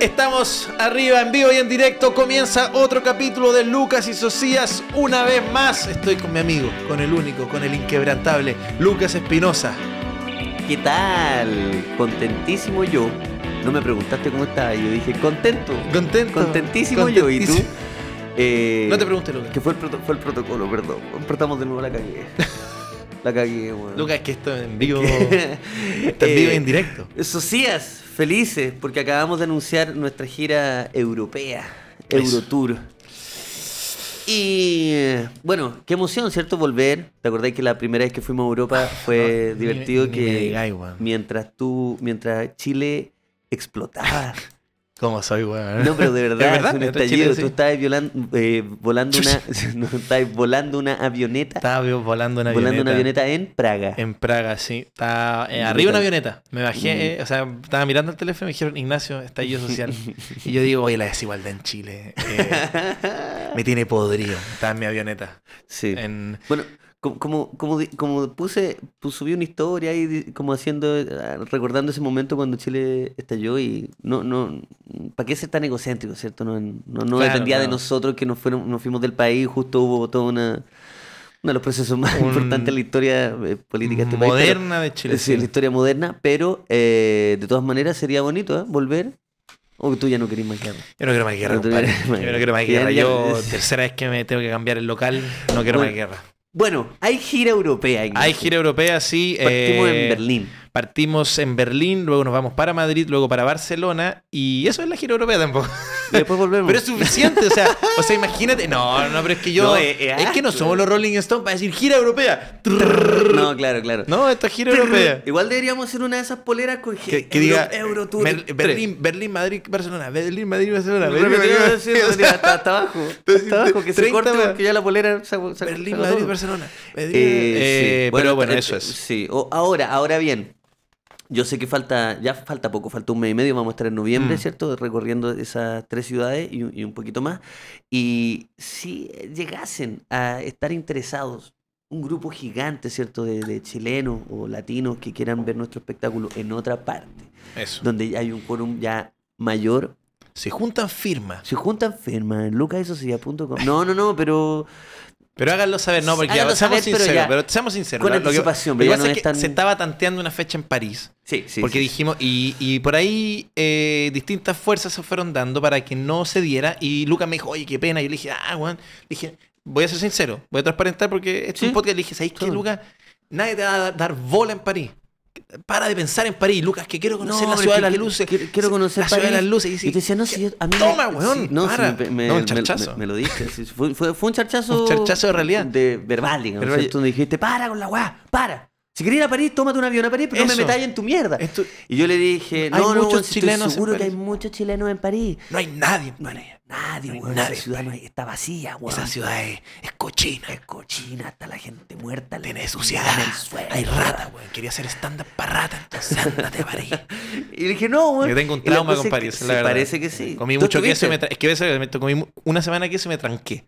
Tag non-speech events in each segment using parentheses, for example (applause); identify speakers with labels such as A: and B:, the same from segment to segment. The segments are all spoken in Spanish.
A: Estamos arriba en vivo y en directo. Comienza otro capítulo de Lucas y Socias. Una vez más estoy con mi amigo, con el único, con el inquebrantable, Lucas Espinosa.
B: ¿Qué tal? Contentísimo yo. No me preguntaste cómo estaba, yo dije contento.
A: Contento.
B: Contentísimo, yo y tú.
A: contentísimo.
B: Eh,
A: No te preguntes, Lucas.
B: Que fue el, proto- fue el protocolo, perdón. Partamos de nuevo
A: (laughs)
B: la cagué. La cagué, weón. (laughs) Eh,
A: Lucas, es que esto es en vivo, está en vivo y en directo.
B: Socias, felices, porque acabamos de anunciar nuestra gira europea,
A: Eso.
B: Eurotour. Y eh, bueno, qué emoción, ¿cierto? Volver. ¿Te acordás que la primera vez que fuimos a Europa fue
A: Ah, No, ni-
B: divertido
A: ni
B: que
A: me digáis, weón.
B: mientras tú, mientras Chile explotaba.
A: ¿Cómo soy, weón?
B: No,
A: (laughs)
B: pero de verdad,
A: Ah. verdad?
B: es un
A: Mientras Chile
B: estallido.
A: sí.
B: Tú estabas violan- eh,
A: (laughs)
B: volando una, (laughs) no, estabas volando una avioneta,
A: Estaba yo volando una
B: volando
A: avioneta.
B: una avioneta en Praga.
A: En Praga, sí. Estaba eh,
B: Brutal. Mm.
A: arriba una avioneta. Me bajé, eh, o sea, estaba mirando el teléfono y me dijeron, Ignacio, estallido
B: (laughs)
A: social. y yo digo, oye, la desigualdad en Chile eh, me tiene podrido. Estaba en mi avioneta.
B: Sí.
A: En,
B: Bueno, como, como, como, di- como puse, pues subí una historia ahí di- como haciendo, eh, recordando ese momento cuando Chile estalló y no, no, ¿para qué ser tan egocéntrico, cierto? No, no, no
A: Claro,
B: dependía de
A: claro.
B: nosotros que nos, fueron, nos fuimos del país, justo hubo toda una, uno de los procesos más
A: Un-
B: importantes de la historia eh, política de este país. pero-
A: moderna de Chile.
B: sí,
A: sí.
B: la historia moderna, pero eh, de todas maneras sería bonito, ¿eh? Volver. O tú ya no querés más guerra.
A: Yo no quiero más guerra,
B: No te-
A: compadre. Yo no quiero más
B: Ya,
A: guerra.
B: ya-
A: Yo, tercera vez que me tengo que cambiar el local, no quiero más
B: Bueno,
A: guerra.
B: Bueno, hay gira europea. Ignacio.
A: Hay gira europea, sí.
B: Partimos
A: eh,
B: en Berlín.
A: Partimos en Berlín, luego nos vamos para Madrid, luego para Barcelona. Y eso es la gira europea tampoco.
B: Y después volvemos.
A: Pero es suficiente, o sea, o sea, imagínate. No, no, pero es que yo.
B: No, eh, ah,
A: es,
B: es- es
A: que no
B: harto.
A: somos los Rolling Stones para decir gira europea.
B: No, claro, claro.
A: No, esto es gira europea.
B: Igual deberíamos hacer una de esas poleras con
A: Que, que diga
B: Euro- Eurotour.
A: Ber- Berlín, Berlín, Madrid, Barcelona, Berlín, Madrid, Barcelona.
B: Tres.
A: Berlín, Madrid,
B: Repetido, sí,
A: Barcelona.
B: repetido, hasta, hasta abajo. Hasta abajo, que se
A: 30
B: corte
A: más.
B: porque ya la polera se, se- se-
A: Berlín,
B: (laughs) se-
A: Madrid,
B: todo.
A: Barcelona. Madrid,
B: Eh,
A: eh,
B: sí.
A: Pero bueno,
B: eh,
A: eso es.
B: Sí, O- ahora, ahora bien. Yo sé que falta, ya falta poco, falta un mes y medio, vamos a estar en noviembre,
A: Mm.
B: ¿cierto? Recorriendo esas tres ciudades y, un- y un poquito más. Y si llegasen a estar interesados, un grupo gigante, ¿cierto? De, de chilenos o latinos que quieran ver nuestro espectáculo en otra parte,
A: Eso.
B: donde hay un quórum ya mayor,
A: Se juntan firmas.
B: se juntan firmas en lucasesocía.com. No, no, no, pero
A: Pero háganlo saber, no, porque ya,
B: Háganlo
A: seamos
B: saber, pero
A: sinceros,
B: ya.
A: pero, seamos sinceros.
B: Con
A: la- lo que-
B: anticipación,
A: lo que
B: pero ya
A: pasa
B: no
A: es que
B: es tan-
A: se estaba tanteando una fecha en París.
B: sí, sí.
A: Porque
B: sí.
A: dijimos, y, y por ahí eh, distintas fuerzas se fueron dando para que no se diera. Y Lucas me dijo, oye, qué pena. Y yo le dije, ah, Juan, le dije, voy a ser sincero, voy a transparentar porque este es un
B: Sí.
A: podcast. Le dije, ¿sabes qué,
B: Claro.
A: Lucas? Nadie te va a dar bola en París. Para de pensar en París, Lucas, que quiero conocer
B: No,
A: la
B: pero
A: ciudad de
B: que-
A: las
B: que-
A: luces.
B: Quiero, quiero conocer
A: la ciudad de
B: París.
A: las luces. Y, sí,
B: te decía, no, si yo- a mí me-
A: toma, weón,
B: sí, no, sí,
A: para.
B: me, me-
A: No, un
B: me-
A: charchazo.
B: me- me lo diste. sí, fue, fue- fue un charchazo.
A: Un charchazo de realidad.
B: De verbal, digamos.
A: Verbal.
B: ¿cierto? Donde dijiste, para con la weá, para. Si querés ir a París, tómate un avión a París, pero no
A: Eso.
B: me metáis en tu mierda.
A: Esto-
B: Y yo le dije, no,
A: Hay
B: no,
A: muchos
B: weón, si estoy
A: chilenos en
B: seguro que hay
A: París.
B: muchos chilenos en París.
A: no hay nadie en
B: No
A: París.
B: hay nadie,
A: No hay
B: weón.
A: nadie,
B: Esa ciudad no hay- está vacía, weón.
A: Esa ciudad es, es cochina.
B: Es cochina, está la gente muerta. la
A: Tiene
B: gente
A: suciedad.
B: en el suelo.
A: Hay rata, weón. Quería hacer stand-up para rata, entonces ándate a París.
B: Y le dije, no, weón.
A: Yo tengo un
B: Y la
A: trauma
B: cosa
A: con
B: es que-
A: París,
B: sí,
A: la verdad.
B: Parece que sí.
A: Comí
B: ¿Tú
A: mucho queso y me
B: estuviste?
A: tra- es que a veces me- comí mu- una semana de queso y me tranqué.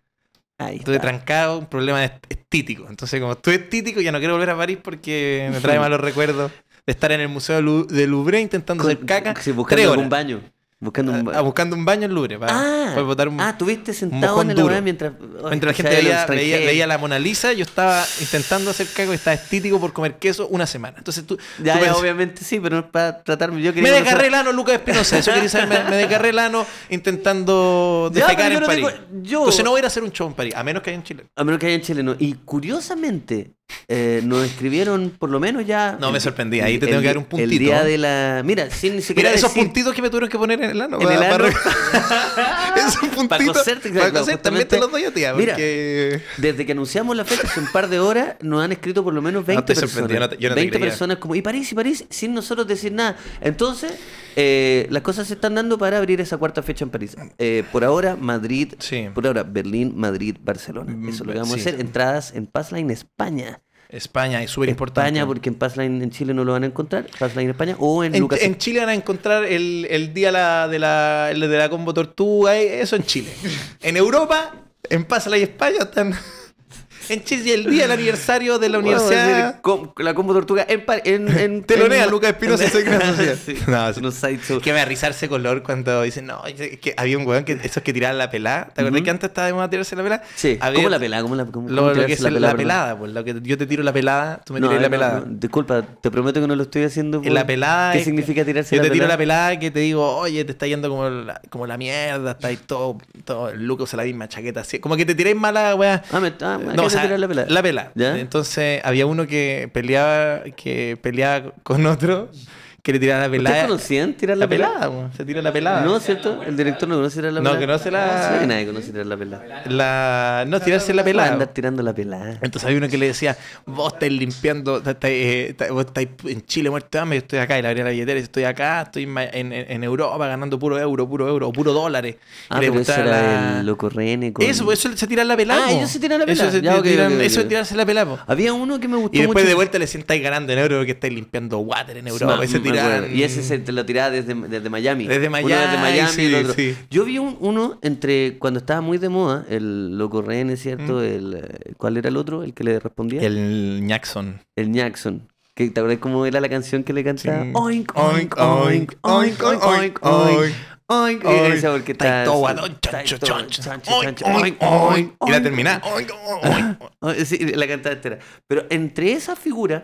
B: Ahí
A: Estuve
B: está.
A: trancado, un problema est- estítico. Entonces, como estuve estítico, ya no quiero volver a París porque me
B: (laughs)
A: trae malos recuerdos de estar en el Museo de Lu- de Louvre intentando hacer
B: Con-
A: caca.
B: sí,
A: tres
B: buscando
A: horas.
B: un baño. Buscando un
A: Ah, ah,
B: baño.
A: buscando un baño en Louvre para
B: Ah,
A: poder botar un.
B: ah, tuviste sentado
A: mojón
B: en el
A: duro.
B: baño mientras. oh,
A: Mientras la gente
B: escuchaba
A: veía,
B: a los
A: veía- veía
B: extranjeros.
A: la Mona Lisa, yo estaba intentando hacer caca y estaba estítico por comer queso una semana. Entonces tú.
B: Ya,
A: tú
B: ya,
A: pensás-
B: obviamente sí, pero no es para tratarme. Yo
A: me
B: quería
A: desgarré el ano, Lucas Espinosa. Eso quería saber. Me, me desgarré el ano intentando
B: (laughs) Ya, pero
A: defecar
B: yo
A: en
B: no
A: París.
B: tengo- yo-
A: Entonces no voy a ir a hacer un show en París, a menos que haya en Chile.
B: A menos que haya en Chile, no. Y curiosamente, eh, nos escribieron por lo menos ya.
A: No, me
B: el-
A: sorprendí. Ahí te
B: el-
A: tengo que dar un
B: El
A: puntito.
B: día de la. Mira, sin ni siquiera.
A: Mira, esos
B: decir-
A: puntitos que me tuvieron que poner en el ano.
B: En
A: pa-
B: el
A: pa-
B: ano.
A: (laughs) esos puntitos.
B: Pa' coserte,
A: pa'
B: claro,
A: coser, también te
B: justamente.
A: los doy a ti. ah,
B: Mira,
A: Porque...
B: Desde que anunciamos la fecha, hace un par de horas, nos han escrito por lo menos
A: No,
B: 20
A: Ah, estoy sorprendido,
B: personas.
A: no te- yo no te
B: 20
A: creía.
B: personas como, y París, y París, sin nosotros decir nada. Entonces, eh, las cosas se están dando para abrir esa cuarta fecha en París. Eh, por ahora, Madrid,
A: Sí.
B: por ahora, Berlín, Madrid, Barcelona.
A: Mm,
B: Eso es lo que vamos
A: sí.
B: a hacer. Entradas en Passline, España.
A: España es súper importante.
B: España, porque en Passline en Chile no lo van a encontrar. Passline España o en,
A: En,
B: Lucas.
A: en Chile van a encontrar el, el día la- de, la, el de la
B: (laughs)
A: combo tortuga, eh, eso en Chile. en Europa, en Pásala y España están. En Chile, el día del aniversario de la
B: Bueno, es
A: universidad.
B: el com- la combo tortuga en, pa- en, en-
A: Telonea,
B: en-
A: Lucas
B: (laughs)
A: Espinosa y soy gran social.
B: Sí,
A: No, es-
B: en un side show.
A: Que me ese color cuando dicen, no, es que había un weón que esos que tiraban la pelada. ¿Te acuerdas
B: Ujú.
A: que antes estaba de moda tirarse la pelada?
B: Sí,
A: A ver,
B: ¿cómo la pelada? ¿Cómo la, cómo- cómo
A: Lo, lo que
B: tirarse
A: es la pelada,
B: perdón?
A: pues lo que yo te tiro la pelada, tú me
B: No,
A: tiras
B: no,
A: la
B: no,
A: pelada.
B: no, disculpa, te prometo que no lo estoy haciendo.
A: En la pelada.
B: ¿Qué
A: es-
B: significa tirarse
A: Yo
B: la
A: te tiro
B: pelada?
A: la pelada que te digo, oye, te está yendo como la, como la mierda, estáis todo, todo loco, usa la misma chaqueta. así. Como que te tiráis mala, weá.
B: Ah, me, ah,
A: No, o sea,
B: tirar la pelada.
A: La pela.
B: ¿Ya?
A: Entonces había uno que peleaba, que peleaba con otro, que le tiraba la
B: ¿Ustedes
A: pelada.
B: conocían tirar la,
A: La
B: pelada?
A: pelada, weón. se tira la pelada.
B: No, ¿cierto? El director no conoce tirar la
A: No,
B: pelada.
A: que no se la-
B: No sé que nadie conoce tirar la pelada.
A: La... No, tirarse la
B: Va a
A: pelada.
B: andar tirando la pelada.
A: Entonces había uno que le decía, vos estáis limpiando, está- está- eh, está- vos estáis en Chile muerto de hambre, yo estoy acá, y le abría la billetera, y estoy acá, estoy en, Ma- en- en- en Europa ganando puro euro, puro euro, o puro dólares.
B: Ah,
A: y le
B: pero ese
A: preguntaba
B: era
A: la-
B: el loco Rene con...
A: Eso, pues, eso se tira la pelada.
B: Ah,
A: po.
B: ellos se tiran la
A: Eso,
B: pelada.
A: se
B: Ya, ok,
A: tiran-
B: ok, ok.
A: eso es tirarse la pelada. po.
B: Había uno que me gustó
A: Y después
B: mucho.
A: de vuelta le sentáis ganando en euro que estáis limpiando water en Europa.
B: Ma-
A: ese
B: Mm, me
A: tiraban-
B: acuerdo. Y ese se te lo tiraba desde, desde Miami.
A: Desde
B: Uno
A: Miami,
B: desde Miami y el
A: sí,
B: otro.
A: sí.
B: Yo vi un- uno entre cuando estaba muy de moda, el Loco Rene, ¿cierto? El, eh, ¿Cuál era el otro? El que le respondía. El,
A: Mm. El Jackson.
B: Jackson. Que, ¿Te acuerdas cómo era la canción que le cantaba?
A: Sí.
B: Oink,
A: Oink,
B: oink, oink, oink, oink, oink, oink,
A: oink.
B: oink. Y le
A: Oink.
B: decía Oh, porque
A: Está ahí
B: está...
A: todo guadón,
B: está ahí
A: chancho,
B: todo,
A: chancho.
B: chancho,
A: Oink,
B: chancho,
A: oink, oink. Y la
B: oink.
A: terminaba. Oink, oink, oink.
B: Oh, (laughs) Sí, la cantaba entera. Pero entre esas figuras,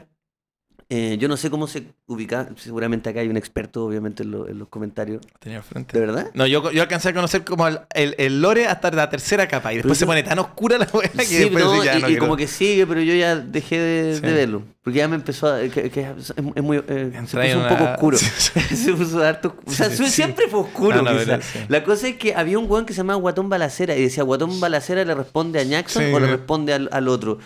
B: eh, yo no sé cómo se ubica, seguramente acá hay un experto, obviamente, en, lo- en los comentarios.
A: Tenía
B: ¿De
A: frente.
B: verdad?
A: No, yo, yo alcancé a conocer como el, el- el lore hasta la tercera capa. Y después
B: Pero
A: se
B: yo-
A: pone tan oscura la weá (laughs) que
B: Sí,
A: después
B: no,
A: decís, ya
B: y,
A: no
B: y
A: quiero.
B: como que sigue, pero yo ya dejé de,
A: Sí.
B: de verlo. Porque ya me empezó a... que- que es, es muy, eh, se
A: Entra en
B: puso un
A: una-
B: poco
A: (laughs)
B: oscuro.
A: Sí,
B: (laughs) se puso harto... oscu- O sea,
A: Sí,
B: su-
A: sí.
B: siempre fue oscuro.
A: No, no,
B: quizá.
A: pero sí.
B: La cosa es que había un weón que se llamaba Guatón Balacera y decía, Guatón Balacera le responde a Jackson
A: Sí.
B: o le responde al, al otro.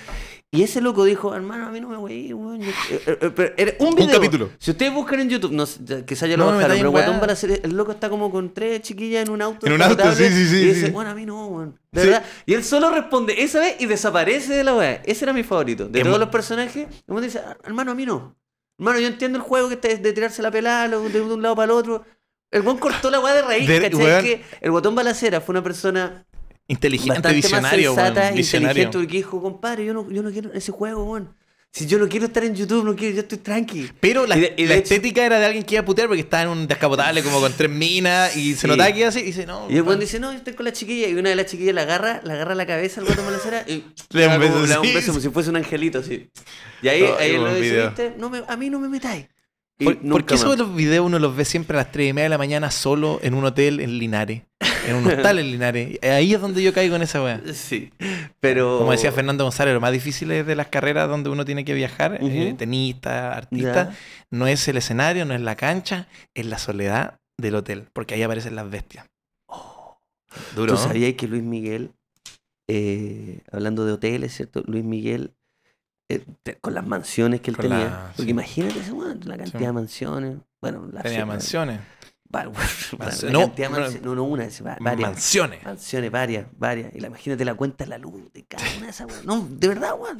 B: Y ese loco dijo, hermano, a mí no me voy weón. yo- eh, eh, eh, pero era un
A: Un
B: video.
A: capítulo.
B: Si ustedes buscan en YouTube, no, sé, ya- quizá ya lo
A: No, me
B: bajaron,
A: estáis
B: pero Guatón
A: weá.
B: Balacera, el loco está como con tres chiquillas en un auto.
A: En un auto,
B: descapotable,
A: sí, sí, sí,
B: Y dice,
A: sí.
B: bueno, a mí no, weón. De
A: Sí.
B: verdad. Y él solo responde esa vez y desaparece de la weá. Ese era mi favorito. De
A: Es
B: todos
A: mu-
B: los personajes, el weón dice, "Ah, hermano, a mí no. Hermano, yo entiendo el juego que está de tirarse la pelada lo- de un lado para el otro. El weón cortó la weá de raíz,
A: De-
B: ¿cachai?
A: weón.
B: Que el guatón balacera fue una persona
A: Inteligente,
B: bastante
A: visionario,
B: más sensata, e
A: weón. Visionario.
B: inteligente, porque dijo, compadre, yo no, yo no quiero ese juego, weón. Si yo no quiero estar en YouTube, no quiero, yo estoy tranqui.
A: Pero la,
B: Y de- y de
A: la
B: hecho-
A: estética era de alguien que iba a putear porque estaba en un descapotable como con tres minas y se
B: Sí.
A: notaba que iba así. Y dice, no.
B: Y el
A: weón,
B: weón dice, no, yo estoy con la chiquilla. Y una de las chiquillas la agarra, la agarra la cabeza al guatón balacera y
A: (laughs) Le da un
B: ah, como-
A: beso,
B: le da un
A: sí.
B: beso como si fuese un angelito, así. Y ahí,
A: Ay,
B: ahí él
A: buen
B: lo dice,
A: video.
B: "Viste, no me- a mí no me metáis. Y
A: ¿Por,
B: nunca
A: por qué esos
B: más.
A: los videos uno los ve siempre a las 3 y media de la mañana solo en un hotel en Linares? En un hostal
B: (laughs)
A: en Linares. Ahí es donde yo caigo en esa weá.
B: Sí, pero...
A: Como decía Fernando González, lo más difícil es de las carreras donde uno tiene que viajar,
B: Ujú.
A: eh, tenista, artista,
B: Ya.
A: no es el escenario, no es la cancha, es la soledad del hotel, porque ahí aparecen las bestias. Duro.
B: Oh. ¿Tú
A: ¿no?
B: sabías que Luis Miguel, eh, hablando de hoteles, ¿cierto? Luis Miguel, eh, te- con las mansiones que él
A: Con
B: tenía.
A: la-
B: porque
A: sí.
B: imagínate ese weón, la cantidad
A: Sí.
B: de mansiones. Bueno, la
A: Tenía
B: ciudad-
A: mansiones.
B: va- (laughs) bueno,
A: Mansiones.
B: la
A: No,
B: cantidad de
A: bueno,
B: mansiones- No, no una, es va- ah, varias.
A: Mansiones.
B: Mansiones, varias, varias. Y la- imagínate la cuenta de la luz de cada una de esas, weón. No, de verdad,
A: (laughs)
B: weón.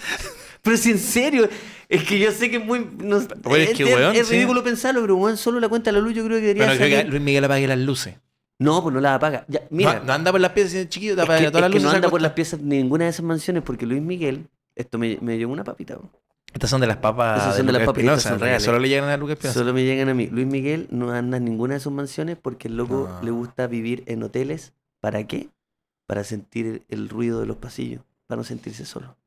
B: Pero si en serio, es que yo sé que es muy. no-
A: Oye, es que, weón,
B: es
A: sí.
B: ridículo pensarlo, pero weón, solo la cuenta de la luz yo creo que debería
A: Bueno, creo que
B: salir.
A: Luis Miguel apague las luces.
B: No, pues no la apaga. Ya, mira.
A: No, no anda por las piezas diciendo, chiquillo, te
B: Es que,
A: apaga todas
B: es
A: las
B: que
A: luces.
B: no
A: se
B: anda por
A: acuesta".
B: las piezas de ninguna de esas mansiones porque Luis Miguel, esto me, me llegó una papita. weón.
A: Estas son de las papas.
B: Esas son de las
A: Lucas
B: papas, estas
A: Espinosa,
B: son
A: porque
B: reales.
A: Solo le llegan a Lucas Espinosa.
B: Solo me llegan a mí. Luis Miguel no anda en ninguna de sus mansiones porque el loco
A: No.
B: le gusta vivir en hoteles. ¿Para qué? Para sentir el, el ruido de los pasillos, para no sentirse solo.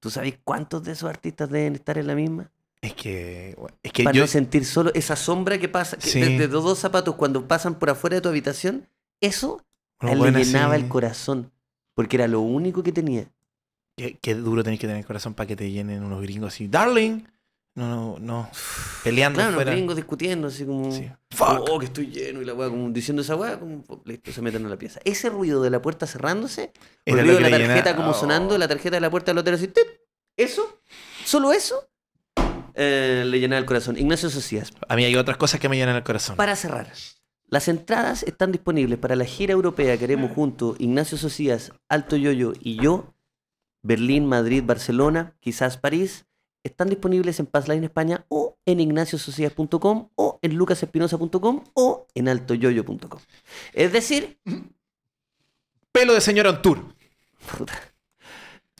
B: ¿Tú sabes cuántos de esos artistas deben estar en la misma?
A: Es que. bueno, Es que
B: para
A: yo.
B: no sentir solo esa sombra que pasa, que
A: Sí.
B: desde los dos zapatos cuando pasan por afuera de tu habitación, eso
A: uno
B: a él
A: bueno,
B: le
A: así-
B: llenaba el corazón porque era lo único que tenía.
A: Qué, qué duro tenés que tener el corazón para que te llenen unos gringos así. Darling. No, no, no. Peleando
B: Claro, los
A: afuera.
B: gringos discutiendo, así como.
A: Sí.
B: como,
A: Fuck.
B: Oh, que estoy lleno y la weá, como diciendo esa weá, como oh, listo, se meten a la pieza. Ese ruido de la puerta cerrándose, o el
A: Era
B: ruido
A: lo
B: de
A: que
B: la
A: le
B: tarjeta
A: llena-
B: como
A: Oh.
B: sonando, la tarjeta de la puerta del hotel así, tit, eso, solo eso, eh, le llenaba el corazón. Ignacio Socias,
A: A mí hay otras cosas que me llenan el corazón.
B: para cerrar. Las entradas están disponibles para la gira europea que haremos juntos, Ignacio Socias, Alto Yoyo y yo, Berlín, Madrid, Barcelona, quizás París. Están disponibles en Passline España o en ignaciosocias.com o en lucasespinosa.com o en altoyoyo.com. Es decir,
A: Pelo de señora on tour.
B: puta,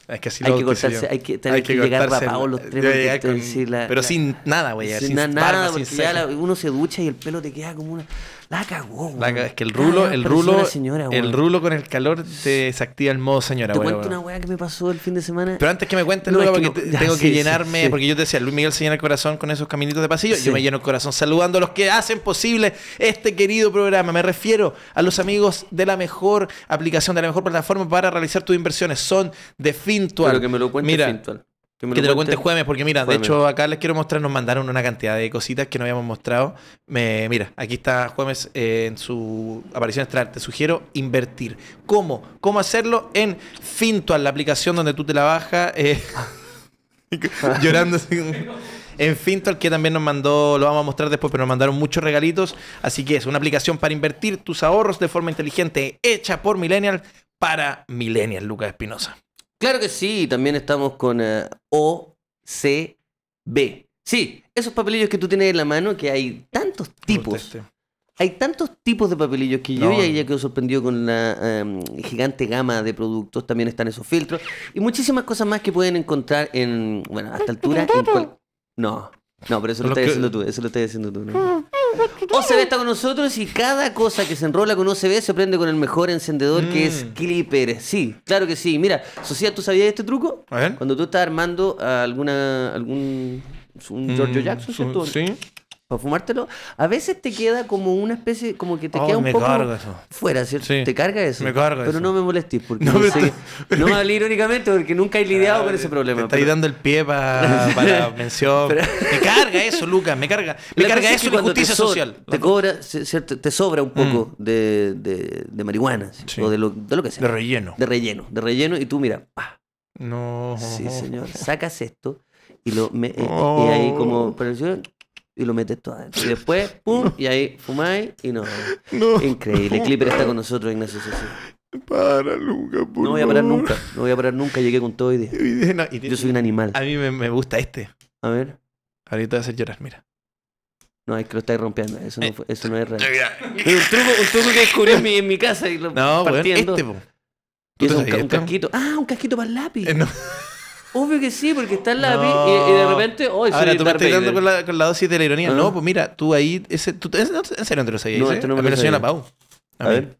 A: Es que así
B: Hay
A: lo
B: que
A: bauticé yo.
B: cortarse, hay que tener que, llegar
A: cortarse
B: rapado
A: el-
B: los tres.
A: debe
B: porque
A: llegar
B: esto es
A: con-
B: decir, la-
A: pero
B: la-
A: sin nada, güey.
B: sin
A: Sin
B: na-
A: barba,
B: nada,
A: sin
B: porque ya
A: ceja.
B: la- uno se ducha y el pelo te queda como una. La cagó,
A: La
B: weón.
A: ca- es que el
B: Cada
A: rulo,
B: vez
A: el
B: parecía
A: rulo,
B: una señora,
A: el
B: weón.
A: rulo con el calor te desactiva el modo señora,
B: Te
A: güey,
B: cuento
A: güey.
B: una weá que me pasó el fin de semana.
A: Pero antes que me cuentes,
B: No,
A: Luca,
B: es que
A: porque
B: no-
A: te-
B: ya,
A: tengo que
B: sí, sí,
A: llenarme,
B: sí.
A: porque yo te decía, Luis Miguel se llena el corazón con esos caminitos de pasillo,
B: Sí.
A: yo me lleno el corazón saludando a los que hacen posible este querido programa. Me refiero a los amigos de la mejor aplicación, de la mejor plataforma para realizar tus inversiones. Son de Fintual.
B: Pero que me lo cuente
A: Mira,
B: Fintual. me
A: Que te lo cuente jueves, porque mira,
B: jueves.
A: de hecho acá les quiero mostrar, nos mandaron una cantidad de cositas que no habíamos mostrado. Me, mira, aquí está jueves eh, en su aparición extra. Te sugiero invertir. ¿Cómo? ¿Cómo hacerlo? En Fintual, la aplicación donde tú te la bajas. eh, (laughs) llorando así. En Fintual, que también nos mandó, lo vamos a mostrar después, pero nos mandaron muchos regalitos. Así que es una aplicación para invertir tus ahorros de forma inteligente, hecha por Millennial para Millennial, Lucas Espinosa.
B: Claro que sí, también estamos con eh, OCB. Sí, esos papelillos que tú tienes en la mano, que hay tantos tipos. Hay tantos tipos de papelillos que yo
A: este. No.
B: ya, ya quedo sorprendido con la em, gigante gama de productos. También están esos filtros y muchísimas cosas más que pueden encontrar en, bueno, a esta altura. en cual- No, no, pero eso lo
A: Lo
B: estás
A: que-
B: diciendo tú. Eso lo estás diciendo tú. ¿no? OCB está con nosotros y cada cosa que se enrola con OCB se prende con el mejor encendedor que es
A: Mm.
B: Clipper. Sí, claro que sí. Mira, Socia, ¿tú sabías de este truco?
A: A ver.
B: Cuando tú estás armando ah, alguna, algún un Giorgio
A: Mm,
B: Jackson,
A: su-
B: ¿cierto?
A: Sí.
B: para fumártelo, a veces te queda como una especie, como que te
A: Ay,
B: queda un
A: Oh, me
B: poco
A: carga eso.
B: fuera, ¿cierto?
A: Sí,
B: Te carga eso.
A: me carga
B: pero
A: eso.
B: no me molestes porque
A: No,
B: no,
A: pero
B: sé- no me hablé irónicamente porque nunca he lidiado con ese problema.
A: Te estáis
B: pero-
A: dando el pie pa- (laughs) para mención. me carga eso, Lucas, me carga. Me
B: La
A: carga
B: cosa es
A: eso
B: que
A: la
B: cuando te
A: justicia
B: so-
A: social. Mm.
B: Te, cobra, se- ¿cierto? te sobra un poco de, de- de marihuana ¿sí?
A: Sí.
B: o de lo, de lo que sea.
A: De relleno.
B: De relleno. De relleno y tú mira, pa,
A: No.
B: sí señor, sacas esto y lo me- eh,
A: Oh.
B: y ahí como pareció y lo metes todo adentro. Y después, pum, y ahí fumáis y no.
A: No,
B: Eh, Increíble. Clipper está con nosotros, Ignacio Sosa.
A: para, Lucas, por
B: No voy a parar nunca. No voy a parar nunca. Llegué con todo hoy día. Yo soy un animal.
A: A mí me, me gusta este.
B: A ver.
A: Ahorita te voy a hacer llorar, mira.
B: No, es que lo estáis rompiendo. Eso no, fue- eso no es real.
A: Mira.
B: Pero un, truco, un truco que descubrí en mi, en mi casa y lo
A: No, weón,
B: partiendo.
A: este, po.
B: Y
A: ¿Tú
B: eso,
A: te
B: un, ca-
A: sabías
B: un
A: este?
B: casquito. Ah, un casquito para el lápiz. (laughs)
A: Eh, no.
B: Obvio que sí, porque está el lápiz
A: No.
B: y, y de repente. ¡Oh, soy
A: Ahora tú me
B: Darth
A: estás dando
B: Vader!
A: con la, con la dosis de la ironía.
B: Ah.
A: No, pues mira, tú ahí. Ese, tú, en, en serio no te lo sabías.
B: No,
A: ¿eh?
B: este no me
A: A mí lo
B: lo
A: enseñó la
B: sabía.
A: Pau.
B: A
A: mí.
B: ver.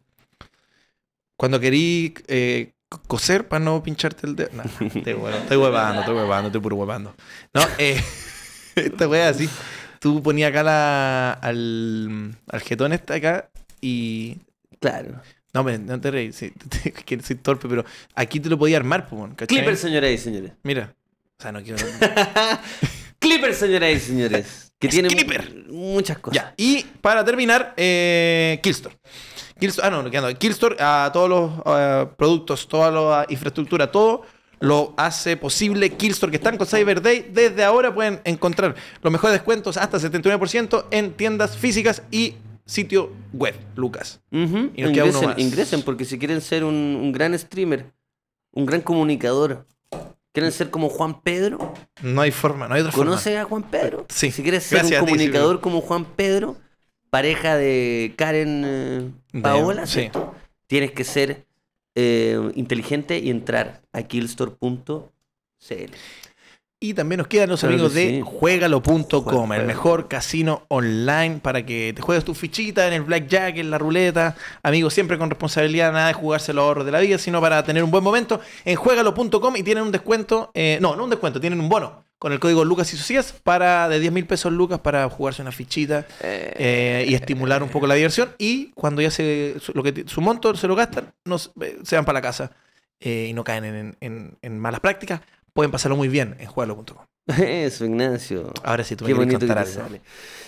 A: Cuando querí eh, co- coser para no pincharte el dedo. No, estoy huevando, estoy huevando, estoy huevando, estoy puro huevando. No, eh, (laughs) esta wea así. Tú ponías acá la, al, al jetón este acá y...
B: Claro.
A: No, me, no te reí, sí, (laughs) es que soy torpe, pero aquí te lo podía armar, pues, bueno, ¿cachai?
B: Clipper, señoras y señores.
A: Mira. O sea, no quiero...
B: Clipper, señoras y señores. Que
A: Es
B: tiene
A: Clipper.
B: muchas cosas.
A: Ya, y para terminar, eh, Killstore. Killstore- Ah, no, no, que no, Killstore a todos los eh, productos, toda la infraestructura, todo lo hace posible Killstore, que están con Cyber Day. Desde ahora pueden encontrar los mejores descuentos hasta 79% en tiendas físicas y sitio web, Lucas.
B: Ujú,
A: Y nos queda uno
B: Ingresen,
A: más.
B: ingresen, porque si quieren ser un, un gran streamer, un gran comunicador, quieren ser como Juan Pedro,
A: No hay forma, (laughs) no hay otra
B: ¿conocen a Juan Pedro?
A: Eh, Sí,
B: Si quieres ser un
A: gracias a ti,
B: comunicador
A: Silvio.
B: como Juan Pedro, pareja de Karen eh,
A: De-
B: Paola,
A: sí.
B: ¿cierto? tienes que ser eh, inteligente y entrar a killstore.cl.
A: Y también nos quedan los
B: Claro
A: amigos
B: que
A: de
B: sí.
A: juegalo.com,
B: Juega-
A: el mejor casino online para que te juegues tu fichita en el blackjack, en la ruleta. Amigos, siempre con responsabilidad, nada de jugarse los ahorros de la vida, sino para tener un buen momento en juegalo.com y tienen un descuento, eh, no, no un descuento, tienen un bono con el código Lucas y Socias para de 10 mil pesos Lucas para jugarse una fichita eh, y estimular un poco la diversión. Y cuando ya se, su, lo que, ti- su monto se lo gastan, no, se eh, se van para la casa eh, y no caen en, en- en malas prácticas, pueden pasarlo muy bien en juegalo.com.
B: (laughs) Eso, Ignacio.
A: Ahora sí, tú me
B: Qué
A: quieres
B: bonito que
A: contar
B: te
A: algo.
B: sale.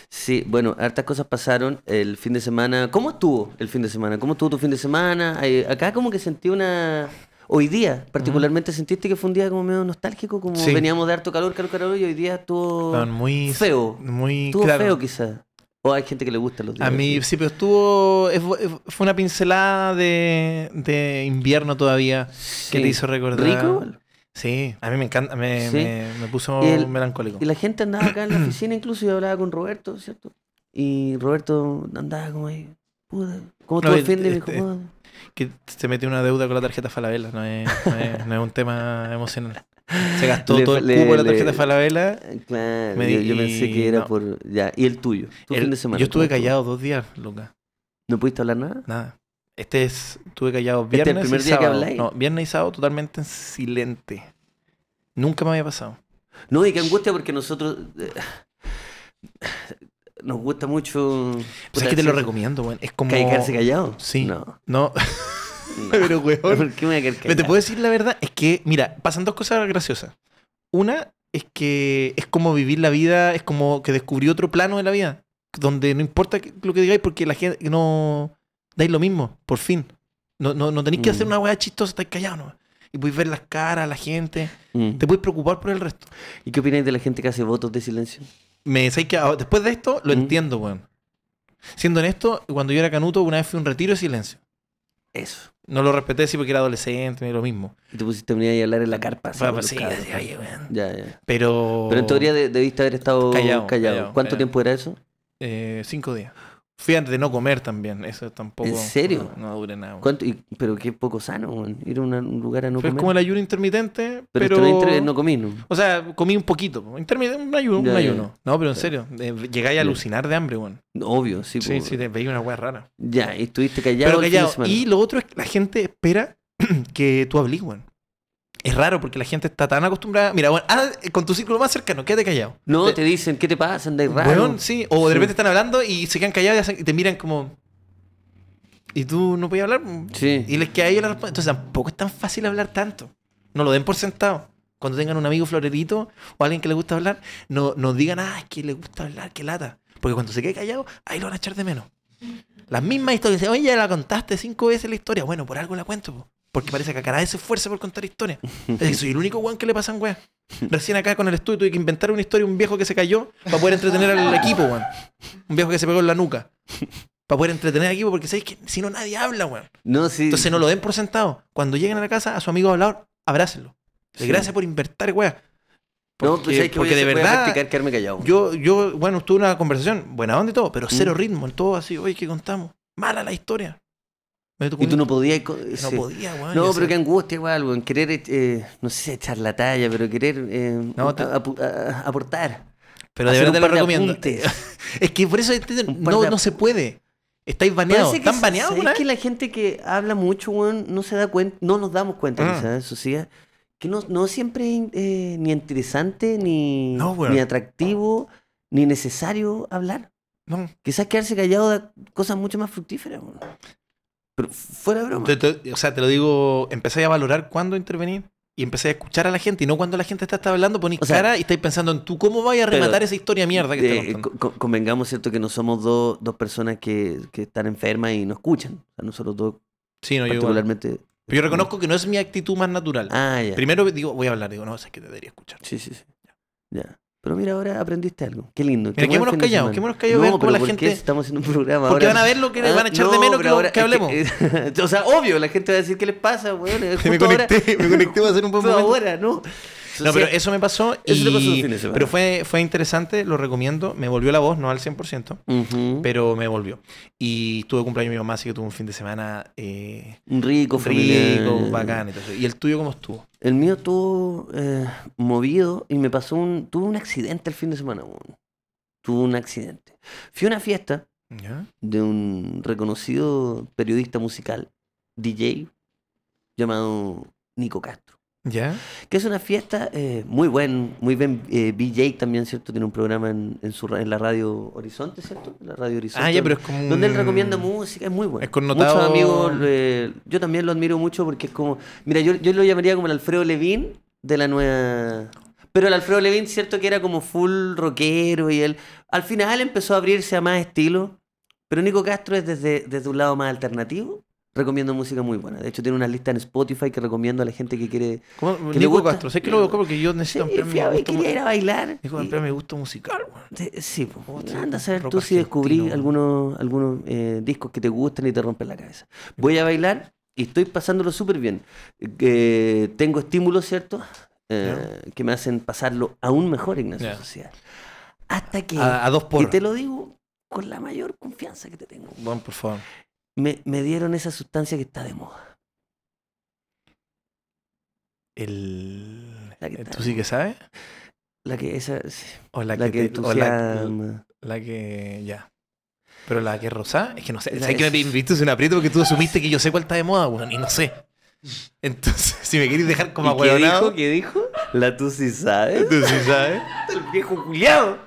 B: Sí, bueno, hartas cosas pasaron el fin de semana. ¿Cómo estuvo el fin de semana? ¿Cómo estuvo tu fin de semana? Ay, Acá como que sentí una... Hoy día, particularmente, sentiste que fue un día como medio nostálgico, como
A: Sí.
B: veníamos de harto calor, calor, calor, y hoy día estuvo...
A: Estaban muy
B: feo.
A: Muy
B: estuvo
A: claro.
B: feo quizás. O hay gente que le gusta los días.
A: A mí
B: así.
A: sí, pero estuvo. es- es- Fue una pincelada de, de invierno todavía que
B: Sí.
A: te hizo recordar.
B: Rico. igual.
A: Sí, a mí me encanta. Me,
B: Sí.
A: me, me puso
B: Y el-
A: melancólico.
B: Y la gente andaba acá en la oficina incluso y hablaba con Roberto, ¿cierto? Y Roberto andaba como ahí. Puta, ¿Cómo tú
A: No, el-
B: ofendes?
A: este-
B: ¿Cómo?
A: Que se metió una deuda con la tarjeta Falabella, no es, no es, no es un tema emocional. Se gastó
B: (laughs) Le-
A: todo el
B: le-
A: cubo de la
B: le-
A: tarjeta Falabella.
B: Ah, Claro,
A: Me
B: yo,
A: di-
B: yo pensé que era
A: no.
B: por... Ya, y el tuyo. Tu
A: El-
B: fin de semana,
A: yo estuve
B: ¿cómo estuvo?
A: callado dos días, Lucas.
B: ¿No pudiste hablar nada?
A: Nada. Este es, estuve callado
B: Este es el
A: viernes
B: primer
A: y
B: día que
A: sábado.
B: habláis.
A: no, viernes y sábado totalmente en silente. Nunca me había pasado.
B: No, y qué angustia porque nosotros... eh, nos gusta mucho...
A: Pues
B: puta,
A: es que te lo
B: sí,
A: recomiendo, weón. Es como.
B: ca- ¿Quedarse callado?
A: Sí.
B: No.
A: No,
B: no.
A: (laughs) pero weón.
B: (laughs) ¿Por qué me voy a quedar
A: Pero te
B: callado?
A: puedo decir la verdad, es que, mira, pasan dos cosas graciosas. Una es que es como vivir la vida, es como que descubrí otro plano de la vida, donde no importa que- lo que digáis, porque la gente no dais lo mismo, por fin. No, no, no tenéis que
B: Mm.
A: hacer una weá chistosa, estáis callados nomás. Y podéis ver las caras, la gente,
B: Mm.
A: te podéis preocupar por el resto.
B: ¿Y qué opináis de la gente que hace votos de silencio?
A: Me decís que ah, después de esto lo
B: Mm.
A: entiendo, weón. Siendo honesto, cuando yo era canuto, una vez fui a un retiro de silencio.
B: Eso.
A: No lo respeté, sí, porque era adolescente, ni lo mismo.
B: Y te pusiste a venir ahí a hablar en la carpa. así,
A: Fue,
B: con
A: pues,
B: los
A: sí,
B: cabros.
A: así, oye, weón.
B: Ya, ya.
A: Pero.
B: Pero en teoría de- debiste haber estado
A: Callado,
B: callado.
A: callado,
B: ¿Cuánto
A: callado.
B: tiempo era eso?
A: Eh, cinco días. Fui antes de no comer también. Eso tampoco.
B: ¿En serio?
A: No, no dura nada. güey.
B: ¿Cuánto? Y- pero qué poco sano, weón. Ir a una- un lugar a no
A: Fue
B: comer.
A: como el ayuno intermitente,
B: Pero,
A: pero.
B: esto no inter- no comí, ¿no?
A: O sea, comí un poquito. Intermitente, un ayuno.
B: Ya,
A: un
B: ya,
A: ayuno. No, pero en
B: Ya.
A: serio. eh, llegáis a
B: Ya.
A: alucinar de hambre, weón.
B: Obvio, sí.
A: Sí,
B: po.
A: sí, te veía una weá rara.
B: Ya, y estuviste callado.
A: pero
B: el fin de
A: callado.
B: semana.
A: Y lo otro es que la gente espera (clears throat) que tú hables, weón. Es raro porque la gente está tan acostumbrada. Mira, bueno, ah, con tu círculo más cercano, quédate callado.
B: No,
A: Te-
B: te dicen, ¿qué te pasa? Andáis raro.
A: Weón, sí. O de
B: Sí.
A: repente están hablando y se quedan callados y, hacen- y te miran como. Y tú no podías hablar.
B: Sí.
A: Y les queda ahí la respuesta. Entonces tampoco es tan fácil hablar tanto. No lo den por sentado. Cuando tengan un amigo florerito o alguien que le gusta hablar, no, no digan, ah, es que le gusta hablar, que lata. Porque cuando se quede callado, ahí lo van a echar de menos. Las mismas historias. Dicen, Oye, ya la contaste cinco veces la historia. Bueno, por algo la cuento, po. Porque parece que a cada vez se esfuerza por contar historias. Es que soy el único weón que le pasan weas. Recién acá con el estudio tuve que inventar una historia, un viejo que se cayó para poder entretener al equipo, weón. Un viejo que se pegó en la nuca. Para poder entretener al equipo, porque sabéis que si no nadie habla, weón.
B: No, sí.
A: Entonces no lo den por sentado. Cuando lleguen a la casa, a su amigo hablador, abrácenlo. Le
B: Sí.
A: Gracias por inventar, weá.
B: No, pues,
A: porque-
B: ¿sabes qué? Voy
A: porque
B: a-
A: de
B: voy a
A: verdad-
B: practicar quedarme callado.
A: Yo, yo, bueno, tuve una conversación, buena onda y todo, pero
B: Mm.
A: cero ritmo en todo así, oye, ¿qué contamos? Mala la historia. Me tocó
B: Y tú
A: un-
B: no podías. co-
A: no
B: sí.
A: podía, weón.
B: No,
A: Yo
B: pero
A: Ah, sé.
B: qué angustia igual, weón. Querer, eh, no sé, echar la talla, pero querer eh,
A: No, te-
B: a- apu- a- a- aportar.
A: Pero de
B: Hacer
A: verdad
B: un
A: te lo
B: par de
A: recomiendo. Eh,
B: apuntes.
A: Es que por eso ¿entienden?
B: Un par
A: no,
B: de-
A: no se puede. Estáis baneados.
B: Parece que
A: ¿Están
B: se-
A: baneados
B: ¿sabes
A: alguna
B: que
A: vez?
B: la gente que habla mucho, weón, no se da cuenta, no nos damos cuenta
A: Ah.
B: quizás, eso sí, eh, que no, no siempre es eh, ni interesante, ni,
A: No, weón.
B: ni atractivo, ni necesario hablar.
A: No.
B: Quizás quedarse callado da cosas mucho más fructíferas, weón. Pero fuera de broma.
A: Te- te- o sea, te lo digo, empezáis a valorar cuándo intervenir y empezáis a escuchar a la gente y no cuando la gente está, está hablando, ponéis
B: O sea,
A: cara y estáis pensando en tú cómo vais a
B: pero-
A: rematar esa historia mierda que
B: Eh,
A: te contando.
B: co- co- convengamos, ¿cierto? Que no somos dos, dos personas que, que están enfermas y no escuchan. O sea, nosotros dos
A: Sí, no, yo, igual.
B: particularmente...
A: Pero yo reconozco que no es mi actitud más natural.
B: Ah, ya.
A: Primero digo, voy a hablar, digo, no, es que te debería escuchar.
B: Sí, sí, sí. Ya. Pero mira, ahora aprendiste algo. Qué lindo.
A: Mira, quémonos callados, quémonos callados, vean
B: No,
A: cómo
B: pero
A: la
B: ¿por
A: gente-
B: qué? Si estamos haciendo un programa
A: Porque
B: ahora.
A: van a ver lo que le
B: Ah,
A: van a echar de
B: no,
A: menos que,
B: pero
A: lo-
B: ahora-
A: que
B: es
A: hablemos.
B: (laughs) o sea, obvio, la gente va a decir, ¿qué les
A: (laughs)
B: pasa, weón?
A: me
B: (laughs) Justo
A: conecté,
B: ahora-
A: me
B: (laughs)
A: conecté, va a ser un buen
B: justo
A: momento.
B: ahora, ¿no?
A: No, pero eso me pasó.
B: eso te pasó
A: y-
B: el fin de semana.
A: pero fue, fue interesante, lo recomiendo. Me volvió la voz, no al 100%,
B: Ujú.
A: pero me volvió. Y tuve cumpleaños de mi mamá, así que tuve un fin de semana eh,
B: Un rico, familiar.
A: rico, bacán. entonces. ¿Y el tuyo cómo estuvo?
B: El mío estuvo eh, movido y me pasó un. Tuve un accidente el fin de semana, weón. Tuve un accidente. Fui a una fiesta
A: ¿Ya?
B: de un reconocido periodista musical, DJ, llamado Nico Castro.
A: ¿Ya?
B: Que es una fiesta eh, muy buen, muy buen eh, DJ también, ¿cierto? Tiene un programa en, en su, ra- en la radio Horizonte, ¿cierto? La radio Horizonte.
A: Ah, ya, pero es como.
B: Donde él
A: un-
B: recomienda música, es muy bueno.
A: Mm. Es connotado-
B: Muchos amigos, eh, yo también lo admiro mucho porque es como. Mira, yo, yo lo llamaría como el Alfredo Levin de la nueva. Pero el Alfredo Levin, cierto que era como full rockero y él. Al final empezó a abrirse a más estilo. Pero Nico Castro es desde, desde un lado más alternativo. Recomiendo música muy buena. De hecho, tiene una lista en Spotify que recomiendo a la gente que quiere.
A: ¿Cómo?
B: le
A: Nico
B: gusta?
A: Castro, sé que lo busco porque yo necesito
B: Sí,
A: ampliar mi
B: fui a-
A: gusto mu-
B: quería ir a bailar.
A: Nico,
B: y-
A: ampliar mi gusto musical, weón.
B: de- Sí, po.
A: Oh, sí,
B: anda a saber
A: rock
B: tú si descubrí
A: argentino.
B: algunos, algunos eh, discos que te gustan y te rompen la cabeza. Voy a bailar y estoy pasándolo súper bien. Eh, tengo estímulos, ¿cierto? Eh, Que me hacen pasarlo aún mejor, Ignacio
A: Ya.
B: Social. Hasta que,
A: A, a dos por.
B: y te lo digo, con la mayor confianza que te tengo.
A: Bueno, por favor.
B: Me, me dieron esa sustancia que está de moda.
A: El... eh,
B: La que está-
A: ¿Tú sí que sabes?
B: La que esa sí,
A: O la,
B: la, que,
A: te- o la,
B: entusiasma.
A: la que... Ya. Pero la que rosada, es que no sé.
B: La
A: ¿Sabes que me
B: es-
A: viste un aprieto porque tú asumiste que yo sé cuál está de moda, weón? Y no sé. Entonces, si me queréis dejar como
B: ¿Y ¿Qué
A: ahueonado...
B: dijo? ¿Qué dijo? La tú sí (laughs) sabes.
A: Tú sí sabes.
B: El viejo culiao.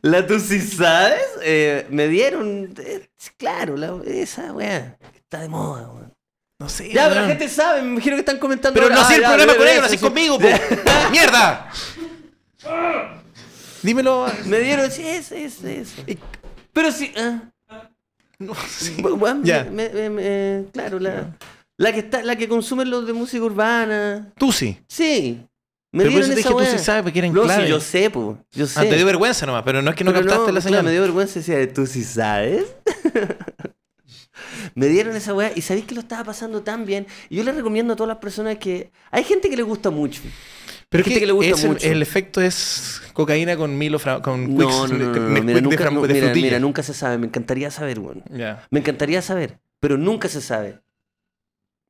B: La tú sí sabes. eh, me dieron. eh, claro, la- esa weá. Está de moda, weón.
A: No sé.
B: Ya, pero
A: weón.
B: la gente sabe, me imagino que están comentando.
A: Pero
B: ahora.
A: no
B: Ah,
A: hacía el
B: ya,
A: programa
B: ya,
A: con
B: ya,
A: ellos, lo
B: ya,
A: hacía
B: sí.
A: conmigo, po. ¡Mierda!
B: (laughs)
A: Dímelo.
B: (laughs) Me dieron, sí, es, es, es.
A: Y-
B: Pero sí. ah,
A: No, sí.
B: bu- bueno,
A: Ya.
B: me- me- me- claro, la, la que está, la que consumen los de música urbana.
A: Tú sí.
B: Sí. Me
A: Pero por
B: dieron
A: eso te
B: esa
A: dije tú
B: weá.
A: sí sabes, porque eran
B: No, sí,
A: clave.
B: yo sé, po. Yo sé.
A: Ah, te dio vergüenza nomás, pero no es que no
B: Pero
A: captaste la
B: claro,
A: señal.
B: me dio vergüenza decía, tú sí sabes. (laughs) me dieron esa weá y sabéis que lo estaba pasando tan bien. Y yo le recomiendo a todas las personas que. Hay gente que le gusta mucho.
A: pero
B: gente que le gusta
A: es el,
B: mucho.
A: el efecto es cocaína con Milo, fra- con Quicks,
B: No, no, no, no,
A: de-
B: no,
A: de
B: mira,
A: Quicks de
B: nunca,
A: fram-
B: no,
A: de
B: mira,
A: frutilla.
B: mira, nunca se sabe. Me encantaría saber, weón.
A: Ya.
B: Me encantaría saber, pero nunca se sabe.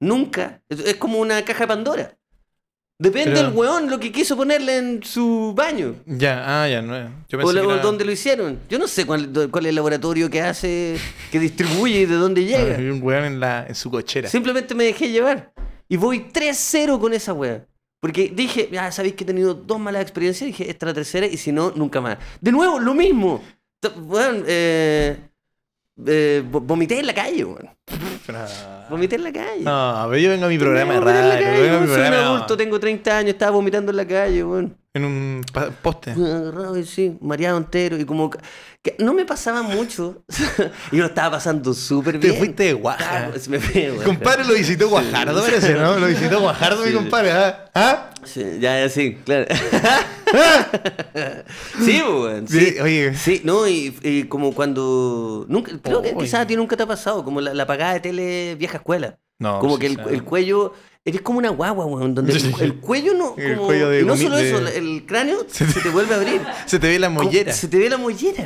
B: Nunca. Es, es como una caja de Pandora. Depende
A: Pero-
B: del weón lo que quiso ponerle en su baño.
A: Ya, ah, ya, no. eh. Yo
B: O,
A: pensé
B: lo-
A: que
B: o
A: era-
B: dónde lo hicieron. Yo no sé cuál, do- cuál es el laboratorio que hace, que distribuye y de dónde
A: Ah,
B: llega.
A: había (laughs) un weón en, la, en su cochera.
B: Simplemente me dejé llevar. Y voy 3-0 con esa wea. Porque dije, ya sabéis que he tenido dos malas experiencias. Dije, esta es la tercera y si no, nunca más. De nuevo, lo mismo. T- Weón, eh, eh, vo- vomité en la calle, weón.
A: No,
B: Vomité en la calle.
A: Ah. No, pero yo vengo a mi programa de
B: Tengo que vomitar en la
A: radio,
B: calle,
A: vengo a mi
B: weón, soy un
A: programa, no.
B: adulto, tengo 30 años, estaba vomitando en la calle, weón.
A: En un pa- poste.
B: Weón, Agarrado y sí, mareado entero. Y como ca- que no me pasaba mucho. (laughs) y lo estaba pasando súper
A: Te
B: bien.
A: fuiste de guaja.
B: Estaba- se me fue, weón.
A: Compadre lo visitó Guajardo, parece, ¿no? Lo visitó Guajardo, mi
B: Sí.
A: compadre. ¿Ah? ¿Ah?
B: Sí, ya, ya, sí,
A: (laughs)
B: claro. sí, weón. Sí,
A: Sí, oye.
B: Sí, no, y, y como cuando. Nunca, creo que
A: Oy.
B: quizás a ti nunca te ha pasado, como la, la apagada de tele vieja escuela.
A: No,
B: como
A: sí,
B: que el,
A: claro.
B: el cuello. Eres como una guagua, weón, donde
A: Sí, sí,
B: el,
A: sí.
B: el cuello no. Como,
A: El cuello de
B: y no
A: gomi-
B: solo
A: de-
B: eso, el cráneo se te, vuelve
A: (laughs)
B: a abrir.
A: Se te ve la mollera.
B: Se te ve
A: (laughs)
B: la mollera.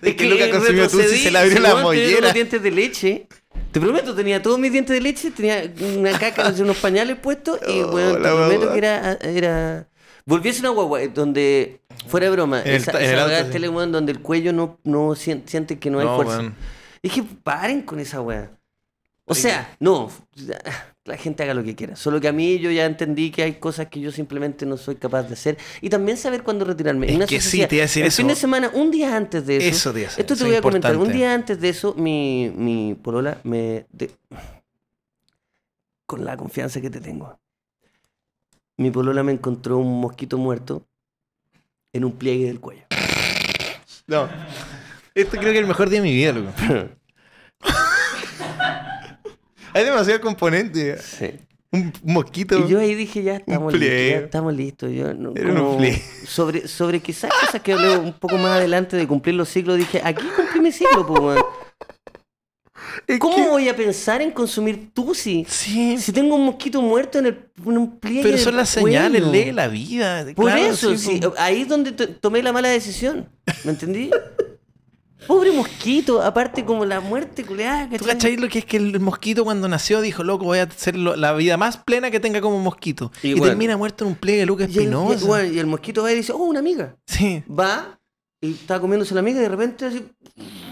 A: Es que Luca consumió Tutsi,
B: retrocedí,
A: se le abrió la
B: weón, tenía
A: mollera.
B: Los dientes de leche. Te prometo, tenía todos mis dientes de leche, tenía una caca, así, unos pañales puestos y,
A: Oh,
B: weón, te
A: la
B: prometo
A: guagua.
B: que era... era... Volviese una guagua eh, donde, fuera de broma,
A: En el
B: esa,
A: ta- en
B: esa
A: el auto,
B: weá de
A: sí.
B: tele, weón, donde el cuello no, no sien- siente que no hay
A: No,
B: fuerza.
A: weón.
B: Dije, paren con esa weá. O sea, no, la gente haga lo que quiera. Solo que a mí yo ya entendí que hay cosas que yo simplemente no soy capaz de hacer. Y también saber cuándo retirarme.
A: Es
B: En una
A: que sí,
B: sociedad-
A: te iba a decir
B: el
A: eso.
B: fin de semana, un día antes de eso.
A: Eso te iba a decir,
B: Esto te
A: eso es
B: voy a comentar. Un
A: importante.
B: día antes de eso, mi, mi polola me... de- con la confianza que te tengo. Mi polola me encontró un mosquito muerto en un pliegue del cuello.
A: No. Esto creo que es el mejor día de mi vida, (laughs) loco. Hay demasiado componente.
B: Sí.
A: Un mosquito.
B: Y yo ahí dije, ya estamos listos,
A: pliegue.
B: ya estamos listos. Yo, no,
A: Era un
B: como
A: pliegue.
B: sobre, sobre quizás cosas que hablé un poco más adelante de cumplir los ciclos, dije, aquí cumplí mi ciclo, po, weón.
A: (laughs) Es
B: ¿Cómo
A: que-
B: voy a pensar en consumir tusi?
A: Sí.
B: Si tengo un mosquito muerto en, el, en un pliegue.
A: Pero son
B: del
A: las señales,
B: cuello.
A: lee la vida.
B: Por
A: Claro,
B: eso,
A: sí,
B: sí, ahí es donde to- tomé la mala decisión.
A: (laughs)
B: ¿Me entendí? Pobre mosquito, aparte como la muerte culeada,
A: ¿Tú
B: ¿cachai?
A: cachai lo que es que el mosquito cuando nació dijo, loco, voy a hacer lo- la vida más plena que tenga como mosquito?
B: Y
A: Y,
B: bueno.
A: termina muerto en un pliegue de Lucas
B: Y el- y el-
A: Espinosa.
B: bueno, y el mosquito va y dice, oh, una amiga.
A: Sí.
B: va y está comiéndose la amiga y de repente así.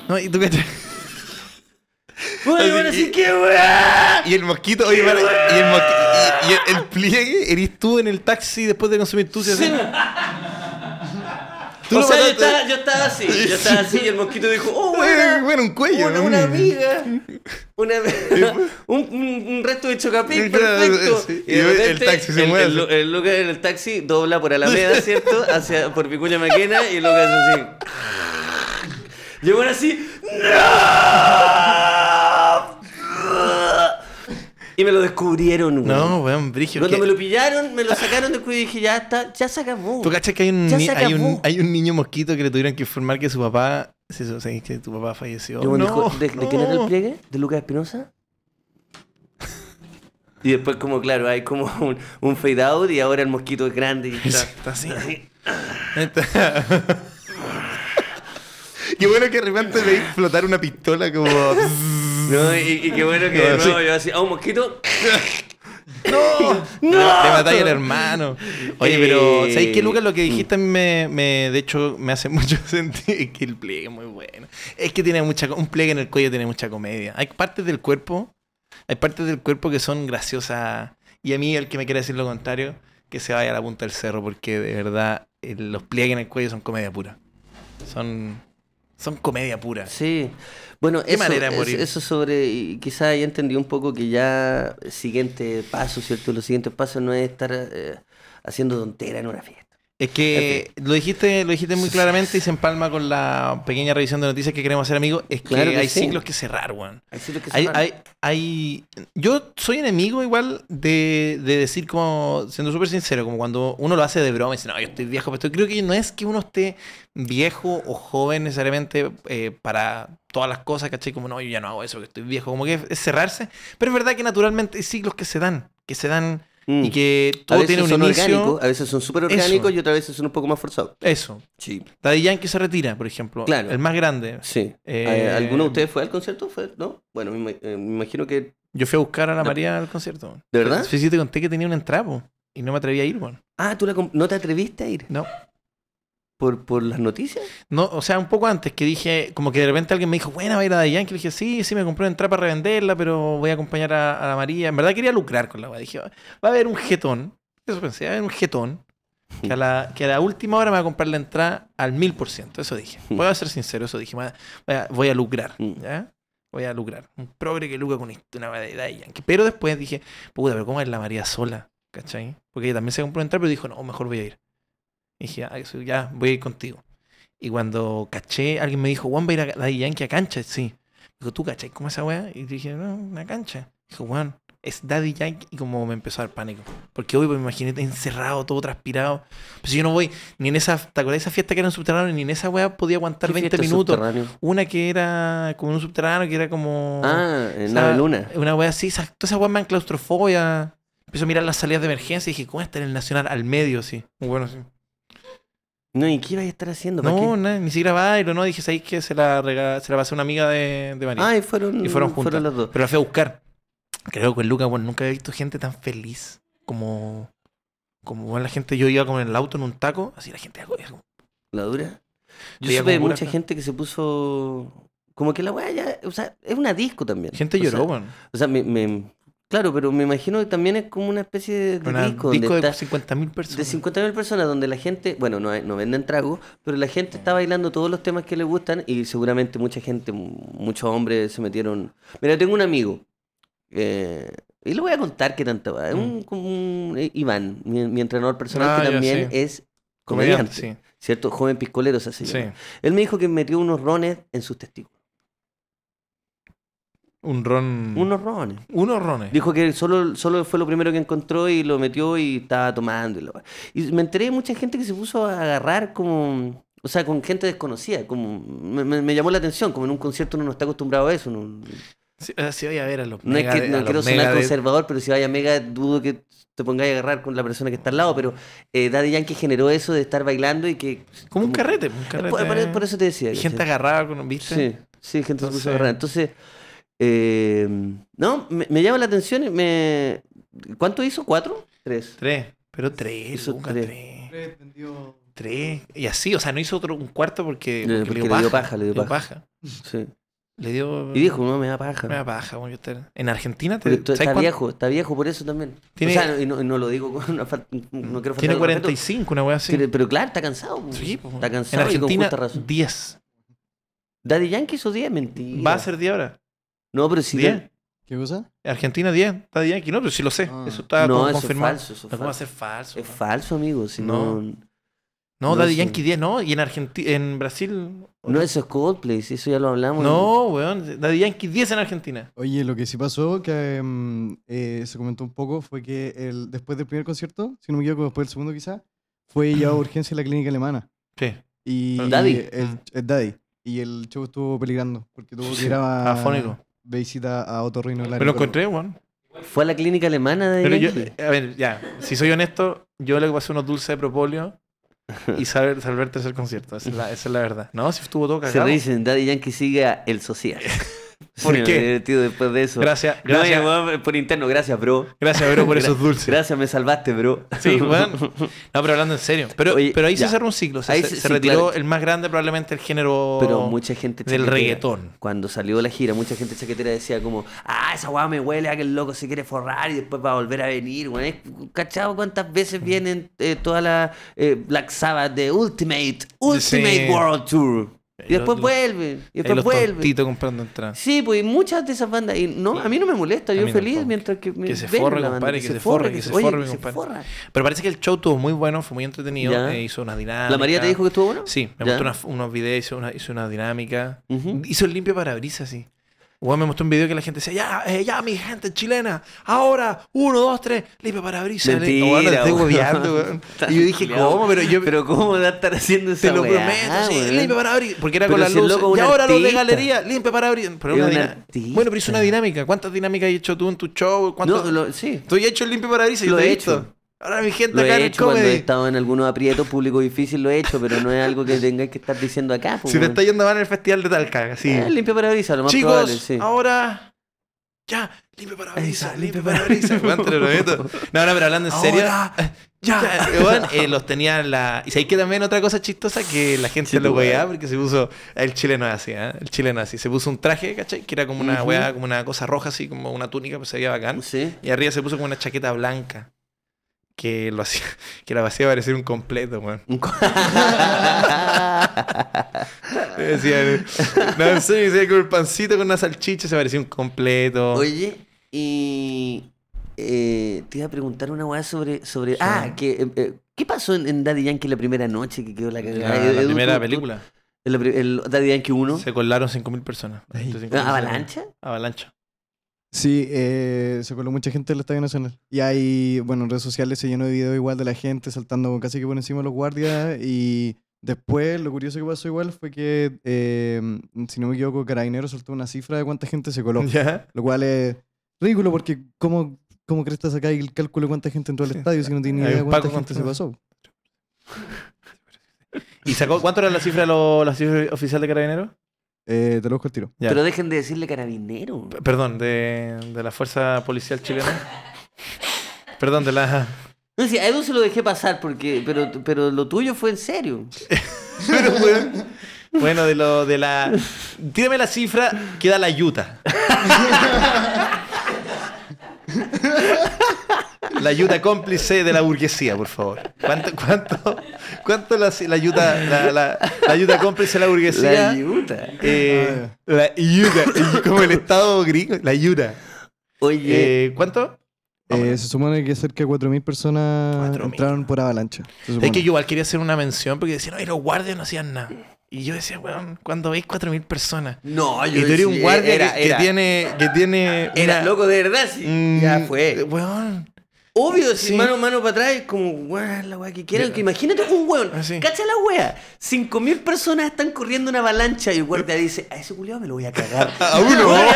A: No, y tú cachai.
B: ¡Uy,
A: Así
B: van
A: que-
B: así qué weá!
A: (laughs) Y el mosquito, oye, para- y, el mosqui- y- y el- el pliegue, eres tú en el taxi después de consumir tusi. así. Tú
B: o
A: lo
B: sea, yo
A: mataste.
B: estaba, yo estaba así, yo estaba así y el mosquito dijo, ¡oh,
A: Eh,
B: buena!
A: bueno, un cuello.
B: Una, una
A: (laughs)
B: amiga, una, (laughs) un, un- un resto de chocapic
A: Claro,
B: perfecto.
A: sí.
B: de
A: Y el
B: repente,
A: taxi se
B: el-
A: mueve
B: El,
A: así.
B: lo- el Lucas en el taxi dobla
A: (laughs)
B: por Alameda, ¿cierto? Hacia, por Vicuña Maquena y el Lucas así. Y bueno, así. ¡No! Y me lo descubrieron, güey.
A: No, weón, brigio.
B: Cuando
A: que-
B: me lo pillaron, me lo sacaron del cuello y dije, ya está, ya se acabó.
A: ¿Tú cachas que hay un,
B: Ya
A: ni-
B: se
A: hay, un,
B: acabó.
A: hay un niño mosquito que le tuvieron que informar que su papá... Sí, eso, sí, que tu papá falleció.
B: Yo cuando
A: No,
B: dijo, ¿de, de quién era el pliegue? ¿De Lucas Espinosa? (laughs) Y después, como claro, hay como un, un fade out y ahora el (laughs) mosquito es grande y
A: no.
B: (laughs) está.
A: Está así. Está- Qué bueno que de repente veis flotar una pistola como. (laughs)
B: (laughs) No, y, y qué bueno que de
A: No, sí.
B: nuevo yo así, a un mosquito.
A: (laughs) ¡No! ¡No! Le matáis al hermano. Oye, pero
B: Eh,
A: ¿sabéis qué, Lucas? Lo que dijiste a mí me, me- de hecho, me hace (laughs) mucho sentido. Es que el pliegue es muy bueno. Es que tiene mucha... co- Un pliegue en el cuello tiene mucha comedia. Hay partes del cuerpo... Hay partes del cuerpo que son graciosas. Y a mí, el que me quiere decir lo contrario, que se vaya a la punta del cerro. Porque, de verdad, eh, los pliegues en el cuello son comedia pura. Son... Son comedia pura.
B: Sí. Bueno,
A: Qué
B: eso,
A: manera de
B: es-
A: morir.
B: eso sobre, y quizá ya entendí un poco que ya el siguiente paso, ¿cierto? Los siguientes pasos no es estar eh, haciendo tontera en una fiesta.
A: Es que lo dijiste, lo dijiste muy claramente y se empalma con la pequeña revisión de noticias que queremos hacer, amigos. Es que
B: Claro que
A: hay
B: sí.
A: ciclos que cerrar, weón.
B: Hay sitios que
A: Hay,
B: son-
A: hay, hay- Yo soy enemigo igual de, de decir como, siendo súper sincero, como cuando uno lo hace de broma y dice, no, yo estoy viejo, pero estoy-". creo que no es que uno esté viejo o joven necesariamente eh, para todas las cosas, ¿cachai? Como, no, yo ya no hago eso, que estoy viejo, como que es- es cerrarse. Pero es verdad que naturalmente hay ciclos que se dan, que se dan
B: Mm.
A: y que
B: a
A: todo
B: veces
A: tiene un
B: son
A: inicio.
B: orgánicos, a veces son súper
A: Eso.
B: orgánicos y otras veces son un poco más forzados.
A: Eso,
B: Sí.
A: Daddy Yankee se retira, por ejemplo.
B: Claro.
A: El más grande.
B: Sí.
A: Eh,
B: Eh, ¿Alguno de ustedes fue al concierto? ¿Fue? ¿No? Bueno, me, ima- eh, me imagino que...
A: Yo fui a buscar a la
B: No. ¿Ah?
A: María al concierto.
B: ¿De verdad?
A: Sí, sí, te conté que tenía un entrapo. Y no me atreví a ir, bueno.
B: Ah, ¿tú la comp- no te atreviste a ir?
A: No.
B: ¿Por, por las noticias?
A: No, o sea, un poco antes que dije, como que de repente alguien me dijo, bueno, va a ir a Daddy Yankee. Le dije, sí, sí, me compré una entrapa para revenderla, pero voy a acompañar a, a la María. En verdad quería lucrar con la wea. Dije, va a haber un jetón. Eso pensé, va a haber un jetón. Que a, la, que a la última hora me va a comprar la entrada al mil por ciento. Eso
B: (laughs)
A: dije. Voy a ser sincero, eso dije. me va- Voy a, voy a lucrar.
B: Mm.
A: ¿ya? Voy a lucrar. Un progre que lucra con esto, una wea de Daddy Yankee. Pero después dije, puta, pero ¿cómo es la María sola? ¿Cachai? Porque ella también se compró una entrada, pero dijo, no, mejor voy a ir. Y dije, "Ah, eso ya, voy a ir contigo. Y cuando caché, alguien me dijo, Juan, va a ir a Daddy Yankee a cancha. Sí. Dijo, ¿tú cachai cómo es esa weá? Y dije, no, una cancha. Dijo, Juan, es Daddy Yankee. Y como me empezó a dar pánico. Porque hoy, pues, me imaginé encerrado, todo transpirado. Pues yo no voy ni en esa, ¿te acordás de esa fiesta que era en subterráneo? Ni en esa weá podía aguantar
B: ¿Qué
A: 20
B: fiesta
A: minutos.
B: subterráneo?
A: Una que era como en un subterráneo, que era como...
B: Ah, en
A: Esa-
B: Nave Luna.
A: Una wea así, esa- toda esa wea me dan claustrofobia. Empiezo a mirar las salidas de emergencia y dije, ¿cómo está en el Nacional? Al medio, sí. Bueno, sí.
B: No, ¿y qué ibas a estar haciendo? ¿Para
A: No,
B: qué?
A: nada, ni siquiera va, pero no, dije, ¿sabéis que se la, rega- se la pasé a una amiga de, de María?
B: Ah, y fueron,
A: y fueron juntas.
B: los dos.
A: Pero la fui a buscar. Creo que el Lucas, bueno, nunca había visto gente tan feliz como... Como bueno, la gente, yo iba como en el auto en un taco, así la gente algo- algo-
B: La dura. Yo
A: Veía
B: supe de
A: como pura
B: mucha
A: ca-
B: gente que se puso. Como que la weá ya. O sea, es una disco también.
A: Gente
B: O
A: lloró,
B: sea,
A: bueno.
B: O sea, me, me- claro, pero me imagino que también es como una especie de, de
A: Una
B: disco.
A: disco,
B: donde
A: de
B: está-
A: 50.000 personas.
B: de 50.000 personas donde la gente, bueno, no, hay- no venden tragos, pero la gente está bailando todos los temas que le gustan y seguramente mucha gente, mu- muchos hombres se metieron. Mira, tengo un amigo, eh, y le voy a contar qué tanto va. Es un, como un- eh, Iván, mi, mi entrenador personal,
A: Mm. Ah,
B: que
A: ya,
B: también
A: sí.
B: es comediante,
A: Comediante, sí.
B: ¿cierto? Joven piscolero, se hace
A: Sí.
B: llamar. Él me dijo que metió unos rones en sus testículos.
A: Un ron...
B: Unos rones.
A: Unos rones.
B: Dijo que solo, solo fue lo primero que encontró y lo metió y estaba tomando. Y, la wea. y me enteré de mucha gente que se puso a agarrar como... O sea, con gente desconocida. como Me, me- me llamó la atención, como en un concierto uno no está acostumbrado a eso. No, no
A: Sí, eh, sí, voy a ver a los
B: es que
A: Megadeth-
B: no
A: a los
B: quiero sonar
A: Megadeth.
B: conservador, pero si vaya a Mega dudo que te pongáis a agarrar con la persona que está al lado. Pero eh, Daddy Yankee generó eso de estar bailando y que...
A: Como un carrete, un carrete.
B: Por, por- por eso te decía.
A: Y gente
B: ¿cachai?
A: agarrada, con, ¿viste?
B: Sí, sí, gente se puso
A: Entonces-
B: a agarrar. Entonces, eh, no, me, me llama la atención. y Me... ¿Cuánto hizo? ¿Cuatro? Tres.
A: Tres. Pero tres,
B: Hizo
A: Lucas,
B: tres.
A: tres.
C: Fred vendió.
A: Tres. Y así, o sea, no hizo otro, un cuarto porque,
B: Eh,
A: porque
B: porque le dio paja, le dio paja. Sí.
A: Le dio...
B: Y dijo, no, me da paja.
A: Me da paja, voy a estar- En Argentina te...
B: Porque esto-
A: ¿sabes
B: está
A: cuánto?
B: viejo, está viejo por eso también.
A: Tiene-
B: O sea, y no, y no lo digo con una falta, no quiero faltar
A: Tiene
B: al respeto.
A: 45, una wea así.
B: Tiene- Pero claro, está cansado. po.
A: Sí, po.
B: Está
A: en
B: cansado y con
A: Argentina,
B: justa razón.
A: 10.
B: Daddy Yankee hizo 10, mentira.
A: Va a ser 10 ahora.
B: No, pero si...
A: 10.
C: (laughs) ¿Qué cosa?
A: Argentina 10. Está Yankee. No, pero sí lo sé.
C: Ah.
A: Eso está
B: No,
A: como
B: eso es
A: confirmado.
B: falso, eso es
A: No, ¿cómo va a
B: falso.
A: ser falso?
B: Es
A: no?
B: falso, amigo. Si
A: No.
B: no.
A: No,
B: No
A: Daddy
B: sé.
A: Yankee 10 no. Y en Argentina, en Brasil.
B: No, eso es Coldplay, si eso ya lo hablamos.
A: No, weón. Daddy Yankee 10 en Argentina.
C: Oye, lo que sí pasó, que mm, eh, se comentó un poco, fue que el, después del primer concierto, si no me equivoco, después del segundo quizá, fue llevado a urgencia a la clínica alemana.
A: Sí.
C: Y
B: Daddy.
C: El,
A: Ah.
C: el Daddy. Y el show estuvo peligrando, porque tuvo que ir a...
A: Ah, Afónico.
C: de visita a Otorrino.
A: Me lo encontré, weón.
B: Fue a la clínica alemana de
A: Pero yo,
B: Yankee. (laughs)
A: a ver, ya. Si soy honesto, yo le pasé unos dulces de propóleo y saber, saber el tercer concierto. Esa es la, esa es la verdad. No, si estuvo todo
B: Se
A: cagado.
B: dicen, Daddy Yankee sigue a El Social.
A: (laughs)
B: (laughs)
A: ¿Por
B: Sí,
A: qué?
B: me divertí después de eso.
A: Gracias,
B: No,
A: gracias.
B: y, weón, por interno, gracias, bro.
A: Gracias,
B: (laughs)
A: bro, por
B: Gra-
A: esos dulces.
B: Gracias, me salvaste, bro. (laughs)
A: Sí, bueno. No, pero hablando en serio. Pero,
B: Oye,
A: pero ahí
B: ya.
A: se cerró un ciclo. Se,
B: Ahí
A: se-
B: se-
A: se
B: sí,
A: retiró
B: claro.
A: el más grande, probablemente el género
B: Pero mucha gente
A: del
B: chaquetera,
A: reggaetón.
B: Cuando salió la gira, mucha gente chaquetera decía como, ah, esa weá me huele a que el loco se quiere forrar y después va a volver a venir, weón. Es- ¿Cachado cuántas veces vienen eh, toda la eh, Black Sabbath de Ultimate, Ultimate
A: Sí.
B: World Tour? Y
A: Y
B: después
A: los-
B: vuelve, y
A: Ahí
B: después
A: los
B: vuelve.
A: tontitos comprando entradas.
B: Sí, pues y muchas de esas bandas. Y no, a mí no me molesta,
A: A
B: yo
A: mí
B: feliz
A: tampoco.
B: mientras que me
A: Que se
B: ven
A: forre,
B: la banda,
A: compadre, que se forre, que se
B: oye,
A: forre,
B: que se
A: compadre.
B: forra.
A: Pero parece que el show estuvo muy bueno, fue muy entretenido.
B: Ya.
A: eh, hizo unas dinámicas.
B: ¿La María te dijo que estuvo bueno?
A: Sí, me
B: Ya.
A: mostró unas- unos videos, hizo una, hizo una dinámica.
B: Ujú.
A: Hizo el limpio parabrisas, sí. Weón, me mostró un video que la gente decía, ya, eh, ya, mi gente chilena, ahora, uno, dos, tres, limpio parabrisas.
B: Mentira,
A: Weón, te estoy
B: weón.
A: hueveando,
B: (laughs)
A: weón. Y yo dije,
B: Culeado.
A: ¿cómo? Pero yo
B: Pero ¿cómo va a estar haciendo esa
A: te lo
B: weá,
A: prometo, sí,
B: weón?
A: limpio parabrisas. Porque era
B: Pero
A: con las
B: si el
A: luces.
B: loco es un
A: Y ahora los de
B: artista.
A: galería, limpio parabrisas. Pero
B: Es
A: una
B: un
A: dina-
B: artista.
A: Bueno, pero hizo una dinámica. ¿Cuántas dinámicas has hecho tú en tu show? ¿Cuántas-
B: No, lo- sí.
A: Tú ya has hecho el limpio parabrisas y
B: Lo
A: te
B: he
A: he visto.
B: hecho.
A: Ahora mi gente
B: Lo
A: acá en
B: he
A: el
B: hecho cuando he
A: comedy.
B: estado en algunos aprietos público difícil, lo he hecho, pero no es algo que tengáis que estar diciendo acá. pues,
A: Si te
B: weón.
A: está yendo mal en el festival de Talca, sí.
B: Eh, limpia parabrisas, lo más
A: Chicos,
B: probable, sí.
A: ahora. Ya, limpio parabrisas,
B: Esa,
A: limpio
B: limpio
A: parabrisas. Weón, te lo prometo. No, no, pero hablando en serio.
B: Ahora,
A: (laughs) Ya, weón, eh, los tenía en la. Y sabéis que también otra cosa chistosa que la gente lo
B: pues,
A: weá porque se puso. El chileno así, ¿eh? El chileno así. Se puso un traje, ¿cachai? Que era como una
B: Ujú.
A: weá, como una cosa roja, así, como una túnica, pues se veía bacán. (laughs)
B: Sí. (laughs)
A: Y arriba se puso como una chaqueta blanca. Que lo hacía, (laughs) que la hacía parecer un completo, weón.
B: Un co-
A: Le Decían, no, en serio, decía como el pancito con una salchicha, se parecía un completo.
B: Oye, y eh, te iba a preguntar una weá sobre. sobre Ah, que, eh, eh, ¿qué pasó en, en Daddy Yankee la primera noche que quedó la
A: la,
B: cagada?
A: Ah, la
B: eh, Edu,
A: primera
B: tú- tú-
A: película.
B: El, el Daddy Yankee 1.
A: Se colaron 5.000 personas. 105.000 personas.
B: Ah, ¿Avalancha?
A: Avalancha.
C: Sí, eh, se coló mucha gente del Estadio Nacional. Y hay, bueno, en redes sociales se llenó de video igual de la gente saltando casi que por encima de los guardias. Y después, lo curioso que pasó igual fue que, eh, si no me equivoco, Carabineros soltó una cifra de cuánta gente se coló.
A: (laughs) ¿Ya?
C: Lo cual es ridículo porque, ¿cómo, cómo crees que sacáis el cálculo de cuánta gente entró al
A: Sí,
C: estadio si no tienes ni
A: hay
C: idea
A: un
C: de cuánta
A: Paco
C: gente se
A: contra-
C: pasó?
A: ¿Y sacó cuánto era la cifra, lo- la cifra oficial de Carabineros?
C: Eh, te lo busco el tiro.
A: Ya.
B: Pero dejen de decirle carabinero.
A: P- Perdón, de, de la Fuerza Policial Chilena. Perdón, de la.
B: No, sí, a Edu se lo dejé pasar, porque, pero, pero lo tuyo fue en serio.
A: (laughs) Pero, weón, Bueno, de lo de la. Tírame la cifra que da la Utah. La ayuda cómplice de la burguesía, por favor. ¿Cuánto, cuánto, cuánto la, la ayuda la, la, la ayuda cómplice de la burguesía?
B: yuta.
A: Eh, la ayuda, como el Estado gringo, la ayuda.
B: Oye,
A: Eh, ¿Cuánto?
C: Eh, se supone que cerca de 4.000 personas
A: 4.000.
C: entraron por avalancha. se
A: Es que
C: supone.
A: yo igual quería hacer una mención porque decían, oye, los guardias no hacían nada. Y yo decía, weón, cuando veis 4.000 personas.
B: no, yo
A: Y tú eres un
B: sí,
A: guardia
B: era,
A: que, que
B: era,
A: tiene. Que tiene
B: era
A: una-
B: loco de verdad, sí.
A: Mm,
B: ya fue.
A: Weón.
B: Obvio, si
A: Sí.
B: mano a mano para atrás, es como, weón, la weá que quieran.
A: Mira.
B: Que imagínate un weón,
A: Ah, sí.
B: cacha la weá. 5.000 personas están corriendo una avalancha y el guardia dice, a ese culiado me lo voy
A: (laughs)
B: a cagar.
A: A Ah,
B: (laughs)
A: uno.
B: Weón,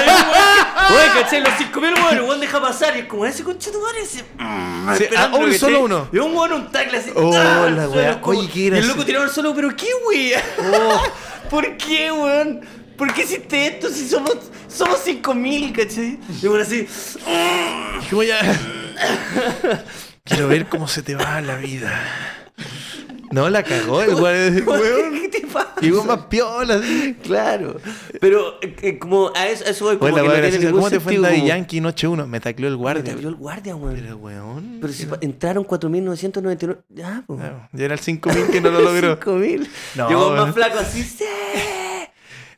B: weón, ¿cachai? Los 5.000 weón, el weón deja pasar y es como, a ese conche tu madre ese- mm,
A: Sí,
B: esperando,
A: a un
B: ¿cachai?
A: solo uno.
B: Y un weón, un tackle así.
A: Oh,
B: ¡ah! al
A: la
B: suelo,
A: weá.
B: es como-
A: Oye, Oh. ¿qué era
B: Y el loco
A: ese?
B: tiraba al suelo, pero qué wea. (laughs) ¿Por qué, weón? ¿Por qué hiciste esto si somos, somos 5.000, cachai? Y el
A: (laughs)
B: weón así. "Mm".
A: Dije,
B: (laughs)
A: voy a- Quiero ver cómo se te va la vida. No, la cagó el
B: (laughs)
A: guardia. Weón.
B: ¿Qué te pasa?
A: Y weón más piola. así.
B: Claro, pero eh, eh, como a eso, a eso voy, como
A: Bueno, la
B: que
A: weá
B: no tiene
A: graciosa,
B: ningún
A: ¿Cómo te fue en
B: sentido,
A: Daddy
B: como-
A: Yankee Noche 1? Me tacleó el
B: Te
A: guardia.
B: abrió el guardia, weón.
A: Pero weón.
B: Pero si pa- entraron 4.999. Ah, po.
A: Ah, Ya era el 5000 que no
B: (laughs)
A: lo logró.
B: 5.000.
A: No,
B: Llegó
A: weón.
B: más flaco así. ¡Sí!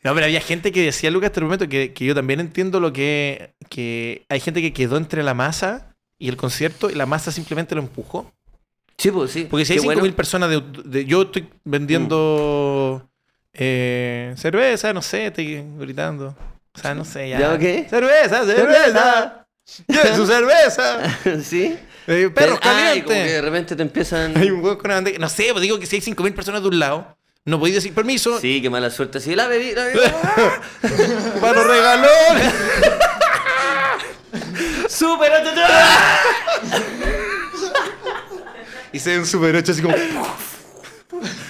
A: No, pero había gente que decía, Lucas, te prometo que, que yo también entiendo lo que, que hay gente que quedó entre la masa y el concierto y la masa simplemente lo empujó.
B: Sí, pues sí.
A: Porque si hay
B: Qué
A: 5.000
B: bueno.
A: personas, de, de- yo estoy vendiendo
B: Mm.
A: eh, cerveza, no sé, estoy gritando. O sea, no sé, ya.
B: ¿Ya o qué?
A: ¡Cerveza, cerveza! ¡Lleve su
B: (laughs)
A: cerveza!
B: sí.
A: Eh, ¡Perros
B: Ah, y como que de
A: calientes!
B: repente te empiezan.
A: Hay un hueco con una bandeja. No sé, pues digo que si hay 5.000 personas de un lado, no podéis decir permiso.
B: Sí, qué mala suerte. Sí, la bebí. ¡Ah! La bebí.
A: (laughs) ¡Para los regalones!
B: ¡Súper! (laughs)
A: Y se ven super 8 así como.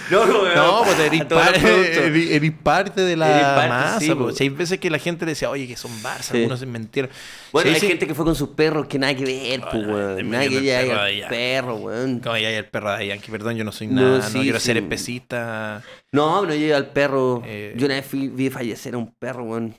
B: No, no, no.
A: No, pues
B: (laughs)
A: eres
B: Todos los
A: par-
B: productos.
A: eres- eres parte de la
B: Eres parte,
A: masa.
B: sí,
A: po.
B: po.
A: Si hay veces que la gente decía, oye, que son Barça,
B: Sí.
A: algunos se mintieron.
B: Bueno,
A: Sí,
B: hay
A: sí.
B: gente que fue con sus perros que nada que ver, pues,
A: Bueno,
B: weón.
A: estoy
B: Nada que
A: metiendo el perro
B: ver,
A: ahí, ya.
B: perro, weón.
A: No, y hay el perro de Yankee, perdón, yo no soy
B: No,
A: nada, no,
B: sí,
A: quiero
B: sí.
A: ser especista.
B: No, no llegué al perro.
A: Eh.
B: Yo una vez fui, vi fallecer a un perro, weón.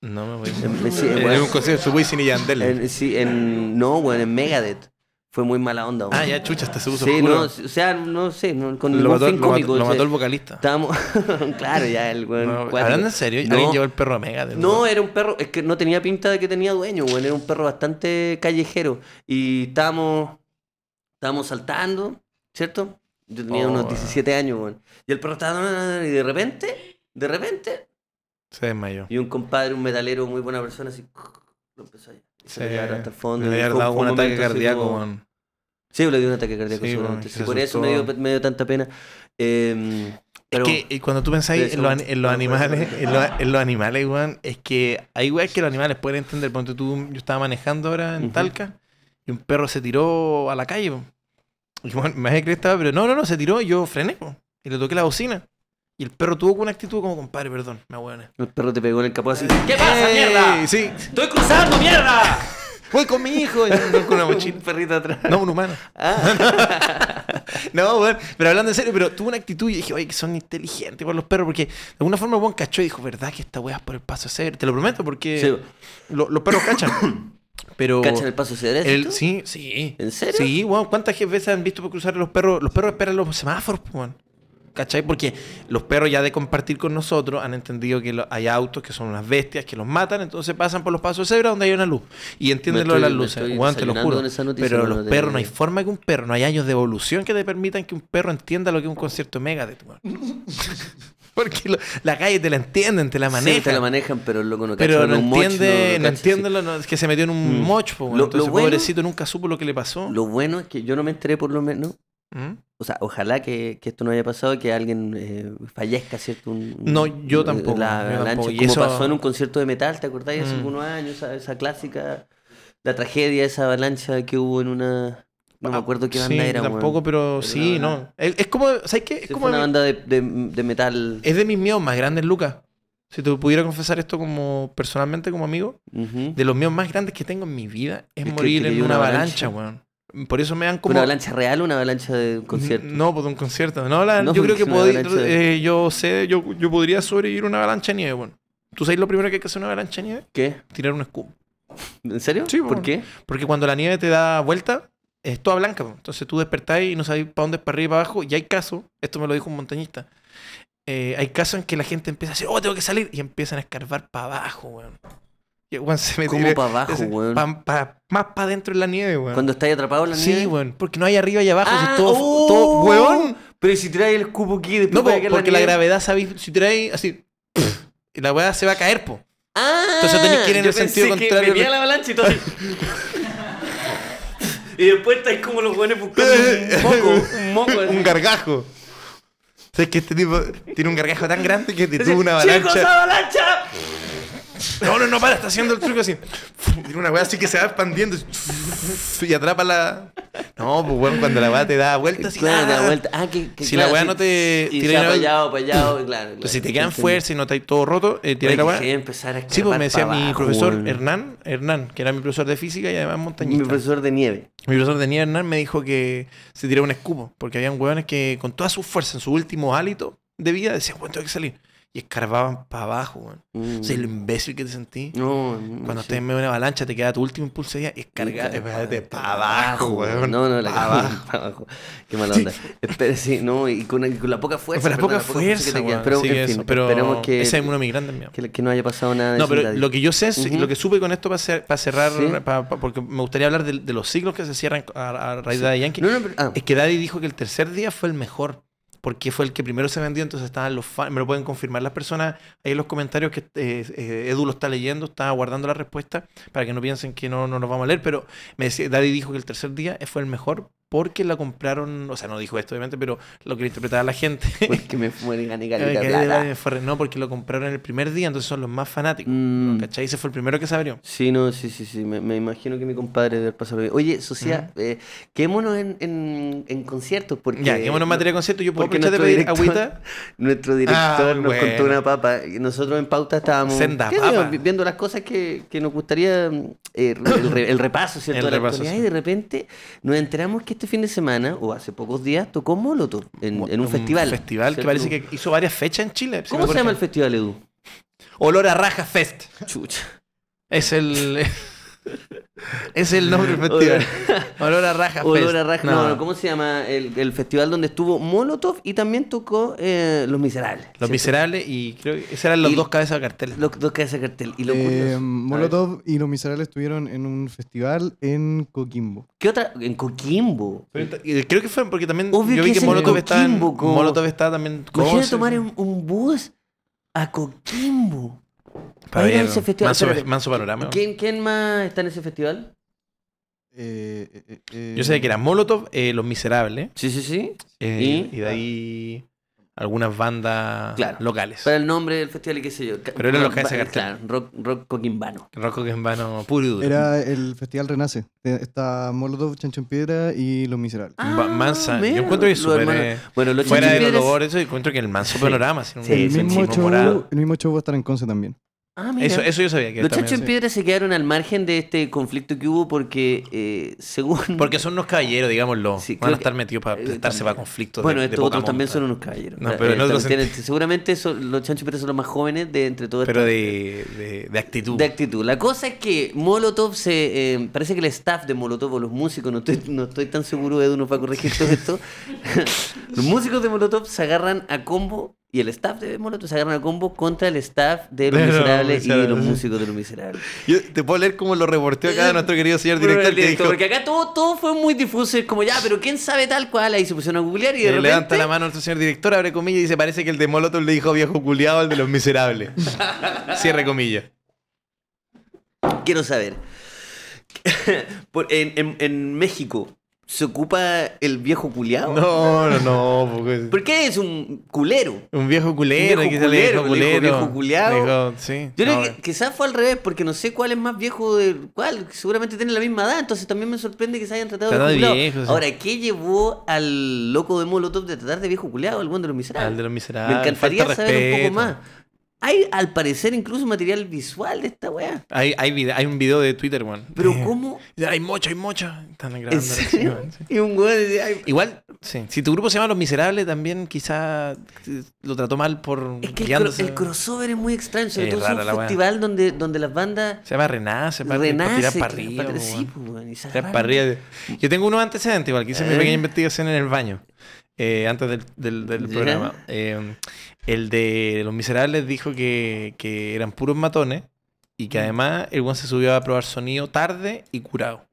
A: No me voy
B: En- sí,
A: a Eh,
B: weón.
A: un concierto de Wisin y Yandel.
B: En- sí, en. No, weón, en Megadeth. Fue muy mala onda, weón.
A: Ah, ya, chucha, hasta se puso
B: Sí,
A: oscuro.
B: no, o sea, no sé, no, con
A: lo
B: ningún
A: mató,
B: fin
A: lo
B: cómico.
A: mató- lo
B: o sea,
A: mató el vocalista.
B: Estábamos. (laughs) claro, ya el weón.
A: No,
B: eh. cuático.
A: hablando en serio, alguien
B: No.
A: llevó el perro a Mega. de
B: No, eh.
A: nuevo?
B: era un perro, es que no tenía pinta de que tenía dueño, weón. Era un perro bastante callejero. Y estábamos, estábamos saltando, ¿cierto? Yo tenía
A: Oh,
B: unos
A: weón.
B: 17 años, weón. Y el perro estaba. na, na, na, Y de repente, de repente,
A: se desmayó.
B: y un compadre, un metalero, muy buena persona, así. Lo empezó a. Se
A: Se-
B: lo llevaron hasta el fondo.
A: Le
B: y
A: había
B: fue-
A: dado
B: fue
A: un ataque
B: momento así
A: cardíaco,
B: como-
A: weón.
B: Sí, pues, le dio un ataque cardíaco,
A: Sí,
B: seguramente.
A: weón,
B: Sí,
A: se
B: por eso me
A: asustó.
B: dio, me dio tanta pena. Eh, pero,
A: Es que eh, cuando tú pensáis
B: Pero
A: en los,
B: eso-
A: ani- en los
B: no, pero eso-
A: animales, en los, en los animales, weón, es que hay weas que los animales pueden entender. Ponte tú, yo estaba manejando ahora en
B: Ujú.
A: Talca y un perro se tiró a la calle, po. Y weón, me vas a creer estaba, pero no, no, no, se tiró y yo frené, po. Y le toqué la bocina. Y el perro tuvo una actitud como, compadre, perdón, me hueones.
B: el perro te pegó en el capó así.
A: ¿Qué pasa, mierda? Eh, Sí,
B: ¡Estoy cruzando, mierda!
A: voy con mi hijo. Y andaba
B: (laughs)
A: con una mochila.
B: Un perrito atrás.
A: (laughs)
B: Ah,
A: No, un humano. (laughs) no, weón. Pero hablando en serio, pero tuvo una actitud y dije, oye, que son inteligentes por los perros, porque de alguna forma el weón cachó y dijo, ¿verdad que esta weá es por el paso a ceder? Te lo prometo, porque
B: Sí.
A: lo- los perros
B: (coughs)
A: cachan. pero.
B: ¿Cachan el paso cedrés?
A: el- sí, sí.
B: ¿En serio?
A: Sí, weón. ¿Cuántas veces han visto por cruzar los perros? Los perros esperan los semáforos, pues, weón. ¿Cachai? Porque los perros ya de compartir con nosotros han entendido que lo- hay autos que son unas bestias que los matan, entonces pasan por los pasos de cebra donde hay una luz. Y entienden
B: Me
A: lo de
B: estoy-
A: las
B: me
A: luces,
B: estoy
A: weón, te lo
B: desayunando
A: juro.
B: con esa noticia,
A: Pero
B: no,
A: los
B: no te-
A: perros, no hay forma que un perro, no hay años de evolución que te permitan que un perro entienda lo que es un concierto mega de
B: (laughs)
A: Porque lo- la calle te la entienden, te la manejan.
B: Sí, te la manejan, pero el loco no cacha.
A: Pero no
B: un mocho,
A: entiende,
B: lo
A: no
B: cacha, sí.
A: entiende, lo- no, es que se metió en un
B: Mm.
A: mocho, po, weón.
B: Lo- lo
A: entonces
B: bueno-
A: pobrecito nunca supo lo que le pasó.
B: Lo bueno es que yo no me enteré por lo menos.
A: ¿Mm?
B: O sea, ojalá que, que esto no haya pasado, que alguien eh, fallezca, ¿cierto? Un- un-
A: No, yo tampoco,
B: La
A: yo
B: avalancha,
A: tampoco, y
B: como
A: eso-
B: pasó en un concierto de metal, ¿te acordás? Hace
A: Mm.
B: algunos años, esa, esa clásica, la tragedia, esa avalancha que hubo en una... No me
A: Ah,
B: acuerdo qué
A: sí,
B: banda era,
A: yo
B: weón.
A: Tampoco, pero
B: Pero
A: sí,
B: no,
A: no. Es, es como, ¿sabes qué? Es
B: Sí,
A: como Eh,
B: fue una
A: mi-
B: banda de, de- de metal.
A: es de mis miedos más grandes, Lucas. Si te pudiera confesar esto como personalmente, como amigo,
B: Ujú.
A: de los miedos más grandes que tengo en mi vida es
B: Es que
A: morir
B: te
A: en
B: cayó
A: una
B: una
A: avalancha, weón. Por eso me dan como.
B: ¿Una avalancha real o una avalancha de un concierto?
A: No, por un concierto. No, la-
B: No,
A: yo
B: (laughs)
A: creo que
B: es una
A: podí-
B: avalancha de-
A: eh, yo sé, yo, yo podría sobrevivir a una avalancha de nieve, weón. ¿Tú sabes lo primero que hay que hacer en una avalancha de nieve?
B: ¿Qué?
A: Tirar un escudo.
B: ¿En serio?
A: Sí, bueno.
B: ¿Por qué?
A: Porque cuando la nieve te da vuelta, es toda blanca. po. Entonces tú despertás y no sabés para dónde es para arriba y para abajo. Y hay casos, esto me lo dijo un montañista. eh, hay casos en que la gente empieza a decir, oh, tengo que salir. Y empiezan a escarbar para abajo, weón. Y el weón se mete
B: ¿Cómo para abajo,
A: ese-
B: weón?
A: pa- pa- más para adentro en la nieve, weón.
B: Cuando estáis atrapados en la nieve.
A: Sí, weón. Porque no hay arriba y abajo. si
B: Ah,
A: todo,
B: oh,
A: todo- weón.
B: Pero si tiráis el escupo aquí, después
A: No, po,
B: puede caer
A: porque la,
B: nieve.
A: gravedad, sabéis, si tiráis así, y la weá se va a caer, po.
B: Ah,
A: Entonces tenés que ir en
B: yo
A: el sentido
B: pensé que
A: contrario.
B: venía la avalancha y todo así. y después estáis como los buenos
A: (laughs)
B: buscando un moco. Un moco. así.
A: un gargajo. ¿Sabes que este tipo tiene un gargajo tan grande que te
B: Así,
A: tuvo una
B: ¡Chicos,
A: avalancha?
B: ah. avalancha!
A: No, no, no, para, está haciendo el truco así. Tiene una weá así que se va expandiendo y atrapa la. No, pues bueno, cuando la weá te da vueltas y
B: Claro, da vuelta. Ah, que, que
A: Si la
B: claro,
A: weá
B: sí.
A: no te
B: Y
A: tira
B: se
A: en
B: ha
A: la-
B: payado,
A: (laughs)
B: payado, claro. claro.
A: Entonces, Pues, si te quedan
B: Entendí.
A: fuerza y no estáis todo roto, eh, tiráis la
B: Oye, dejé de
A: weá.
B: empezar a
A: Sí, pues
B: escarpar
A: me decía
B: pa'
A: mi
B: abajo,
A: profesor
B: weón.
A: Hernán, Hernán, que era mi profesor de física y además montañista.
B: Mi profesor de nieve.
A: Mi profesor de nieve Hernán me dijo que se tiraba un escupo, porque habían hueones que con toda su fuerza, en su último hálito de vida, decían, bueno, tengo que salir. Y escarbaban para abajo, weón.
B: Mm.
A: O sea, lo imbécil que te sentí.
B: No, no,
A: Cuando
B: sí.
A: te en medio de una avalancha, te queda tu último impulso y carga,
B: Sí,
A: espérate, para
B: pa'
A: abajo, weón.
B: No, no, la
A: pa'
B: cagó,
A: abajo.
B: (laughs) pa' abajo. Qué
A: (laughs)
B: mala onda. Espera, sí, no, y con, y con la poca fuerza.
A: Con la
B: perdón,
A: poca
B: que te
A: fuerza,
B: queda.
A: weón.
B: Pero,
A: Sí,
B: en
A: eso,
B: fin,
A: pero
B: esperemos que,
A: Ese es uno de mis grandes miedos.
B: que, que no haya pasado nada. de
A: No,
B: eso,
A: pero
B: David.
A: lo que yo sé, es-
B: Ujú.
A: lo que supe con esto para, cer- para cerrar,
B: Sí.
A: pa- pa- porque me gustaría hablar de, de los ciclos que se cierran a, a raíz de Daddy Yankee.
B: No, no, pero- ah,
A: Es que Daddy dijo que el tercer día fue el mejor. Porque fue el que primero se vendió, entonces estaban los fans. Me lo pueden confirmar las personas ahí en los comentarios que eh, eh, Edu lo está leyendo, está guardando la respuesta para que no piensen que no, no nos vamos a leer. Pero me decía, Daddy dijo que el tercer día fue el mejor porque la compraron, o sea, no dijo esto obviamente, pero lo que le interpretaba la gente.
B: (laughs) Porque me fueron a
A: (laughs)
B: negar
A: que
B: la
A: era
B: plata.
A: de Ferrer, no, porque lo compraron el primer día, entonces son los más fanáticos.
B: Mm.
A: ¿Cachai? Ese fue el primero que se abrió.
B: Sí, no, sí, sí, sí. Me, me imagino que mi compadre debe pasarlo bien. Oye, Socia, eh, quedémonos en, en, en conciertos porque...
A: ya, qué bueno en materia de concierto. Yo puedo
B: porque
A: aprovechar de pedir
B: nuestro
A: agüita.
B: (laughs) Nuestro director
A: Ah,
B: nos
A: bueno.
B: contó una papa. y Nosotros en pauta estábamos
A: Senda
B: ¿qué
A: papa.
B: digo? Vi- viendo las cosas que, que nos gustaría, mm, eh, re- el, re-
A: (coughs)
B: el repaso, ¿cierto?
A: El
B: de la
A: repaso,
B: actualidad,
A: sí.
B: Y de repente nos enteramos que este fin de semana, o hace pocos días, tocó Molotov en, en un, festival.
A: festival que
B: ¿cierto?
A: parece que hizo varias fechas en Chile. si
B: ¿Cómo
A: me
B: se llama el
A: corrigen. (laughs)
B: festival, Edu?
A: Olor a Raja Fest.
B: Chucha.
A: Es el. (laughs) es el nombre del festival.
B: (laughs)
A: Olor a Raja Fest.
B: Olor a raja. No, no, ¿cómo se llama? El, el festival donde estuvo Molotov y también tocó eh, Los Miserables.
A: Los
B: ¿cierto?
A: Miserables y creo que esas eran las
B: Y-
A: dos cabezas de cartel.
B: Los dos cabezas de cartel. Y lo
C: Eh,
B: curioso- A ver,
C: Molotov y Los Miserables estuvieron en un festival en Coquimbo.
B: ¿Qué otra? En Coquimbo.
A: Pero ent- eh, Creo que fue porque también
B: Obvio
A: yo vi
B: que
A: que,
B: es en
A: Molotov estaba en,
B: Coquimbo, como-
A: Molotov estaba también
B: Imagínate
A: Conce,
B: tomar
A: sí.
B: un, un bus a Coquimbo.
A: Para
B: Ahí
A: ver
B: en ese festival,
A: Manso,
B: espérate.
A: Manso panorama.
B: ¿Quién, quién más está en ese festival?
C: Eh, eh, eh, eh,
A: Yo sabía que era Molotov, eh, Los Miserables,
B: Sí, sí, sí.
A: eh,
B: ¿Y?
A: ¿Y? de ahí algunas bandas
B: Claro.
A: locales.
B: Para el nombre del festival y qué sé yo. Ca-
A: Pero eran los
B: ba-
A: cabezas de cartel.
B: Claro, rock, rock coquimbano.
A: Rocco que en vano puro y duro.
C: Era el festival Renace. Eh, Está Molotov, Chancho en Piedra y Los Miserables.
B: Ah,
A: Ba- Mansa.
B: mira,
A: Yo encuentro que
B: los
A: súper,
B: hermanos-
A: eh,
B: Bueno, los
A: Fuera de los
B: Chinchipiedras-
A: dolores, eso encuentro que el Manso
B: Sí.
A: panorama. sin un-
B: Sí,
C: el,
B: sí,
A: sin
B: sí,
C: mismo
A: un
C: show,
A: morado.
C: el mismo show va a estar en Conce también.
B: Ah, mira.
A: Eso, eso yo sabía que
B: Los
A: también-
B: chachos en piedra se quedaron al margen de este conflicto que hubo porque, eh, según.
A: (laughs) Porque son unos caballeros, digámoslo.
B: Sí,
A: Van
B: creo
A: a estar
B: que-
A: metidos para
B: eh,
A: prestarse
B: también.
A: para conflictos.
B: bueno,
A: de- de
B: estos
A: poca
B: otros también
A: monta.
B: son unos caballeros.
A: No,
B: Eh,
A: pero en otro
B: también tienen- seguramente son- los chanchos en piedra son los más jóvenes de entre todos
A: Pero
B: estos-
A: de, de, de actitud.
B: De actitud. La cosa es que Molotov se. eh, parece que el staff de Molotov o los músicos, no estoy, no estoy tan seguro, Edu nos va a corregir
A: (laughs)
B: todo esto. los músicos de Molotov se agarran a combo y el staff de Molotov se agarran a combo contra el staff de Los
A: De Los
B: Miserables y de los
A: Miserables.
B: músicos de Los Miserables.
A: (laughs) Yo te puedo leer cómo lo reporteó acá nuestro querido señor
B: Bueno,
A: director.
B: el
A: Que
B: director,
A: dijo,
B: Eh, Porque acá todo, todo fue muy difuso. Es como, ya, pero ¿quién sabe tal cual? Ahí se pusieron a googlear y de
A: Eh,
B: repente...
A: Levanta la mano nuestro señor director, abre comillas y dice: Parece que el de Molotov le dijo viejo culiado al de los
B: (laughs)
A: miserables. Cierre comillas.
B: Quiero saber. (laughs) Por- en, en- en México, ¿se ocupa el viejo culiao?
A: No, no, no. porque-
B: ¿Por qué es un culero?
A: Un viejo culero,
B: Un viejo
A: que se le
B: culero,
A: dijo
B: le dijo
A: culero.
B: viejo culiao.
A: Dijo, sí.
B: Yo
A: no, eh.
B: creo que quizás fue al revés, porque no sé cuál es más viejo de cuál. Seguramente tienen la misma edad, entonces también me sorprende que se hayan tratado
A: Tratado
B: de
A: de
B: culiao.
A: viejo, sí.
B: Ahora, ¿qué llevó al loco de Molotov de tratar de viejo culiao, al buen de los miserables?
A: Al de los miserables.
B: Me encantaría
A: falta
B: saber un poco
A: respeto.
B: más. Hay, al parecer, incluso material visual de esta weá.
A: Hay, hay, vide- hay un video de Twitter, weón.
B: Pero
A: Eh,
B: ¿cómo?
A: Hay mocha, hay mocha. Están grabando.
B: ¿En
A: la
B: serio?
A: canción, sí.
B: Y un weón decía, "Ay,
A: Igual, sí, si tu grupo se llama Los Miserables, también quizá eh, lo trató mal por
B: Es que el, cro-
A: guiándose.
B: el crossover es muy extraño, sobre
A: Es
B: todo es
A: rara
B: un
A: la weá.
B: festival donde, donde las bandas
A: Se llama Renace, para tirar
B: renacen.
A: para
B: claro,
A: arriba.
B: para-
A: po,
B: sí,
A: weón.
B: pues, weón, y se
A: Tirar
B: agarran.
A: para arriba. Yo tengo unos antecedentes, igual que hice mi
B: ¿Eh?
A: pequeña investigación en el baño, eh, antes del, del- del
B: Ya.
A: programa. Eh, el de Los Miserables dijo que, que eran puros matones y
B: Mm.
A: que además el weón se subió a probar sonido tarde y curado.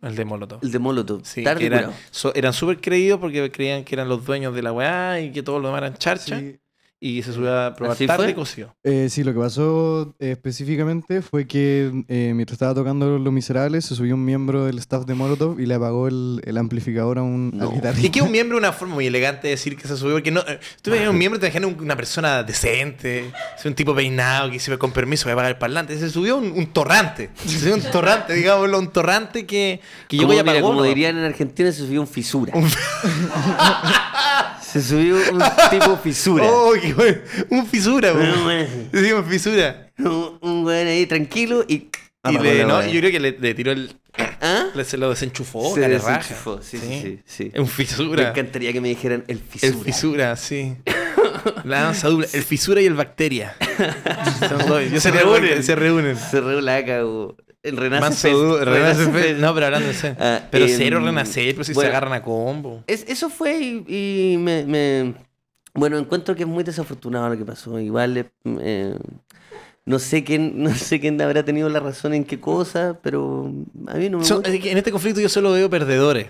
A: El de Molotov.
B: El de Molotov,
A: Sí,
B: tarde
A: que eran-
B: curado.
A: so- eran súper creídos porque creían que eran los dueños de la weá y que todos lo demás eran charcha.
C: Sí.
A: Y se subió a probar
B: ¿Así
A: tarde
B: fue?
A: y coció.
C: Eh, sí, lo que pasó eh, específicamente fue que eh, mientras estaba tocando Los Miserables, se subió un miembro del staff de Molotov y le apagó el, el amplificador a un al
B: No.
C: guitarrista.
A: Y que un miembro es una forma muy elegante de decir que se subió. Porque no, eh, tú ves un miembro, te imaginas un- una persona decente, es un tipo peinado que dice, con permiso voy a pagar el parlante. Se subió un, un torrante. Se subió un torrante, digámoslo, un torrante que, que llegó
B: Como,
A: y
B: mira,
A: apagó.
B: como
A: ¿no?
B: dirían en Argentina, se subió un fisura. (laughs) se subió un tipo fisura.
A: Oh, qué bueno. Un fisura,
B: Un
A: güey.
B: weón-
A: Sí, un fisura.
B: un un weón ahí tranquilo y.
A: Y
B: apagó
A: le-
B: la
A: no,
B: weá.
A: yo creo que le, le tiró el.
B: ¿Ah?
A: le- se lo desenchufó,
B: Se
A: la
B: desenchufó, sí, sí, sí, sí.
A: Un
B: Me
A: fisura.
B: encantaría que me dijeran el fisura.
A: El fisura, sí. La danza dupla. El fisura y el
B: (laughs)
A: bacteria. Son dos. Yo
B: Se
A: sería el
B: reúnen.
A: bacteria, se reúnen.
B: Se reulaca, o El Renace
A: Manso
B: Fest.
A: du- Renace
B: Renace
A: Fest.
B: Fest.
A: No, pero hablando en serio.
B: Ah,
A: pero
B: em,
A: cero renacer, pero si
B: bueno.
A: se agarran a combo.
B: Es- eso fue y, y me, me- Bueno, encuentro que es muy desafortunado lo que pasó. Igual eh, eh, no sé quién (laughs) no sé quién habrá tenido la razón en qué cosa, pero a mí no me
A: Son-
B: gusta.
A: es que en este conflicto yo solo veo perdedores.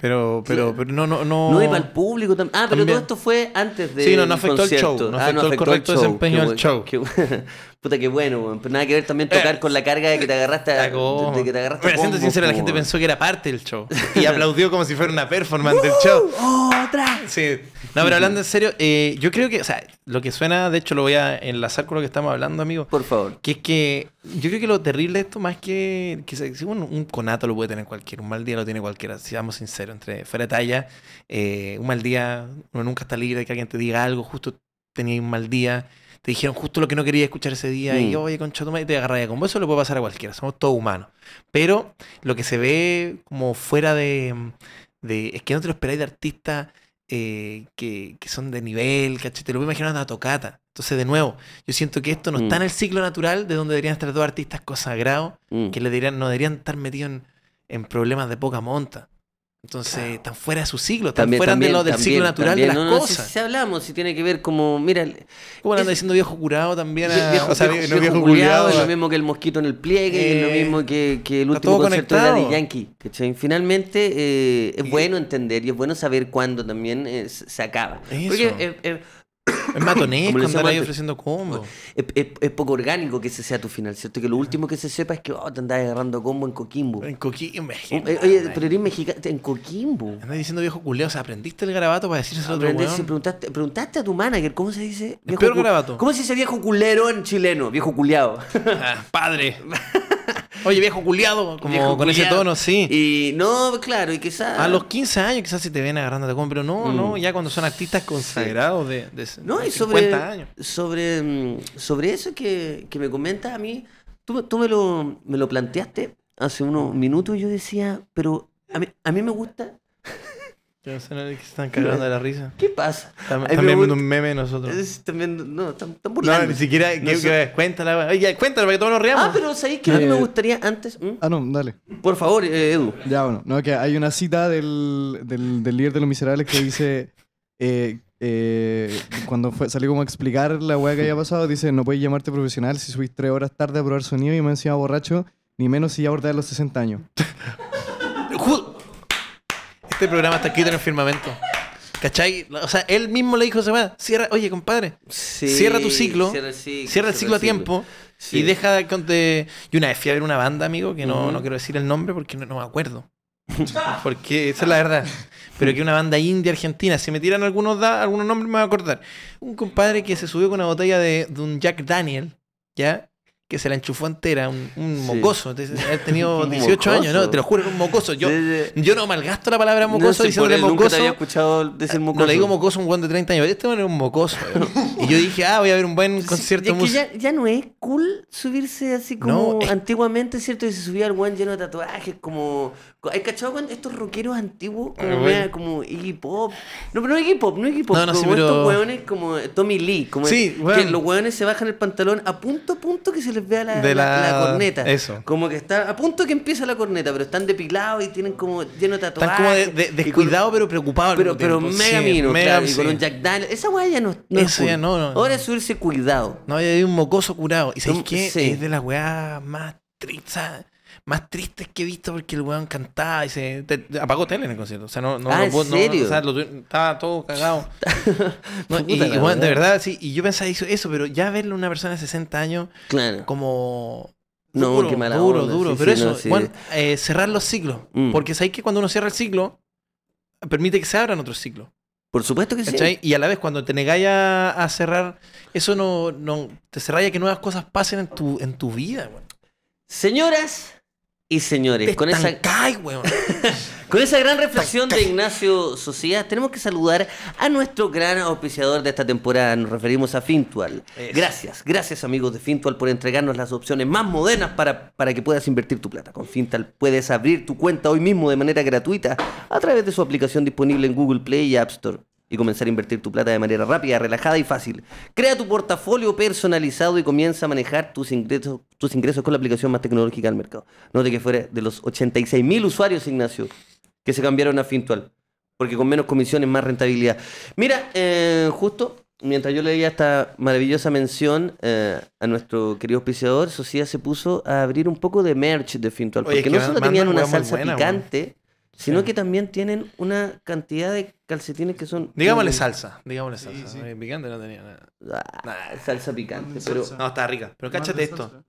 A: Pero, pero,
B: Sí.
A: pero no, no, no.
B: No iba al público tam- Ah, pero
A: También.
B: todo esto fue antes Ah, de.
A: Sí, no, no afectó al show, no afectó el correcto desempeño del show.
B: (laughs) Puta, qué bueno, weón. Pero nada que ver también tocar con la carga de que te agarraste. a-
A: Cagó.
B: de que te agarraste
A: Mira, siendo
B: combos,
A: sincero, la
B: po,
A: gente
B: weón.
A: pensó que era parte del
B: (laughs)
A: show. Y aplaudió como si fuera una performance del show.
B: ¡Oh, ¡Otra!
A: Sí. No, pero hablando en serio, eh, yo creo que, o sea, lo que suena, de hecho, lo voy a enlazar con lo que estamos hablando, amigo.
B: Por favor.
A: Que es que yo creo que lo terrible de esto, más que. que se- si un, un conato lo puede tener cualquiera, un mal día lo tiene cualquiera, seamos sinceros, entre fuera de talla, eh, un mal día, uno nunca está libre de que alguien te diga algo, justo tenías un mal día, te dijeron justo lo que no quería escuchar ese día, y
B: Mm.
A: oye, concha tu madre, te agarra de combo. Eso le puede pasar a cualquiera, somos todos humanos. Pero lo que se ve como fuera de. de- es que no te lo esperáis de artistas eh, que, que son de nivel, ¿cachai? Te lo voy imaginando a tocata. Entonces, de nuevo, yo siento que esto no está
B: Mm.
A: en el ciclo natural de donde deberían estar dos artistas consagrados
B: Mm.
A: que le deberían, no deberían estar metidos en, en problemas de poca monta. Entonces, están fuera de su ciclo, están fuera de lo del
B: también,
A: ciclo natural
B: también.
A: de las
B: No, no,
A: cosas.
B: Si, si hablamos, si tiene que ver como, mira, el-
A: Como le anda
B: es-
A: diciendo viejo curado también.
B: vie-
A: a-
B: viejo,
A: Ah, o sea,
B: viejo-
A: no
B: viejo
A: viejo
B: culiao
A: culiado.
B: es lo mismo que el mosquito en el pliegue, es lo
A: Eh,
B: mismo que, que el
A: está
B: último
A: todo
B: concierto de
A: conectado.
B: Daddy Yankee. ¿cachai? Finalmente eh, es
A: Y-
B: bueno entender y es bueno saber cuándo también eh, se se acaba.
A: Eso.
B: Porque es, es-
A: Es matonesco
B: Como le
A: andar
B: decíamos
A: ahí
B: antes.
A: ofreciendo combo.
B: es- es- es poco orgánico que ese sea tu final, ¿cierto? Que lo último que se sepa es que oh, te andás agarrando combo en Coquimbo.
A: Ah.
B: Oh,
A: En Coquimbo.
B: Eh, Oye, pero eres mexicano, en Coquimbo.
A: Andas diciendo viejo culiado. O sea, aprendiste el garabato para decirse al otro
B: Aprendiste,
A: weón.
B: preguntaste, preguntaste a tu manager, ¿cómo se dice?
A: peor
B: cu-
A: garabato.
B: ¿Cómo se dice viejo culero en chileno? Viejo culiao.
A: Ah, padre. (laughs) Oye, viejo culiado. (laughs) Como
B: Viejo
A: con ese
B: culiao.
A: tono, sí.
B: Y no, claro, y quizás.
A: A los 15 años quizás si te ven agarrándote con, pero no, no, ya cuando son artistas consagrados de, de,
B: No,
A: de
B: y sobre.
A: 50 años.
B: Sobre, mm, sobre eso que, que me comentas a mí, tú, tú me, lo, me lo planteaste hace unos minutos y yo decía, pero a mí, a mí me gusta.
A: Yo sé, ¿no? que se están cagando de la risa.
B: ¿Qué pasa?
A: Están,
B: A mí
A: están
B: me
A: viendo
B: gusta-
A: un meme de nosotros.
B: es- también, no, están, están
A: No,
B: burlando.
A: ni siquiera,
B: No
A: que-
B: sé.
A: que- cuéntala, oye, ya, cuéntala para que todos nos riamos.
B: Ah, pero ¿sabéis qué es lo que me
C: Eh,
B: gustaría antes? ¿Mm?
C: (laughs) Ah, no, dale.
B: Por favor, eh, Edu.
C: Ya, bueno. No, que hay una cita del, del, del líder de los miserables que dice. eh, eh, cuando fue, salió como a explicar la weá que había pasado, dice: No puedes llamarte profesional si subís tres horas tarde a probar sonido y me encima borracho, ni menos si ya abordás los 60 años.
A: Ju- Este programa está escrito en el firmamento. ¿Cachai? O sea, él mismo le dijo a esa weá, cierra, oye, compadre,
B: Sí,
A: cierra tu ciclo,
B: Cierra el ciclo,
A: cierra el ciclo a tiempo
B: Sí.
A: y deja de, con- de- Yo una vez fui a ver una banda, amigo, que no,
B: Ujú.
A: no quiero decir el nombre porque no, no me
B: (laughs)
A: acuerdo. porque esa es la verdad. Pero que una banda india argentina, si me tiran algunos, da- algunos nombres me voy a acordar. Un compadre que se subió con una botella de, de un Jack Daniel, ¿ya? Que se la enchufó entera, un, un
B: Sí.
A: mocoso. Entonces, haber tenido
B: (laughs) Un
A: 18 años,
B: mocoso.
A: ¿no? Te lo juro, era un mocoso. Yo,
B: Sí, sí.
A: yo no malgasto la palabra
B: No
A: mocoso
B: sé, por
A: diciéndole
B: él Nunca te
A: mocoso.
B: había escuchado decir mocoso.
A: No le digo mocoso a un guan de 30 años. Este bueno era un mocoso. weón. y yo dije, ah, voy a ver un buen
B: Sí,
A: concierto
B: es que
A: musical.
B: ya, ya no es cool subirse así como
A: No, es-
B: antiguamente, ¿cierto? Y se subía el weón lleno de tatuajes, como... ¿Hay cachado con estos rockeros antiguos? Como,
A: Ah, bueno.
B: mea- como Iggy Pop. No, pero no Iggy Pop, no Iggy Pop.
A: No, no, sí,
B: como
A: pero-
B: estos weones como Tommy Lee. Como
A: Sí,
B: Que
A: weón.
B: los weones se bajan el pantalón a punto a punto que se les vea la,
A: De
B: la- la
A: la-
B: corneta.
A: eso.
B: Como que está a punto que empieza la corneta, pero están depilados y tienen como lleno de tatuajes.
A: Están como de, de-
B: y con-
A: descuidados, pero preocupados. al
B: Pero,
A: mismo
B: pero
A: tiempo.
B: mega
A: Sí,
B: mino,
A: mega,
B: claro, y con
A: sí.
B: un Jack Daniel. Esa weá ya no, no es
A: Eso ya
B: cool.
A: no, no, no.
B: Ahora es subirse cuidado.
A: No, hay un mocoso curado. ¿Y sabéis
B: Un-
A: qué?
B: sí.
A: Es de las weas más tristes. Más tristes que he visto porque el weón cantaba y se. te- te- apagó tele en el concierto. O sea, no, no,
B: Ah,
A: no
B: ¿en
A: puedo- no-
B: serio?
A: o sea, lo tu- estaba todo
B: (laughs)
A: cagado. No, y,
B: Puta
A: y,
B: la
A: weón, de
B: weá.
A: verdad, sí. Y yo pensaba eso, eso, pero ya verle a una persona de 60 años
B: Claro.
A: como.
B: No,
A: duro,
B: qué mala
A: duro,
B: onda,
A: duro.
B: sí,
A: pero
B: sí,
A: eso,
B: no, sí.
A: weón, eh, cerrar los ciclos.
B: Mm.
A: Porque sabéis que cuando uno cierra el ciclo, permite que se abran otros ciclos.
B: Por supuesto que sí.
A: ¿Cachai? Y a la vez, cuando te negáis a, a cerrar, eso no, no te cerráis a que nuevas cosas pasen en tu, en tu vida, weón.
B: Señoras y señores,
A: Te
B: con esa,
A: estancáis, weón.
B: con esa gran reflexión de Ignacio Socias, tenemos que saludar a nuestro gran auspiciador de esta temporada. Nos referimos a Fintual.
A: Eso.
B: Gracias, gracias amigos de Fintual por entregarnos las opciones más modernas para, para que puedas invertir tu plata. Con Fintual puedes abrir tu cuenta hoy mismo de manera gratuita a través de su aplicación disponible en Google Play y App Store. y comenzar a invertir tu plata de manera rápida, relajada y fácil. Crea tu portafolio personalizado y comienza a manejar tus ingresos, tus ingresos con la aplicación más tecnológica del mercado. Note que fuera de los 86 mil usuarios, Ignacio, que se cambiaron a Fintual, porque con menos comisiones, más rentabilidad. Mira, eh, justo mientras yo leía esta maravillosa mención eh, a nuestro querido auspiciador, Socia se puso a abrir un poco de merch de
A: Oye,
B: Fintual, porque
A: es que
B: no
A: van-
B: solo
A: mandan
B: tenían una
A: weas muy
B: salsa
A: buenas, weón.
B: picante, sino
A: Sí.
B: que también tienen una cantidad de calcetines que son...
A: Digámosle
B: muy-
A: salsa, digámosle
C: Sí,
A: salsa.
C: sí.
A: Eh, Picante no tenía nada.
B: Ah,
A: Nah.
B: salsa picante,
C: Manden
B: pero
C: salsa.
A: No, está rica. Pero cáchate esto.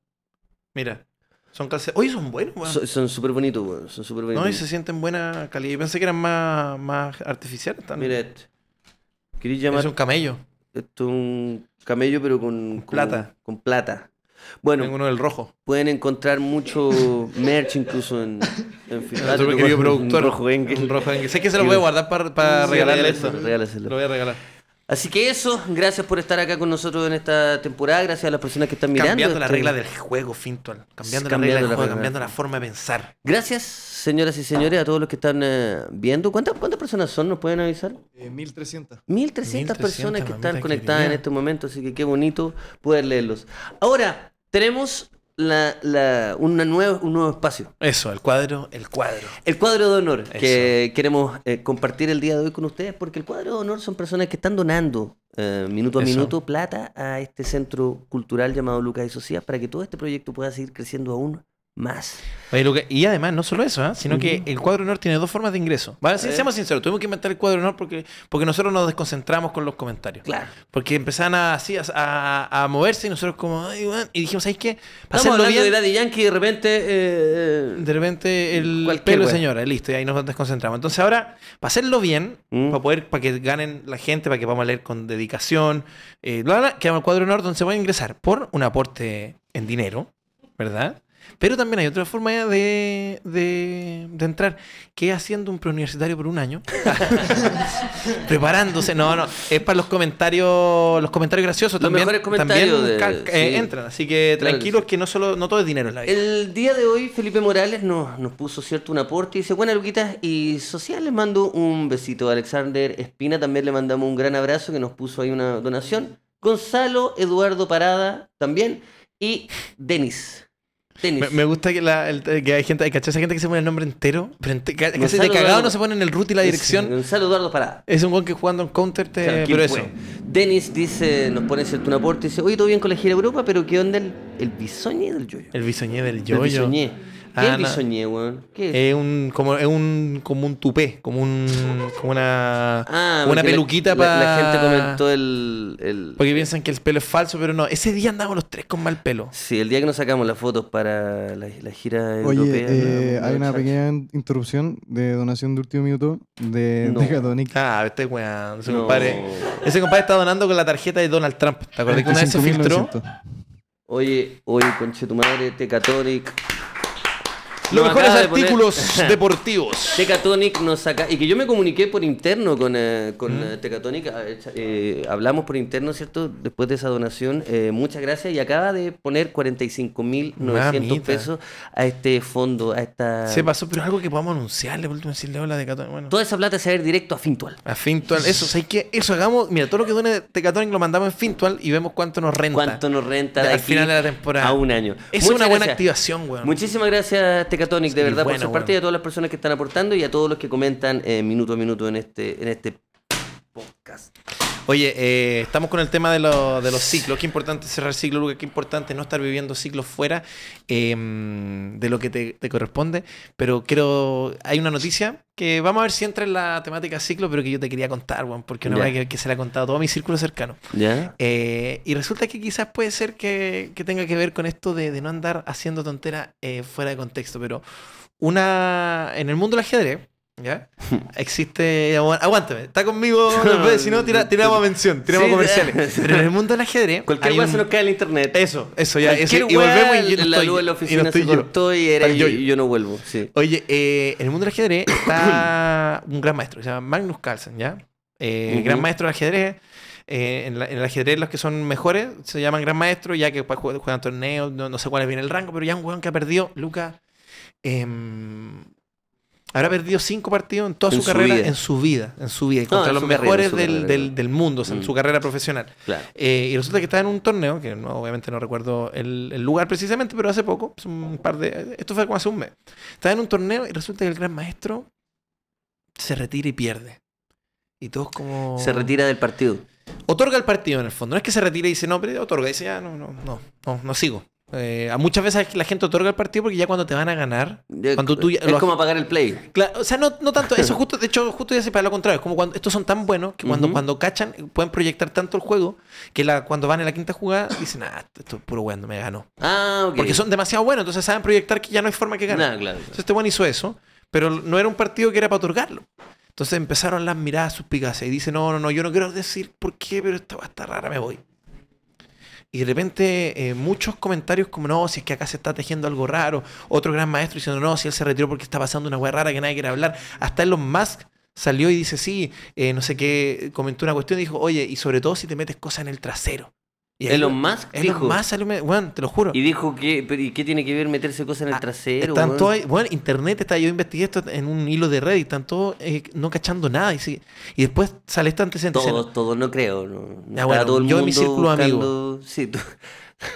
A: Mira. Son calcetines. Oye, son buenos, weón.
B: so- son súper bonitos, weón, son súper bonitos.
A: No, y se sienten buena calidad. Yo pensé que eran más, más artificiales también.
B: Mira esto. ¿Querés
A: es
B: llamar
A: un camello.
B: esto un camello, pero con, con-
A: plata.
B: Con plata. Bueno,
A: Tengo uno del rojo.
B: pueden encontrar mucho merch incluso en, en Fitbit.
A: Nuestro querido productor.
B: Ah, Un rojo Engel.
A: Un rojo Engel. Sé que se lo voy a guardar para, para
B: Sí,
A: regalarle
B: regálaselo,
A: esto.
B: regálaselo.
A: Lo voy a regalar.
B: Así que eso, gracias por estar acá con nosotros en esta temporada, gracias a las personas que están mirando.
A: cambiando la
B: este-
A: regla del juego, Fintual. Cambiando,
B: Cambiando
A: la regla
B: la
A: del juego,
B: regla.
A: cambiando la forma de pensar.
B: Gracias, señoras y señores, a todos los que están eh, viendo. ¿Cuántas, ¿Cuántas personas son? ¿Nos pueden avisar?
C: 1300.
B: 1300 personas que
A: mamita
B: están conectadas en
A: querida.
B: este momento, así que qué bonito poder leerlos. Ahora, tenemos la, la- una nueva, un nuevo espacio.
A: Eso, el cuadro, el cuadro.
B: El cuadro de honor que queremos eh, compartir el día de hoy con ustedes, porque el cuadro de honor son personas que están donando eh, minuto a
A: Eso.
B: minuto plata a este centro cultural llamado Lucas y Socias para que todo este proyecto pueda seguir creciendo aún más.
A: Oye, Luca, y además, no solo eso, ¿ah? sino que
B: Ujú.
A: el cuadro honor tiene dos formas de ingreso. ¿Vale? Sí,
B: Eh.
A: seamos sinceros, tuvimos que inventar el cuadro honor porque, porque nosotros nos desconcentramos con los comentarios.
B: Claro.
A: Porque empezaban a- así a, a- a moverse y nosotros como, "Ay, weón", y dijimos, ¿sabes qué? Para
B: Estamos
A: hacerlo
B: hablando de
A: bien,
B: Daddy Yankee y de repente... eh, eh,
A: de repente el
B: Cualquier
A: pelo de
B: wea.
A: señora, listo, y ahí nos desconcentramos. Entonces ahora, para hacerlo bien,
B: Mm.
A: para poder, para que ganen la gente, para que podamos leer con dedicación, eh, bla, bla, quedamos el cuadro honor donde se puede ingresar por un aporte en dinero, ¿verdad? Pero también hay otra forma de, de, de entrar, que es haciendo un preuniversitario por un año. (laughs) Preparándose. No, no. Es para los comentarios los comentarios graciosos
B: Los
A: también.
B: mejores comentarios
A: también
B: de-
A: ca- eh,
B: sí.
A: entran. Así que
B: Claro que
A: tranquilos
B: sí.
A: que, no solo no todo es dinero en la vida.
B: El día de hoy Felipe Morales nos, nos puso cierto un aporte y dice, bueno, Luquitas y Social les mando un besito. A Alexander Espina también le mandamos un gran abrazo que nos puso ahí una donación. Gonzalo Eduardo Parada también y Denis. Denis.
A: Me, me gusta que, la, el- que hay gente, hay cachai, esa gente que se pone el nombre entero, pero ente- ca- casi de
B: Gonzalo
A: cagado
B: Eduardo.
A: no se pone en el root y la
B: Es
A: dirección.
B: Gonzalo Eduardo Parada.
A: Es un gol que jugando en counter te.
B: Claro, ¿quién
A: pero eso.
B: fue? Denis dice, nos pone cierto un aporte y dice, oye, todo bien con la gira a Europa, pero ¿qué onda el, el bisoñé del yoyo?
A: El bisoñé del
B: El
A: yoyo.
B: bisoñé. ¿Qué
A: Ah,
B: es el
A: no. Eh,
B: bisoñé, weón? ¿Qué es?
A: Es un, como, es un, como un tupé, como un. como una.
B: Ah,
A: una
B: porque la-
A: peluquita
B: la-
A: para.
B: La gente comentó el. el-
A: Porque piensan que el pelo es falso, pero no. Ese día andamos los tres con mal pelo.
B: Sí, el día que nos sacamos las fotos para la, la gira
C: Oye,
B: europea.
C: eh,
B: la-
C: hay
B: la-
C: una pequeña interrupción de donación de último minuto de,
B: No.
C: de Gatonic.
A: Ah, este weón, ese
B: No.
A: compadre. Ese compadre está donando con la tarjeta de Donald Trump. ¿Te acuerdas que una vez se filtró?
C: 25.900.
B: Oye, oye, conche tu madre, Tecatonic.
A: Los
B: Nos
A: mejores
B: acaba de poner-
A: artículos
B: (laughs)
A: deportivos.
B: Tecatonic nos saca. Y que yo me comuniqué por interno con, eh, con
A: ¿Mm?
B: eh, Tecatonic. eh, eh, hablamos por interno, ¿cierto? Después de esa donación. eh, muchas gracias. Y acaba de poner 45.900
A: Mamita.
B: pesos a este fondo, a esta.
A: Se pasó, pero algo que podamos anunciarle, por último, decirle hola de Catón. Bueno,
B: Toda esa plata se va a ir directo a Fintual.
A: a Fintual, eso, ¿sabes qué? Eso hagamos, mira, todo lo que done Tecatonic lo mandamos en Fintual y vemos cuánto nos renta.
B: cuánto nos renta de
A: Al
B: aquí
A: final de la temporada.
B: a un año.
A: Esa Es
B: Muchas
A: una buena
B: gracias.
A: activación, weón.
B: Muchísimas gracias, Tecatonic, de
A: Sí,
B: verdad,
A: bueno,
B: por su parte
A: bueno.
B: y a todas las personas que están aportando y a todos los que comentan eh, minuto a minuto en este, en este podcast.
A: Oye, eh, estamos con el tema de, lo- de los ciclos. Qué importante cerrar ciclos, Lucas. Qué importante no estar viviendo ciclos fuera eh, de lo que te, te corresponde. Pero quiero. Hay una noticia que vamos a ver si entra en la temática ciclo, pero que yo te quería contar, weón, porque una
B: Ya.
A: vez que, que se la ha contado a todo mi círculo cercano.
B: ¿Ya?
A: Eh, y resulta que quizás puede ser que, que tenga que ver con esto de, de no andar haciendo tontera eh, fuera de contexto, pero una en el mundo del ajedrez,
B: (laughs)
A: ¿ya? Existe, agu- aguántame, está conmigo, no puede, si no, tira- tiramos a mención, tiramos
B: Sí,
A: a comerciales.
B: sí.
A: Pero en el mundo del ajedrez,
B: (laughs) Cualquier
A: hay
B: weá
A: un-
B: se nos cae el internet.
A: eso, eso ya, eso,
B: Cualquier
A: y volvemos
B: weá,
A: y yo no
B: la
A: estoy-
B: luz de la
A: y no
B: oficina
A: estoy
B: se
A: yo.
B: cortó y, era,
A: Al
B: y-
A: yoyo.
B: y yo no vuelvo. Sí.
A: Oye, eh, en el mundo del
B: (coughs)
A: ajedrez está un gran maestro que se llama Magnus Carlsen, ¿ya? Eh,
B: Ujú.
A: Gran maestro del ajedrez. Eh, en, la- en el ajedrez los que son mejores se llaman gran maestro, ya que pues, jue- juegan torneos, no, no sé cuál es bien el rango, pero ya un weón que ha perdido, Lucas, em, habrá perdido cinco partidos en toda
B: En
A: su,
B: su
A: carrera,
B: vida.
A: en su vida, en su vida, y
B: No,
A: contra
B: en
A: los
B: su carrera, en
A: mejores
B: su
A: del,
B: carrera.
A: del- del mundo, o sea, en
B: Mm.
A: su carrera profesional.
B: Claro.
A: Eh, y resulta que estaba en un torneo, que no- obviamente no recuerdo el, el lugar precisamente, pero hace poco, hace un par de. Esto fue como hace un mes. Estaba en un torneo y resulta que el gran maestro se retira y pierde. Y todos como.
B: Se retira del partido.
A: Otorga el partido en el fondo. No es que se retire y dice, no, pero otorga. Dice, ya, no, no, no, no, no sigo. Eh, a muchas veces la gente otorga el partido porque ya cuando te van a ganar. Cuando tú ya
B: es
A: lo-
B: como apagar el play.
A: Claro, o sea, no, no tanto. Eso justo, de hecho, justo ya se para lo contrario. Es como cuando estos son tan buenos que cuando,
B: Ujú.
A: cuando cachan, pueden proyectar tanto el juego que la, cuando van en la quinta jugada dicen, ah, esto es puro bueno, me ganó.
B: Ah, ok.
A: Porque son demasiado buenos, entonces saben proyectar que ya no hay forma que ganen.
B: Nah, claro.
A: Entonces este buen hizo eso, pero no era un partido que era para otorgarlo. Entonces empezaron las miradas suspicaces y dice, no, no, no, yo no quiero decir por qué, pero esta va está rara, me voy. Y de repente eh, muchos comentarios como, no, si es que acá se está tejiendo algo raro. Otro gran maestro diciendo, no, si él se retiró porque está pasando una hueá rara que nadie quiere hablar. Hasta Elon Musk salió y dice, sí, eh, no sé qué, comentó una cuestión y dijo, oye, y sobre todo si te metes cosas en el trasero. Y ahí-
B: Elon Musk
A: Elon
B: dijo.
A: Musk salió, me- weón, te lo juro.
B: Y dijo que. pero ¿Y qué tiene que ver meterse cosas en el
A: Ah,
B: trasero?
A: Están
B: weón?
A: todos ahí- bueno, internet está, yo investigué esto en un hilo de Reddit, están todos eh, no cachando nada. Y, sí- y después sale este antecedente.
B: Todos, todos, no creo. No, no
A: Ya,
B: estaba
A: Ah, bueno,
B: todo el
A: yo en
B: mundo
A: mi círculo de
B: buscando-
A: (laughs)
B: Sí, tú-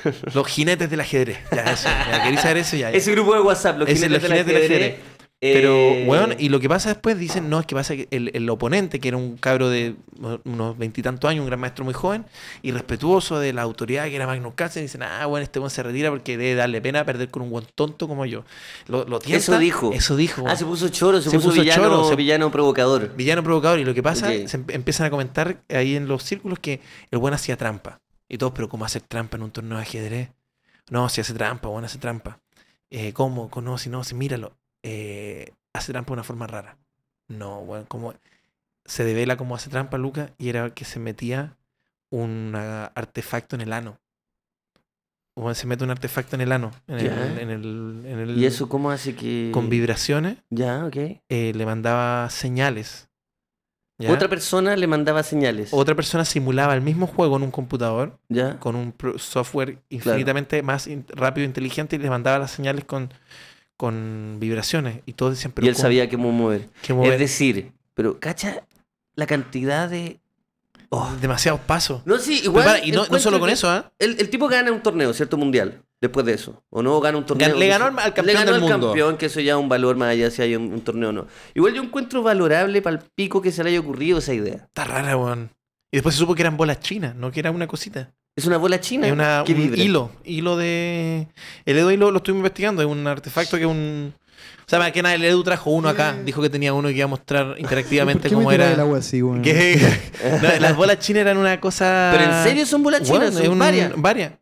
A: dicen, Los jinetes del ajedrez. Ya, eso.
B: (laughs)
A: ya, ¿Queréis saber eso? Ya, ya.
B: Ese grupo de WhatsApp, los
A: Ese,
B: jinetes
A: los
B: del
A: jinetes del
B: ajedrez,
A: ajedrez. Pero,
B: eh,
A: bueno, y lo que pasa después dicen, no, es que pasa que el, el oponente, que era un cabro de bueno, unos veintitantos años, un gran maestro muy joven, y respetuoso de la autoridad que era Magnus Carlsen, dicen, ah, bueno, este buen se retira porque debe darle pena perder con un buen tonto como yo. Lo, lo tienta,
B: dijo.
A: Eso dijo.
B: Ah,
A: bueno.
B: se puso choro, se,
A: Se
B: puso,
A: puso
B: villano,
A: choro, se-
B: villano provocador.
A: Villano provocador. Y lo que pasa,
B: Ok.
A: se em- empiezan a comentar ahí en los círculos que el buen hacía trampa. Y todos, pero ¿cómo hacer trampa en un torneo de ajedrez? No, si hace trampa, bueno, hace trampa. Eh, ¿Cómo? Co- No, si no, si míralo. Eh, hace trampa de una forma rara. No, bueno, como se devela cómo hace trampa Luca y era que se metía un ah, artefacto en el ano. O se mete un artefacto en el ano, en el,
B: Ya.
A: en el- en el-
B: ¿Y eso cómo hace que...?
A: con vibraciones,
B: Ya, ok.
A: eh, le mandaba señales. ¿ya?
B: Otra persona le mandaba señales.
A: otra persona simulaba el mismo juego en un computador
B: ¿Ya?
A: con un pro- software infinitamente más in- rápido e inteligente y les mandaba las señales con, con vibraciones. Y todos decían, pero
B: y él
A: ¿cómo?
B: sabía cómo mover.
A: ¿Qué mover?
B: Es decir, pero cacha la cantidad de... Oh.
A: demasiados pasos.
B: No, sí,
A: Pero
B: igual...
A: para, y no, no
B: encuentro
A: solo con
B: que
A: eso, ¿ah?
B: El, el tipo gana un torneo, ¿cierto? Mundial. Después de eso. O no gana un torneo.
A: Gan- le
B: que
A: ganó
B: eso-
A: al- al campeón
B: Le ganó
A: del
B: al
A: mundo.
B: campeón, que eso ya es un valor más allá si hay un, un torneo o no. Igual yo encuentro valorable para el pico que se le haya ocurrido esa idea.
A: Está rara, weón. Y después se supo que eran bolas chinas, no que era una cosita.
B: Es una bola china.
A: Es una,
B: que
A: un
B: vibra.
A: hilo. Hilo de. El Edu hilo lo estuvimos investigando. Es un artefacto que un. O sea, más que nada, el Edu trajo uno acá.
C: Eh.
A: Dijo que tenía uno y que iba a mostrar
C: ¿Por
A: interactivamente
C: qué me
A: cómo
C: tiráis
A: era.
C: el agua así, weón?
A: Que- (laughs) no, las bolas chinas eran una cosa.
B: Pero en serio son bolas
A: Bueno,
B: chinas,
A: es
B: son
A: un-
B: varias.
A: Varias.
B: Y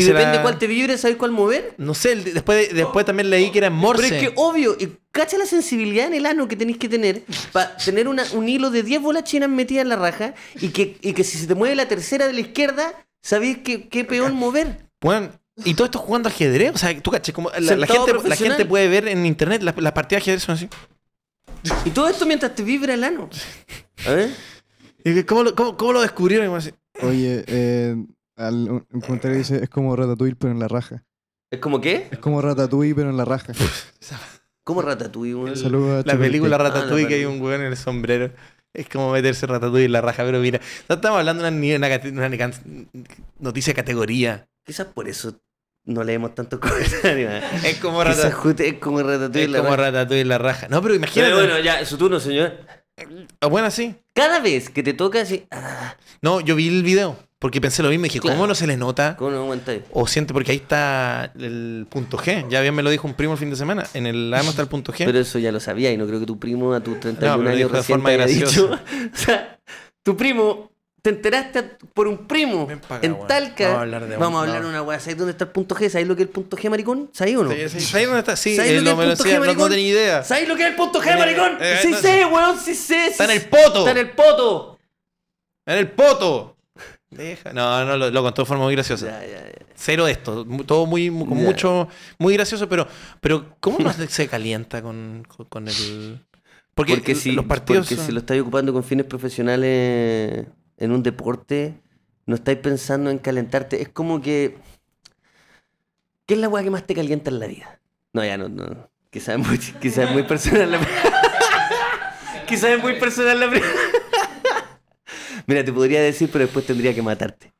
A: Que será-
B: depende cuál te vibre, sabes cuál mover.
A: No sé, el- después, después también leí que eran morse.
B: Pero es que obvio, y cacha la sensibilidad en el ano que tenéis que tener para tener una- un hilo de 10 bolas chinas metidas en la raja y que, y que si se te mueve la tercera de la izquierda, sabéis qué, qué peón mover.
A: Bueno, y todo esto jugando ajedrez. O sea, tú caché, como la- la,
B: Sentado
A: gente, la
B: profesional.
A: gente puede ver en internet las las partidas de ajedrez son así.
B: Y todo esto mientras te vibra el ano. A ver.
A: Y que, ¿Cómo lo, cómo, cómo lo descubrieron? Y como así.
C: Oye, eh, al, un un comentario dice, es como Ratatouille pero en la raja.
B: ¿Es como qué?
C: Es como Ratatouille pero en
A: (laughs)
C: la raja.
B: Como Ratatouille, weón.
C: Saludos a
A: La
C: Chocolate
A: película
C: Cake.
A: Ratatouille
B: Ah, la
A: que hay un weón en el sombrero. Es como meterse Ratatouille en la raja, pero mira. no Estamos hablando de una, ni- una cate- una can- noticia de categoría.
B: (laughs) Quizás por eso no leemos tantos (laughs) comentarios. ¿eh?
A: Es como
B: Quizás
A: Ratatouille.
B: justo es como Ratatouille.
A: Es
B: la
A: como
B: raja.
A: Ratatouille en la raja. No, pero imagínate.
B: Pero bueno, ya, su turno, señor.
A: Ah, Bueno, sí.
B: Cada vez que te toca así, ah,
A: No, yo vi el video porque pensé lo mismo. Dije,
B: Claro.
A: ¿cómo no se le nota?
B: ¿cómo no aguantáis?
A: O siente, porque ahí está el punto G. Ya bien me lo dijo un primo el fin de semana. En el AMA está el punto G.
B: Pero eso ya lo sabía y no creo que tu primo a tus 31
A: No, pero lo
B: años
A: dijo de
B: recién
A: forma
B: te haya dicho.
A: graciosa.
B: (laughs) O sea, tu primo, te enteraste a- por un primo
A: Ven pa' acá,
B: en
A: weón.
B: Talca.
A: Vamos a hablar de un-
B: Vamos a hablar
A: no.
B: una weá. ¿Sabes dónde está el punto G? ¿Sabes lo que es el punto G, maricón? ¿Sabes o no?
A: Sí, sí, ¿Sabes dónde está? Sí,
B: ¿Sabes
A: eh,
B: lo que
A: lo me
B: es
A: lo
B: el punto G,
A: decía, no, no
B: maricón?
A: tenía idea.
B: ¿Sabes lo que es el punto
A: Eh,
B: G, maricón?
A: eh,
B: sí
A: no-
B: sé, weón, sí sé. sí
A: Está en
B: sé.
A: el poto.
B: Está en el poto.
A: ¡En el poto! Deja. No, no, lo, lo contó de forma muy graciosa.
B: Ya, ya, ya.
A: Cero de esto. Mu- Todo muy, mu- con
B: Ya.
A: mucho, muy gracioso, pero, pero ¿cómo
B: (laughs)
A: no se se calienta con, con- con el. Porque,
B: Porque,
A: el-
B: si,
A: los partidos.
B: porque
A: son-
B: si lo estáis ocupando con fines profesionales en un deporte, no estáis pensando en calentarte. Es como que. ¿Qué es la weá que más te calienta en la vida? No, ya no, no. Quizás es muy, (laughs) quizás es muy personal la (laughs) Quizás es muy personal la pre- (laughs) Mira, te podría decir, pero después tendría que matarte.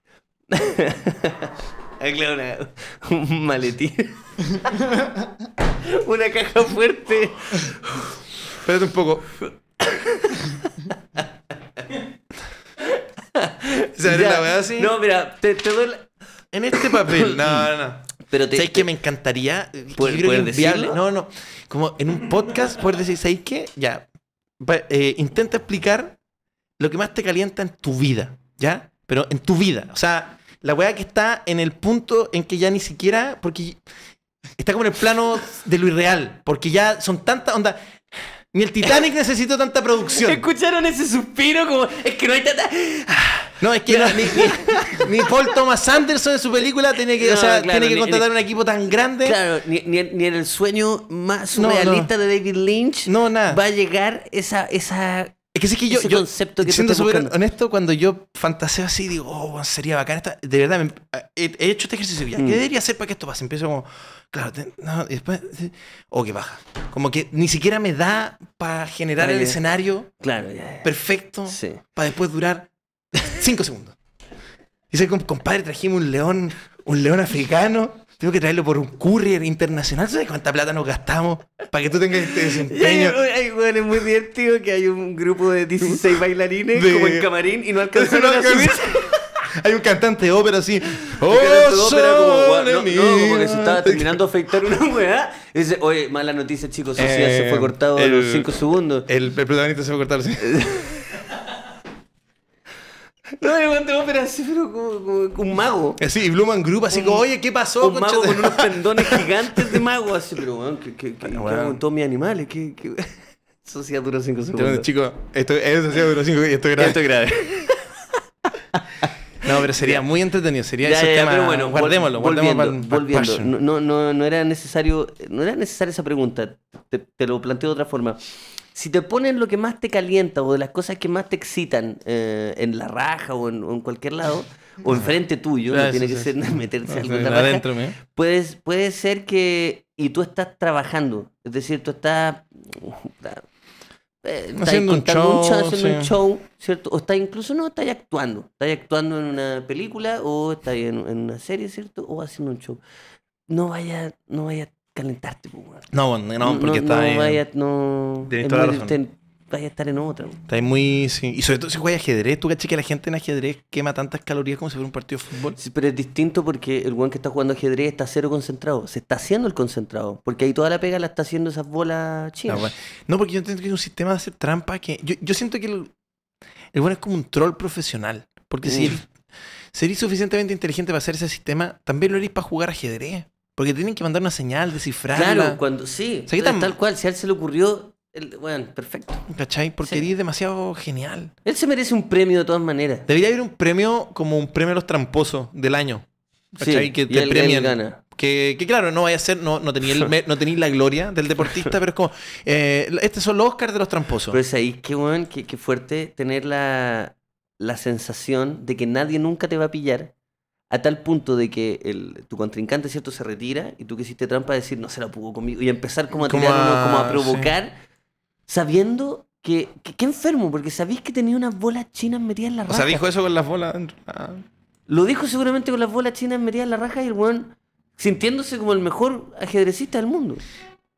B: (laughs) Ah, claro, una- un maletín. (laughs) una caja fuerte.
A: Espérate un poco. ¿Sabes
B: Ya.
A: la verdad así?
B: No, mira, te, te doy la-
A: en este papel. No, no, no.
B: Pero te,
A: ¿Sabes qué? Me encantaría. eh,
B: ¿Poder-
A: yo creo
B: poder
A: que es inviable.
B: este decirlo?
A: No, no. Como en un podcast poder decir, ¿sabes qué? Ya. Va- eh, intenta explicar lo que más te calienta en tu vida, ¿ya? Pero en tu vida. O sea, la weá que está en el punto en que ya ni siquiera. Porque está como en el plano de lo irreal. Porque ya son tantas. Onda. Ni el
B: (laughs)
A: Titanic necesitó tanta producción.
B: ¿Escucharon ese suspiro? Como, es que no hay tanta...
A: No, es que no, ni, ni- ni Paul Thomas Anderson en su película tiene que, o
B: No,
A: sea,
B: claro,
A: tiene que
B: ni-
A: contratar
B: ni-
A: un equipo tan grande.
B: Claro, ni, ni en- ni en el sueño más
A: No,
B: surrealista de David Lynch
A: No, nada.
B: va a llegar esa... esa...
A: Es que sí que yo,
B: Ese
A: yo,
B: concepto que tú
A: siendo
B: estás
A: súper
B: buscando.
A: honesto, cuando yo fantaseo así, digo, oh, bueno, sería bacán esta. De verdad, me- he, he hecho este ejercicio ya. ¿Qué
B: Mm.
A: debería hacer para que esto pase? Empiezo como, claro, te- no, y después, sí. oh, que baja. Como que ni siquiera me da para generar
B: Para
A: el
B: que-
A: escenario
B: Claro, ya, ya.
A: perfecto
B: Sí.
A: para después durar cinco segundos. Dice, "Com- compadre, trajimos un león, un león africano. Tengo que traerlo por un courier internacional. ¿Sabes cuánta plata nos gastamos para que tú tengas
B: (laughs)
A: este
B: Hay,
A: desempeño?
B: hay, weón, es muy divertido que hay un grupo de 16 bailarines
A: De-
B: como en camarín y
A: Eso no
B: no alcanzaron a subir.
A: alcanza. Hay un cantante de ópera así. Oh,
B: Pero todo era como, weón, no,
A: sole
B: no, como que
A: mía".
B: se estaba terminando de afectar una weá. Y Dice, oye, mala noticia, chicos, Sociedad se
A: Eh,
B: fue cortado a los
A: el-
B: 5 segundos.
A: El, el protagonista se va a cortar así.
B: No, yo cuando ópera así, pero como, como- como un mago.
A: Así, y Blumen Group así como, oye, ¿qué pasó?
B: Un mago
A: conchate?"
B: con unos pendones gigantes de mago así, pero weón, ¿qué, qué, qué,
A: Bueno,
B: qué
A: weón.
B: hago con todos mis animales? ¿Qué, (laughs) qué... Sociedad duró 5
A: (laughs) Entonces,
B: segundos.
A: Chico, esto eso hacía duró cinco y esto es grave.
B: Esto es grave.
A: (laughs) No, pero sería muy entretenido. Sería
B: Ya,
A: ese
B: ya, ya,
A: tema.
B: pero bueno, vol-
A: guardémoslo, guardémoslo para el-
B: volviendo,
A: para el
B: volviendo.
A: passion.
B: No, no, no, no era necesario, no era necesaria esa pregunta. Te, te lo planteo de otra forma. Si te ponen lo que más te calienta o de las cosas que más te excitan eh, en la raja o en, o en cualquier lado
A: (laughs)
B: o enfrente tuyo,
A: Ah,
B: no tiene
A: sí,
B: que
A: sí,
B: ser
A: sí.
B: meterse
A: No,
B: algo
A: sí,
B: en la raja.
A: adentro, mío.
B: Puedes, puede ser que. Y tú estás trabajando. Es decir, tú estás. eh, estás
A: Haciendo un
B: contando
A: show,
B: haciendo un
A: sí.
B: show, ¿cierto? O estás incluso no, estás actuando. Estás actuando en una película o estás en, en una serie, ¿cierto? O haciendo un show. No vaya, no vaya a calentarte, po, weón.
A: No, no, no, porque está,
B: no
A: ahí-
B: vaya, no.
A: Tienes
B: es
A: toda la
B: muy
A: razón.
B: distinto. Vaya a estar en otra. weón.
A: está ahí muy. sí. Y sobre todo si juegas ajedrez, tú caché que la gente en ajedrez quema tantas calorías como si fuera un partido de fútbol.
B: Sí, pero es distinto porque el weón que está jugando ajedrez está cero concentrado. Se está haciendo el concentrado. Porque ahí toda la pega la está haciendo esas bolas
A: No,
B: chinas.
A: bueno. No, porque yo entiendo que es un sistema de hacer trampa que. Yo, yo siento que el, el bueno es como un troll profesional. Porque si
B: Uf.
A: eres, si eres suficientemente inteligente para hacer ese sistema, también lo eres para jugar ajedrez. Porque tienen que mandar una señal, descifrarla.
B: Claro, cuando sí,
A: O sea, ¿qué tan-
B: tal cual, si a él se le ocurrió, él- bueno, perfecto.
A: ¿Cachai? Porque
B: Sí.
A: eres demasiado genial.
B: Él se merece un premio de todas maneras.
A: Debería haber un premio como un premio a los tramposos del año. ¿Cachai?
B: Sí,
A: que
B: y
A: te
B: él- él
A: premien.
B: gana.
A: Que, que claro, no vaya a ser, no, no
B: (laughs)
A: tenía el me- no tenía la gloria del deportista, pero es como, eh, estos son los Oscars de los tramposos.
B: Pero es ahí que, weón, que, que fuerte tener la, la sensación de que nadie nunca te va a pillar. A tal punto de que el, tu contrincante, ¿cierto?, se retira y tú que hiciste trampa decir, no se la pudo conmigo. Y empezar como a
A: Como
B: tirar, uno, como
A: a-
B: a provocar, sabiendo que, que, que enfermo, porque sabéis que tenía unas bolas chinas metidas en la
A: o
B: raja.
A: sea, dijo eso con las bolas adentro. Ah.
B: Lo dijo seguramente con las bolas chinas metidas en la raja y el weón sintiéndose como el mejor ajedrecista del mundo.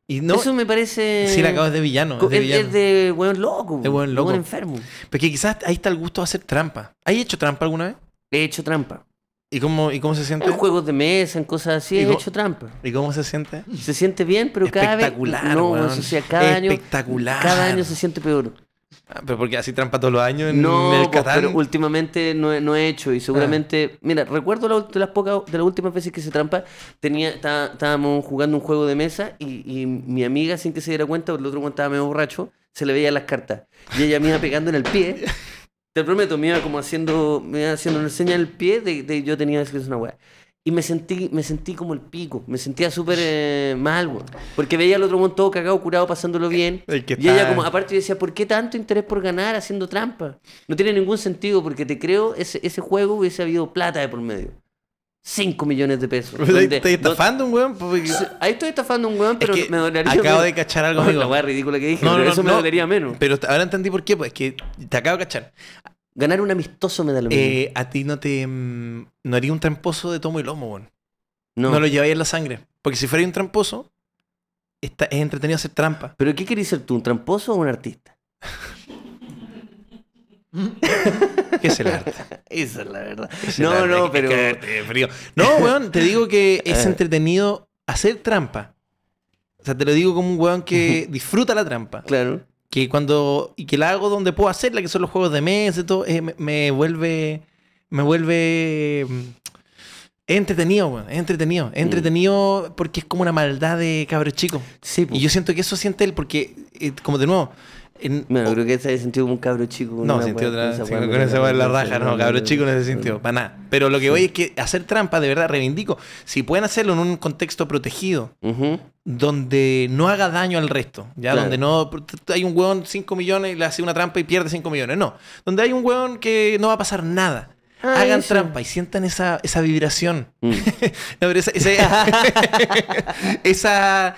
A: Y no,
B: Eso me parece.
A: Sí, la acabas de villano.
B: Eh, co-
A: es de
B: es-
A: villano.
B: es de weón loco.
A: De weón loco.
B: enfermo.
A: Porque quizás ahí está el gusto de hacer trampa. ¿Has hecho trampa alguna vez?
B: He hecho trampa.
A: ¿Y cómo, y cómo se siente?
B: En juegos de mesa, en cosas así,
A: Y
B: he
A: co-
B: hecho trampa.
A: ¿Y cómo se siente?
B: Se siente bien, pero cada vez.
A: Espectacular,
B: No,
A: weón.
B: o sea, cada año.
A: Espectacular.
B: Cada año se siente peor.
A: Ah, pero porque así trampa todos los años en
B: No,
A: el
B: pues,
A: Catán. Ah.
B: pero últimamente no he, no he hecho y seguramente, mira, recuerdo la ult- de las pocas de las últimas veces que se trampa, tenía está- estábamos jugando un juego de mesa y, y mi amiga sin que se diera cuenta, porque el otro cuando estaba medio borracho, se le veía las cartas y ella me iba pegando en
A: (laughs)
B: el pie. Te prometo, me iba como haciendo, me iba haciendo una señal en el pie de, de yo tenía que es una weá. Y me sentí, me sentí como el pico, me sentía súper eh, mal, weón. Porque veía al otro weón todo cagado, curado, pasándolo
A: Eh,
B: bien.
A: El que
B: y ella
A: está-
B: como, aparte yo decía, ¿por qué tanto interés por ganar haciendo trampa? No tiene ningún sentido, porque te creo, ese, ese juego hubiese habido plata de por medio. 5 millones
A: (laughs)
B: de pesos.
A: Pero ahí
B: Donde-
A: ¿Estás
B: donde-
A: estafando un weón? pues, Porque-
B: Ahí estoy estafando a un weón, pero
A: que
B: me dolería
A: acabo
B: menos. (laughs)
A: de cachar algo, amigo.
B: Oh, La weá ridícula que dije,
A: No,
B: pero
A: no, no,
B: eso me
A: no.
B: dolería menos.
A: Pero ahora entendí por qué, pues es que te acabo de cachar.
B: Ganar un amistoso me da lo mismo.
A: Eh, a ti no te. mm, No haría un tramposo de tomo y lomo, weón.
B: no.
A: No. lo lleváis en la sangre. Porque si fuera un tramposo, está, es entretenido hacer trampa.
B: ¿Pero qué querés ser tú, un tramposo o un artista?
A: ¿Qué
B: (laughs)
A: es el arte?
B: Esa es la verdad.
A: Es el
B: No,
A: arte, hay
B: no,
A: que
B: pero. Eh.
A: cagarte de frío.
B: (laughs)
A: No, weón, te digo que es entretenido hacer trampa. O sea, te lo digo como un weón que disfruta la trampa.
B: Claro.
A: Que cuando. Y que la hago donde puedo hacerla, que son los juegos de mesa y todo, eh, me, me vuelve. Me vuelve. mm, Es entretenido, weón. Es entretenido. Es
B: Mm.
A: entretenido porque es como una maldad de cabros chicos.
B: Sí,
A: Y yo siento que eso siente él, porque, eh, como de nuevo. en-
B: Bueno, creo que se ha sentido como un cabro chico. con
A: Oh. No,
B: una
A: sintió
B: weá-
A: otra. sí,
B: weá
A: Con
B: meterle
A: esa weá en la
B: cabeza,
A: raja, no, cabrón chico no se sintió, para nada. Pero lo que voy es que hacer trampa, de verdad, reivindico. Si pueden hacerlo en un contexto protegido,
B: Ujú.
A: donde no haga daño al resto, ya
B: Claro.
A: donde no hay un weón 5 millones y le hace una trampa y pierde 5 millones, no. Donde hay un weón que no va a pasar nada.
B: Ah,
A: Hagan
B: eso.
A: trampa y sientan esa, esa vibración.
B: Mm.
A: No, pero esa, esa- (laughs) esa-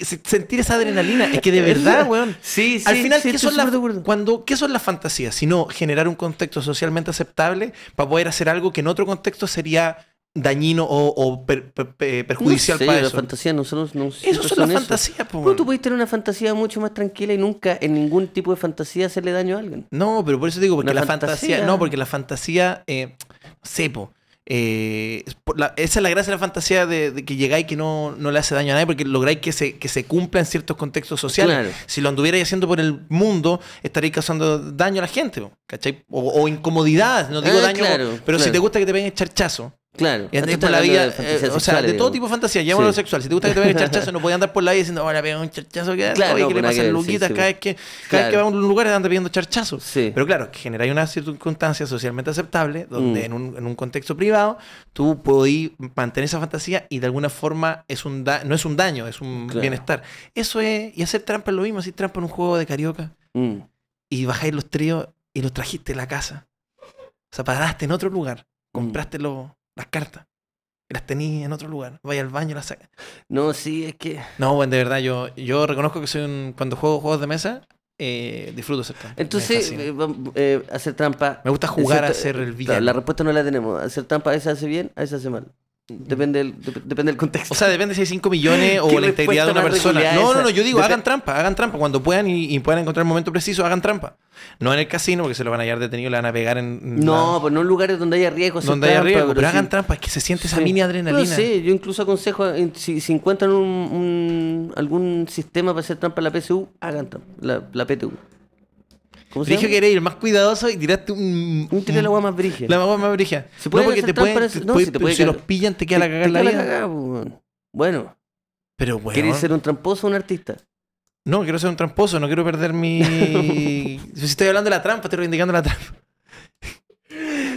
A: se- sentir esa adrenalina. Es que (laughs) de verdad, weón.
B: Sí, sí.
A: Al final,
B: sí,
A: ¿qué,
B: estoy
A: son las,
B: súper de acuerdo.
A: cuando, ¿qué son las fantasías? Sino generar un contexto socialmente aceptable para poder hacer algo que en otro contexto sería dañino o, o per- per- per- perjudicial
B: no sé,
A: para
B: las
A: eso.
B: fantasías nosotros no siempre
A: Esas son las
B: eso.
A: fantasías, po,
B: Pero tú
A: weón.
B: puedes tener una fantasía mucho más tranquila y nunca en ningún tipo de fantasía hacerle daño a alguien.
A: No, pero por eso digo, porque
B: Una
A: la fantasía,
B: fantasía.
A: No, porque la fantasía. Eh, sepo. eh, es por la- esa es la gracia de la fantasía de, de que llegáis que no, no le hace daño a nadie, porque lográis que se, que se cumpla en ciertos contextos sociales.
B: Claro.
A: Si lo anduvierais haciendo por el mundo, estaréis causando daño a la gente, po, ¿cachai? O, o incomodidades, no digo
B: Ah,
A: daño.
B: claro,
A: pero si
B: claro.
A: te gusta que te peguen charchazo,
B: Claro.
A: Y andáis
B: Esto
A: por la
B: está hablando
A: vida,
B: de fantasías
A: eh, o sea, de
B: sexuales,
A: todo
B: digamos.
A: tipo de fantasía, llámalo
B: Sí.
A: sexual. Si te gusta que te vean
B: (laughs)
A: charchazo, no podías andar por la vida diciendo, ahora pegan un charchazo, que
B: Claro,
A: oye,
B: no,
A: que le
B: nada que
A: pasan
B: ver, sí,
A: luquitas
B: sí.
A: cada vez que, cada vez
B: Claro.
A: que va a un lugar anda pidiendo charchazo.
B: Sí.
A: Pero claro, que generáis una circunstancia socialmente aceptable donde
B: Mm.
A: en, un, en un contexto privado tú podís mantener esa fantasía y de alguna forma es un da- no es un daño, es un
B: Claro.
A: bienestar. Eso es, y hacer trampa es lo mismo, así trampa en un juego de carioca
B: Mm.
A: y bajáis los tríos y los trajiste a la casa. O sea, paraste en otro lugar,
B: Mm.
A: compraste lo- las cartas y las tenías en otro lugar. Vais al baño y las sacas.
B: No, sí, es que.
A: No, bueno, de verdad, yo, yo reconozco que soy un. Cuando juego juegos de mesa, eh, disfruto hacer trampa. Me
B: Entonces,
A: fascina.
B: eh,
A: me,
B: vam- eh, hacer trampa.
A: gusta jugar a
B: Exacto,
A: ser
B: eh,
A: el
B: claro,
A: villano.
B: la respuesta no la tenemos. Hacer trampa a veces hace bien, a veces hace mal. Depende del, dep- depende del contexto.
A: Mm. O sea, depende si hay 5 millones o
B: (laughs) ¿Qué
A: la integridad de
B: respuesta
A: una
B: más
A: persona.
B: regular
A: No,
B: esa?
A: no, no, yo digo,
B: Depe-
A: hagan trampa, hagan trampa. Cuando puedan y, y puedan encontrar el momento preciso, hagan trampa. No en el casino, porque se lo van a hallar detenido, le van a pegar en. en
B: no,
A: la-
B: pues no en lugares donde haya riesgo. hacer
A: donde haya
B: trampa,
A: riesgo. Pero,
B: sí.
A: hagan trampa, es que se siente esa
B: Sí.
A: mini
B: No
A: adrenalina.
B: sé, yo incluso aconsejo, eh, si, si encuentran un, un- algún sistema para hacer trampa en la PSU, hagan trampa, la, la PTU. ¿Cómo
A: Brigio que eres el más cuidadoso y tiraste un...
B: Un tiro de la agua más brige.
A: La mamá más brija.
B: Si pueden
A: no, porque
B: hacer
A: te pueden...
B: trampa,
A: te
B: no,
A: puede-
B: si te puede
A: si los
B: cagar.
A: pillan te queda la cagada en la vida.
B: Bueno,
A: Pero bueno...
B: ¿quieres ser un tramposo o un artista?
A: No, quiero ser un tramposo. No quiero perder
B: (laughs)
A: mi... si estoy hablando de la trampa, estoy reivindicando la trampa.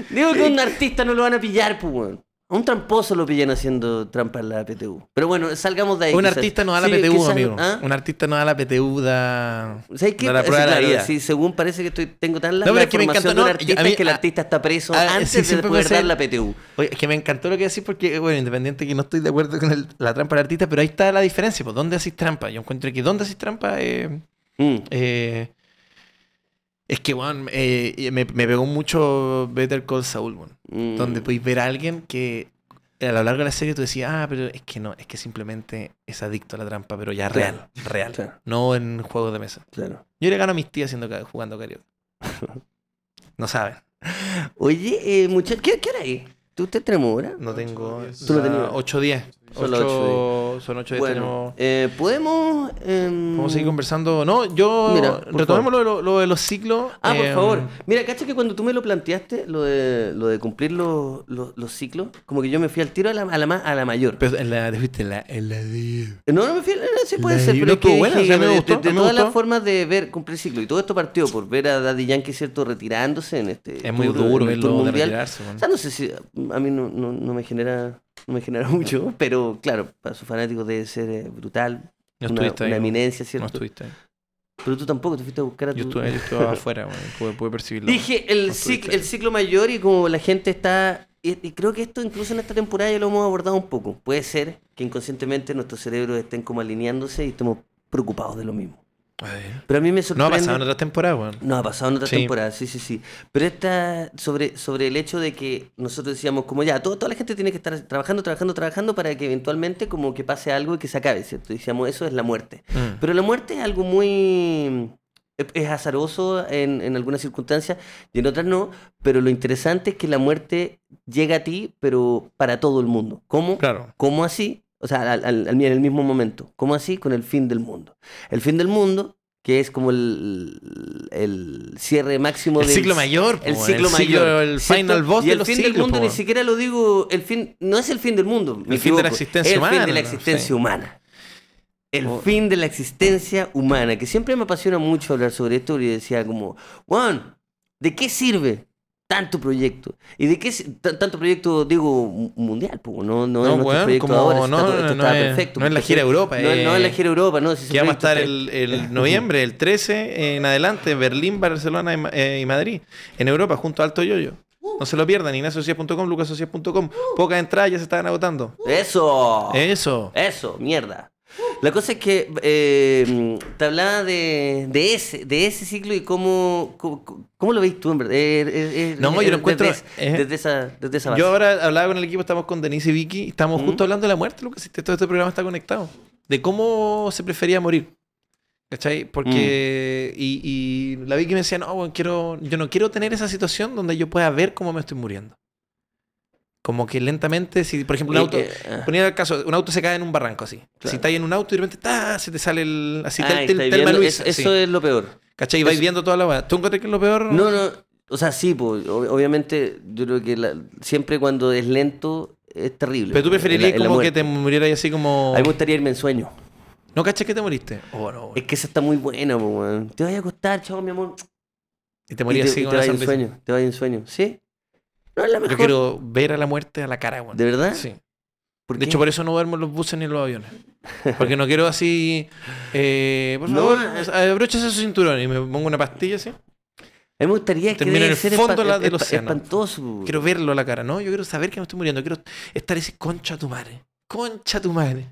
B: Digo que a un artista no lo van a pillar, pues, weón. A un tramposo lo pillan haciendo trampa en la PTU. Pero bueno, salgamos de ahí.
A: un
B: Eh, quizás.
A: artista no da la
B: Sí,
A: PTU,
B: quizás-
A: amigo.
B: ¿Ah?
A: Un artista no da la PTU, da...
B: Pues, ¿Sabes qué? Eh,
A: Da la
B: Sí,
A: prueba de la
B: claro,
A: vida.
B: sí, según parece que estoy, tengo tan la,
A: No, pero
B: la
A: es que me
B: formación
A: encantó,
B: de un
A: no,
B: artista
A: yo- a mí-
B: es que el
A: a-
B: artista está preso
A: a-
B: antes
A: sí,
B: de
A: siempre
B: poder
A: pensé-
B: dar la PTU.
A: Oye, es que me encantó lo que decís porque, bueno, independiente que no estoy de acuerdo con el- la trampa del artista, pero ahí está la diferencia. Pues, ¿dónde haces trampa? Yo encuentro que dónde haces trampa... Eh...
B: Mm.
A: Eh, es que, weón, eh, me, me pegó mucho Better Call Saul, weón.
B: Mm.
A: Donde podéis ver a alguien que a lo largo de la serie tú decías, ah, pero es que no, es que simplemente es adicto a la trampa, pero ya real,
B: Claro.
A: real.
B: Claro,
A: No en juegos de mesa.
B: claro.
A: Yo le gano a mis tías haciendo, ca- jugando
B: (laughs)
A: karaoke. No saben.
B: Oye, eh, muchachos, ¿qué, qué hora es? ¿Tú usted tenemos hora?
A: No
C: Ocho,
A: tengo.
C: diez.
B: Tú no
A: la-
B: tenías.
A: 8-10.
B: Son las
A: Ocho- Son 8-10.
B: Bueno,
A: Tenemos.
B: eh, podemos. em,
A: Vamos a seguir conversando. No, yo.
B: Mira, por
A: retomemos lo, de lo- lo de los ciclos.
B: Ah, por
A: em,
B: favor. Mira, cacha que cuando tú me lo planteaste, lo de, lo de cumplir los, los- los ciclos, como que yo me fui al tiro a la, a la, ma- a la mayor.
A: Pero en la, ¿viste? En la, en la de-
B: No, no me fui, no, no, sí puede
A: La
B: ser,
A: de-
B: pero
A: no,
B: es que
A: estuvo buena,
B: dije,
A: o sea, me
B: de- de-
A: gustó,
B: de
A: me
B: todas las
A: gustó.
B: formas de ver cumplir ciclo. Y todo esto partió por ver a Daddy Yankee, ¿cierto? Retirándose en este
A: Es muy
B: tour,
A: duro
B: en el
A: verlo
B: tour
A: de
B: mundial.
A: retirarse, weón.
B: O sea, no sé si a mí no, no, no me genera no me genera (laughs) mucho, pero claro, para sus fanáticos debe ser eh, brutal,
A: No
B: una,
A: estuviste ahí.
B: una
A: weón.
B: eminencia,
A: No
B: ¿cierto?
A: estuviste ahí.
B: pero tú tampoco te fuiste a buscar a tu...
A: Yo estuve, yo estuve afuera, weón. Pude, pude percibirlo.
B: Dije el,
A: no estuviste
B: ciclo,
A: ahí.
B: el ciclo mayor y como la gente está... Y, y creo que esto incluso en esta temporada ya lo hemos abordado un poco. Puede ser que inconscientemente nuestros cerebros estén como alineándose y estemos preocupados de lo mismo.
A: A ver.
B: Pero a mí me
A: No ha
B: sorprende...
A: pasado en otras temporadas, weón.
B: No, ha pasado en otra
A: Sí.
B: temporada, sí, sí, sí. Pero esta, sobre, sobre el hecho de que nosotros decíamos, como ya, todo- toda la gente tiene que estar trabajando, trabajando, trabajando para que eventualmente como que pase algo y que se acabe, ¿cierto? Decíamos, eso es la muerte.
A: Mm.
B: Pero la muerte es algo muy, es- es azaroso en, en algunas circunstancias y en otras no, pero lo interesante es que la muerte llega a ti, pero para todo el mundo. ¿Cómo?
A: Claro.
B: ¿Cómo así? O sea, al, al- al- en el mismo momento. ¿Cómo así? Con el fin del mundo. El fin del mundo, que es como el, el cierre máximo
A: El
B: del
A: ciclo mayor,
B: El
A: po,
B: ciclo
A: el
B: mayor.
A: ciclo- el
B: ¿cierto?
A: final boss
B: y
A: de
B: el
A: los
B: fin del
A: siglos,
B: mundo
A: po,
B: ni
A: weón.
B: siquiera lo digo. El fin, no es el fin del mundo. me
A: El fin de la
B: equivoco,
A: existencia
B: es El fin
A: humana,
B: de la
A: ¿no?
B: existencia
A: Sí.
B: humana. El
A: Oh.
B: fin de la existencia humana, que siempre me apasiona mucho hablar sobre esto y decía como, Juan, ¿de qué sirve tanto proyecto? ¿Y de qué si- ta- tanto proyecto, digo, mu- mundial? po, no, no, es
A: No,
B: nuestro
A: weón,
B: proyecto
A: como-
B: ahora, si está
A: no,
B: todo- esto
A: no, no
B: está
A: es-
B: perfecto,
A: no es la
B: porque
A: gira Europa,
B: No, es- no es la
A: eh,
B: gira Europa, no. si ese
A: Que vamos a estar
B: proyecto
A: el, el noviembre, el 13 en adelante, en Berlín, Barcelona y Ma- eh, y Madrid, en Europa, junto a Alto Yoyo.
B: Uh.
A: No se lo pierdan, ignaciosías.com, lucasocias.com. Pocas entradas ya se están agotando.
B: está- ¡Eso!
A: Eh, Eso.
B: Eso, mierda. La cosa es que eh, te hablaba de, de ese, de ese ciclo y cómo, cómo, cómo lo veis tú, en verdad. Eh, eh, eh,
A: No, yo lo
B: desde
A: encuentro-
B: es- Desde,
A: eh,
B: esa, desde esa base.
A: Yo ahora hablaba con el equipo, estamos con Denise y Vicky, y estamos
B: ¿Mm?
A: justo hablando de la muerte, Lucas. y Todo este programa está conectado. De cómo se prefería morir. ¿Cachai? Porque.
B: Mm.
A: Y, y la Vicky me decía, no, bueno, quiero, yo no quiero tener esa situación donde yo pueda ver cómo me estoy muriendo. Como que lentamente, si por ejemplo un
B: Eh,
A: auto.
B: eh, ah.
A: Ponía el caso, un auto se cae en un barranco así. Si estás en un auto y de repente ¡tá! se te sale el. Así,
B: Ah,
A: tel- tel-
B: estáis
A: Telma
B: viendo,
A: Luis,
B: es- eso
A: así.
B: es lo peor.
A: ¿Cachai? Y vais
B: eso-
A: viendo toda la weá. ¿Tú encuentras que es lo peor?
B: No, no, o sea, sí, po, ob- obviamente yo creo que la- siempre cuando es lento es terrible.
A: Pero tú
B: po, en la-
A: preferirías
B: en la
A: como que
B: muerte.
A: te murieras así como.
B: A mí me gustaría irme en sueño.
A: ¿No cachas que te moriste? Oh, no.
B: Es que esa está muy buena, po, weón. Te vas a acostar, chao, mi amor.
A: Y te
B: Y
A: morías
B: te-
A: así
B: y
A: con
B: te
A: la
B: vas en
A: sonrisa.
B: sueño, te vas en sueño, ¿sí? No es la mejor.
A: Yo quiero ver a la muerte a la cara, weón.
B: ¿De verdad?
A: Sí.
B: ¿Por
A: De
B: qué?
A: hecho, por eso no duermo en los buses ni en los aviones. Porque no quiero así. eh, por
B: (laughs) No,
A: favor,
B: eh.
A: abróchese su cinturón y me pongo una pastilla así.
B: A mí me gustaría que
A: Termino en
B: debe
A: el
B: ser
A: fondo
B: espan-
A: la- del
B: espa-
A: océano.
B: espantoso. po.
A: Quiero verlo a la cara, ¿no? Yo quiero saber que me estoy muriendo. Quiero estar ese concha tu madre. Concha tu madre.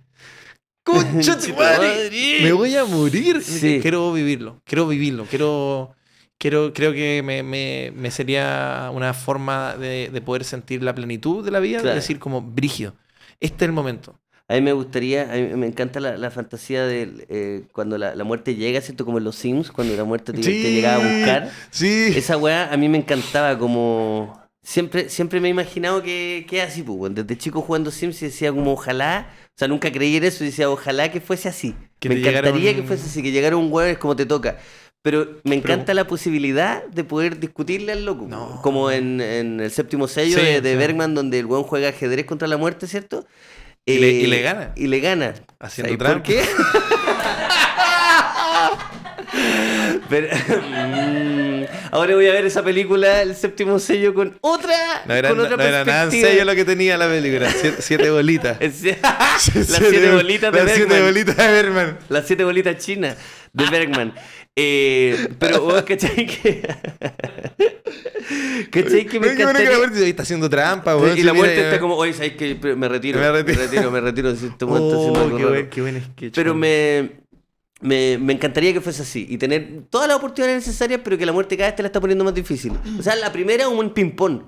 A: Concha
B: (laughs)
A: tu madre. Me voy a morir.
B: Sí.
A: Quiero vivirlo. Quiero vivirlo. Quiero. Quiero, creo que me, me- me sería una forma de, de poder sentir la plenitud de la vida,
B: Claro.
A: de decir como brígido. Este es el momento.
B: A mí me gustaría, a mí me encanta la, la fantasía de eh, cuando la, la muerte llega, ¿cierto? Como en los Sims, cuando la muerte te, te llegaba a buscar.
A: Sí.
B: Esa weá a mí me encantaba como... Siempre, siempre me he imaginado que, que es así, pues, weón. desde chico jugando Sims y decía como ojalá, o sea, nunca creí en eso y decía ojalá que fuese así.
A: Que
B: me
A: te llegara
B: encantaría
A: un-
B: que fuese así, que llegara un weón es como te toca. Pero me
A: Pero-
B: encanta la posibilidad de poder discutirle al loco.
A: No.
B: Como en, en el séptimo sello
A: Sí,
B: de, de
A: sí.
B: Bergman, donde el weón juega ajedrez contra la muerte, ¿cierto? Eh,
A: Y le- y le gana.
B: Y le gana.
A: Haciendo trampa. (laughs)
B: ¿Sabes ¿Por qué? Pero, (laughs) mm, ahora voy a ver esa película, el séptimo sello, con otra,
A: No era,
B: con otra
A: no era nada en
B: perspectiva.
A: serio
B: (laughs)
A: lo que tenía la película. Siete, siete bolitas. (laughs)
B: Es- Las siete bolitas de
A: Las siete
B: Bergman.
A: bolitas de Bergman.
B: Las siete bolitas chinas de Bergman. Eh,
A: (laughs)
B: pero vos, ¿cachai que? (laughs) ¿Cachai que me
A: Oye, qué bueno que la
B: encantaría-
A: muerte está haciendo trampa, weón.
B: y
A: Sí,
B: la
A: mira,
B: muerte
A: ya-
B: está como, oye, ¿sabes qué? Pero Me retiro, me
A: Me
B: retiro,
A: retiro".
B: me retiro,
A: (laughs)
B: en cierto momento haciendo
A: Oh,
B: algo
A: qué
B: raro.
A: buen, qué buen sketch.
B: Pero
A: weón.
B: me, me, me encantaría que fuese así y tener todas las oportunidades necesarias, pero que la muerte cada vez te la está poniendo más difícil. O sea, la primera es un ping-pong.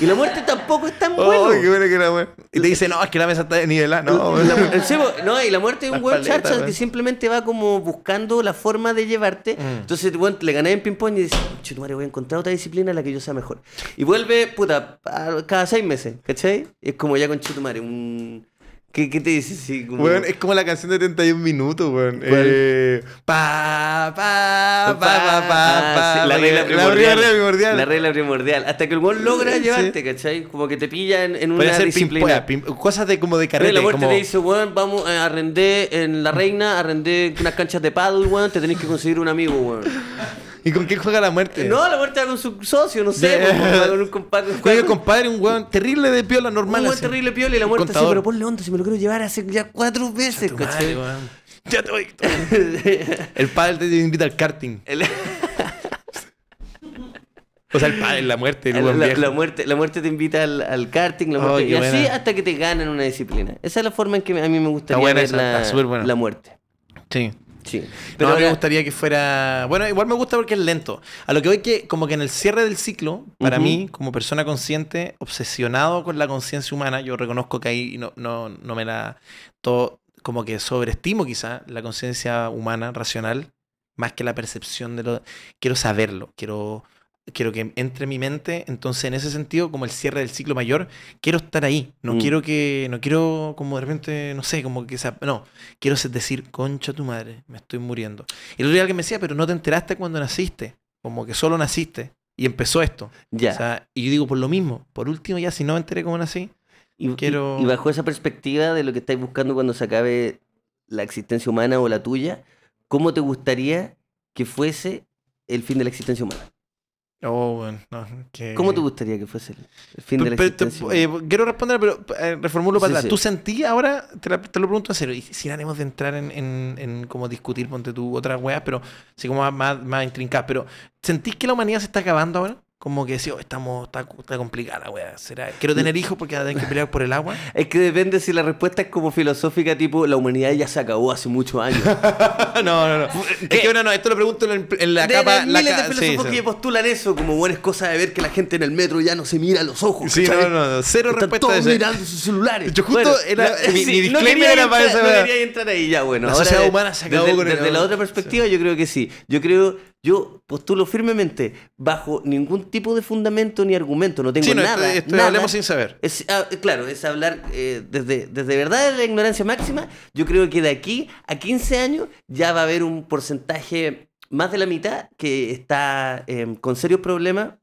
B: Y la muerte tampoco es tan
A: (laughs) Oh,
B: buena.
A: qué bueno que la muerte. Y te dice, no, es que la mesa está nivelada. No, weón.
B: El cebo- no, y la muerte de un
A: Las
B: weón
A: paletas, ¿eh?
B: charcha que
A: weón.
B: simplemente va como buscando la forma de llevarte.
A: Mm.
B: Entonces, weón, le gané en ping-pong y dice, chuto madre, voy a encontrar otra disciplina en la que yo sea mejor. Y vuelve, puta, a- cada seis meses, ¿cachai? Y es como ya con chuto madre, un... ¿Qué, qué te dice? Sí, como-
A: Weón, es como la canción de 31 minutos, weón.
B: ¿Cuál?
A: Eh, pa, pa, pa, pa, pa,
B: Ah,
A: pa.
B: sí, la regla
A: La
B: primordial.
A: regla primordial.
B: La regla primordial. Hasta que el weón logra
A: Sí.
B: llevarte, ¿cachai? Como que te pilla en, en
A: Puede
B: una
A: hacer
B: disciplina.
A: pimpuea, pim- cosas de como de
B: Pero
A: carrete.
B: la muerte
A: como...
B: te dice, weón, vamos, eh, arrendé en La Reina, arrendé unas canchas de paddle, weón, te tenés que conseguir un amigo, weón.
A: ¿Y con quién juega la muerte?
B: No, la muerte va con su socio, no sé,
A: Ya.
B: pues, weón, va
A: (laughs)
B: con un compadre.
A: Juega el compadre, un weón terrible de piola normal.
B: Un weón
A: así.
B: terrible piola y la muerte así,
A: contador.
B: pero ponle onda, si me lo quiero llevar hace ya cuatro veces,
A: Tu madre,
B: ¿cachai?
A: weón. Ya te voy. El padre te invita al karting.
B: El-
A: (laughs) O sea, el padre, la muerte, el
B: la,
A: weón
B: la-
A: viejo.
B: la muerte, la muerte te invita al, al karting, la
A: Oh,
B: muerte-
A: qué
B: y así
A: buena.
B: hasta que te ganan una disciplina. Esa es la forma en que a mí me gustaría
A: buena
B: ver
A: esa,
B: la,
A: está súper buena.
B: la muerte.
A: Sí.
B: Sí.
A: Pero
B: Pero
A: no, me
B: ahora-
A: gustaría que fuera. Bueno, igual me gusta porque es lento. A lo que voy que, como que en el cierre del ciclo, para
B: Ujú.
A: mí, como persona consciente, obsesionado con la conciencia humana, yo reconozco que ahí no, no, no me la. Todo, como que sobreestimo quizá la conciencia humana, racional. más que la percepción de lo... Quiero saberlo, quiero, quiero que entre en mi mente, entonces en ese sentido, como el cierre del ciclo mayor, quiero estar ahí, no
B: Mm.
A: quiero que, no quiero como de repente, no sé, como que, se ap- no, quiero se- decir, concha tu madre, me estoy muriendo. Y el otro día alguien me decía, pero no te enteraste cuando naciste, como que solo naciste. Y empezó esto.
B: Ya.
A: O sea, y yo digo, por lo mismo, por último, ya si no me enteré cómo nací,
B: y, y-
A: quiero-
B: y bajo esa perspectiva de lo que estáis buscando cuando se acabe la existencia humana o la tuya, ¿cómo te gustaría que fuese el fin de la existencia humana?
A: Oh, bueno, no, que...
B: ¿Cómo te gustaría que fuese el, el fin de la
A: Pero te-
B: existencia
A: eh,
B: humana?
A: quiero responder, pero eh, reformulo para
B: Sí,
A: atrás.
B: sí.
A: ¿Tú sentí ahora, te, la- te lo pregunto en serio, y sin ánimos de entrar en, en, en como discutir, ponte tú otras weas, pero así como más, más, más intrincadas, pero ¿sentís que la humanidad se está acabando ahora? Como que decís, oh, estamos, está, está complicada la wea. ¿Será? Quiero tener hijos porque voy a tener que pelear por el agua.
B: Es que depende si la respuesta es como filosófica, tipo, la humanidad ya se acabó hace muchos años.
A: (laughs) no, (laughs) no, no. Es que bueno, no, esto lo pregunto en, el- en la
B: De-
A: capa.
B: de
A: la
B: miles
A: ca-
B: de
A: sí,
B: filósofos
A: sí.
B: que postulan eso, como buenas cosas de ver que la gente en el metro ya no se mira a los ojos.
A: Sí,
B: ¿cachai?
A: no, no, no, cero
B: Están
A: respuesta
B: todos
A: de ese.
B: mirando sus celulares.
A: Yo justo era- mi- mi disclaimer
B: no quería
A: era para
B: entrar-
A: esa
B: no
A: weá.
B: quería entrar ahí ya, bueno.
A: La
B: ahora
A: sociedad
B: de-
A: humana se acabó
B: desde,
A: con el-
B: desde la otra perspectiva yo creo que sí. Yo creo, yo postulo firmemente bajo ningún tipo de fundamento ni argumento. No tengo
A: Sí, no,
B: nada.
A: esto- esto
B: nada.
A: hablemos sin saber.
B: Es- ah, claro, es hablar eh, desde, desde verdad de la ignorancia máxima. Yo creo que de aquí a 15 años ya va a haber un porcentaje, más de la mitad, que está em, con serios problemas,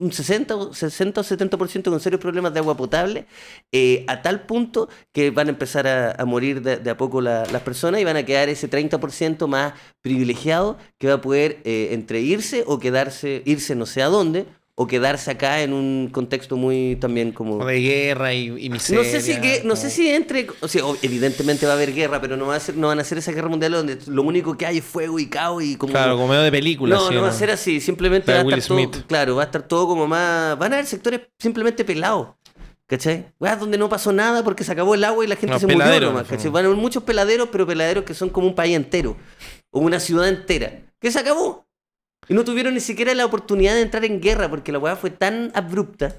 B: un 60, o- 60 o 70% con serios problemas de agua potable, eh, a tal punto que van a empezar a, a morir de, de a poco la- las personas y van a quedar ese 30% más privilegiado que va a poder eh, entre irse o quedarse, irse no sé a dónde, o quedarse acá en un contexto muy también como...
A: Como De guerra y, y miseria.
B: No sé, si que, no sé
A: como-
B: si entre, o sea, ob- evidentemente va a haber guerra, pero no, va a ser, no van a ser esa guerra mundial donde lo único que hay es fuego y caos y como
A: Claro, como medio de película.
B: no,
A: sí,
B: no va a ser así. Simplemente va
A: Claro,
B: a estar
A: Will
B: todo.
A: Smith.
B: Claro, va a estar todo como más. Van a haber sectores simplemente pelados. ¿Cachai? Weas donde no pasó nada porque se acabó el agua y la gente
A: Los
B: se murió
A: peladeros,
B: nomás. ¿Cachai?
A: mm.
B: Van a haber muchos peladeros, pero peladeros que son como un país entero. O una ciudad entera. Que se acabó. Y no tuvieron ni siquiera la oportunidad de entrar en guerra porque la weá fue tan abrupta.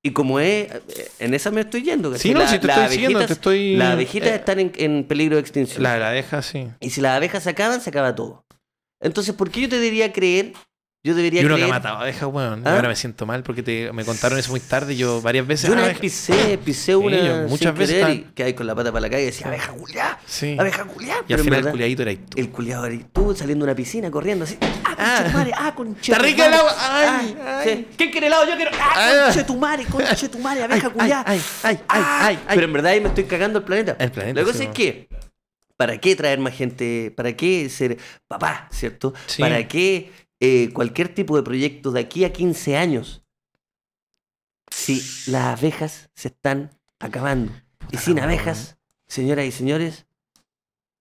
B: Y como es, eh, en esa me estoy yendo. ¿cachai?
A: Sí, no,
B: La-
A: sí, te
B: las
A: estoy siguiendo, te
B: abejitas-
A: estoy-
B: Las abejitas
A: eh,
B: están en, en peligro de extinción.
A: La, la deja sí.
B: Y si las abejas se acaban, se acaba todo. Entonces, ¿por qué yo te debería creer? Yo debería
A: Y uno que ha
B: creer.
A: matado abejas, weón.
B: ¿Ah?
A: Ahora me siento mal porque te- me contaron eso muy tarde. Yo varias veces. ah,
B: Yo una vez
A: abeja-
B: pisé, pisé una.
A: yo muchas
B: sin
A: veces
B: querer
A: tan-
B: y que hay con la pata para la calle y decía, abeja culiá,
A: Sí.
B: abeja culiá.
A: Y al
B: Pero en
A: final el
B: verdad,
A: culiadito eras tú.
B: El culiado eres tú saliendo de una piscina corriendo así.
A: Ah.
B: ¡Ah, conchetumare! ¡Ah, conchetumare!
A: Está rica el agua. ¡Ay,
B: Ah,
A: ay!
B: sí. ¿Quién quiere helado? Yo quiero.
A: Ah.
B: ¡Ah, conchetumare! ¡Conchetumare! ¡Abeja culiá!
A: ay, ay, ay,
B: ¡Ah!
A: ay, ay.
B: Pero en verdad ahí me estoy cagando el planeta.
A: El planeta,
B: La cosa
A: sí,
B: es
A: bueno.
B: que. ¿Para qué traer más gente? ¿Para qué ser papá, cierto?
A: Sí.
B: ¿Para qué eh, cualquier tipo de proyecto de aquí a 15 años? Si las abejas se están acabando. Y sin
A: la weá,
B: abejas, señoras y señores,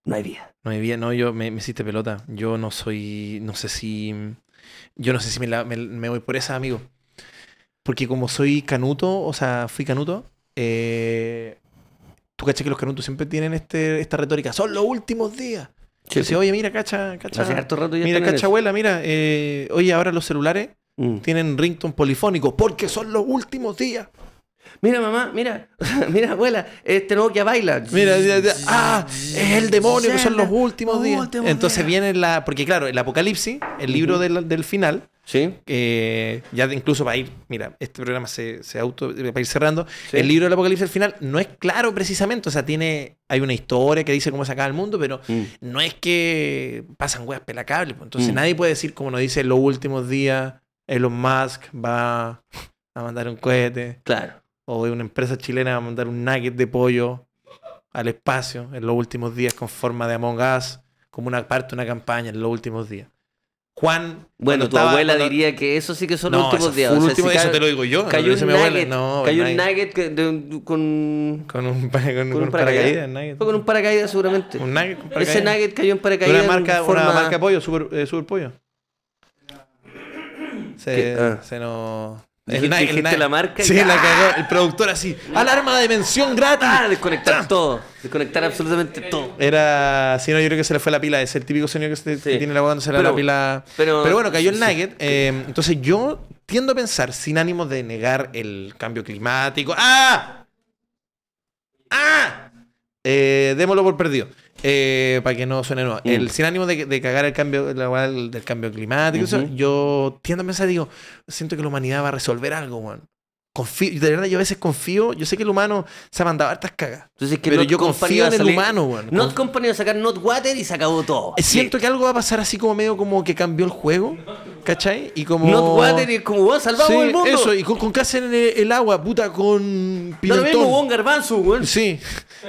B: no hay vida.
A: No, mi vida, no, yo me, me hiciste pelota. Yo no soy. No sé si. Yo no sé si me, la- me- me voy por esa, amigo. Porque como soy canuto, o sea, fui canuto, eh, tú cachas que los canutos siempre tienen este, esta retórica. Son los últimos días. Yo decía, oye, mira, cacha, cacha.
B: Hace harto rato ya
A: Mira,
B: están en
A: cacha,
B: eso.
A: abuela, mira. eh, oye, ahora los celulares
B: Mm.
A: tienen rington polifónico porque son los últimos días.
B: Mira, mamá, mira, (laughs) mira, abuela, este Nokia baila.
A: Mira, ya, ya, ah, es el demonio que son los últimos
B: Los
A: días.
B: últimos
A: Entonces
B: días.
A: viene la. Porque, claro, el Apocalipsis, el libro del, del final,
B: Sí.
A: eh, ya de- incluso para ir, mira, este programa se, se auto, para ir cerrando,
B: Sí.
A: el libro del Apocalipsis al final no es claro precisamente, o sea, tiene, hay una historia que dice cómo se acaba el mundo, pero
B: Mm.
A: no es que pasan weas pelacables, pues. entonces
B: Mm.
A: nadie puede decir, como nos dice en los últimos días, Elon Musk va a mandar un cohete,
B: Claro.
A: o una empresa chilena va a mandar un nugget de pollo al espacio en los últimos días con forma de Among Us, como una parte de una campaña en los últimos días. Juan. cuando
B: Bueno, tu
A: estaba-
B: abuela
A: cuando-
B: diría que eso sí que son los
A: no,
B: últimos
A: eso
B: días.
A: fue
B: o sea,
A: último,
B: si
A: eso
B: ca-
A: te lo digo yo. no
B: Cayó
A: lo dice
B: un
A: mi abuela,
B: nugget,
A: no,
B: cayó
A: el
B: un nugget que de un- con...
A: Con un, pa- con, con
B: un
A: un
B: paracaídas.
A: paracaídas, el nugget.
B: Fue con un paracaídas seguramente.
A: Un nugget con
B: Ese
A: paracaídas.
B: nugget cayó en
A: De
B: paracaídas
A: una marca,
B: en
A: una
B: forma...
A: marca de pollo, super, eh, super pollo. Se,
B: ¿Qué? Ah.
A: se nos.
B: Dijiste-
A: nugget,
B: dijiste
A: nugget.
B: la marca y-
A: Sí, la cagó. El productor así. ¡Alarma de dimensión gratis!
B: Ah, desconectar todo. Desconectar absolutamente todo.
A: Era. Sí, no, yo creo que se le fue la pila. Es el típico sonido que, se- que
B: Sí.
A: tiene la voz cuando se le va
B: Pero-
A: la pila. Pero,
B: pero-
A: bueno, cayó el
B: sí, sí.
A: Nugget. eh, entonces yo tiendo a pensar, sin ánimo de negar el cambio climático. ¡Ah! ¡Ah! Eh, démoslo por perdido. eh, para que no suene nuevo.
B: Mm.
A: El, sin ánimo de, de cagar el cambio, la weá del del cambio climático, y eso,
B: Ujú.
A: yo tiendo a pensar, digo, siento que la humanidad va a resolver algo, weón. Confío, de verdad, yo a veces confío. Yo sé que el humano se ha mandado hartas cagas.
B: Entonces, que
A: pero
B: Not
A: yo
B: Company
A: confío
B: va a
A: en el
B: salir-
A: humano, weón.
B: Not Company va a sacar Not Water y se acabó todo.
A: Conf- Siento que algo va a pasar así como medio como que cambió el juego, ¿cachai? Y como.
B: Not Water y es como, weón, salvamos
A: Sí,
B: el mundo.
A: Eso, y con, con qué hacen el, el agua, puta, con
B: no lo mismo,
A: pimentón.
B: weón, garbanzo, weón.
A: Sí,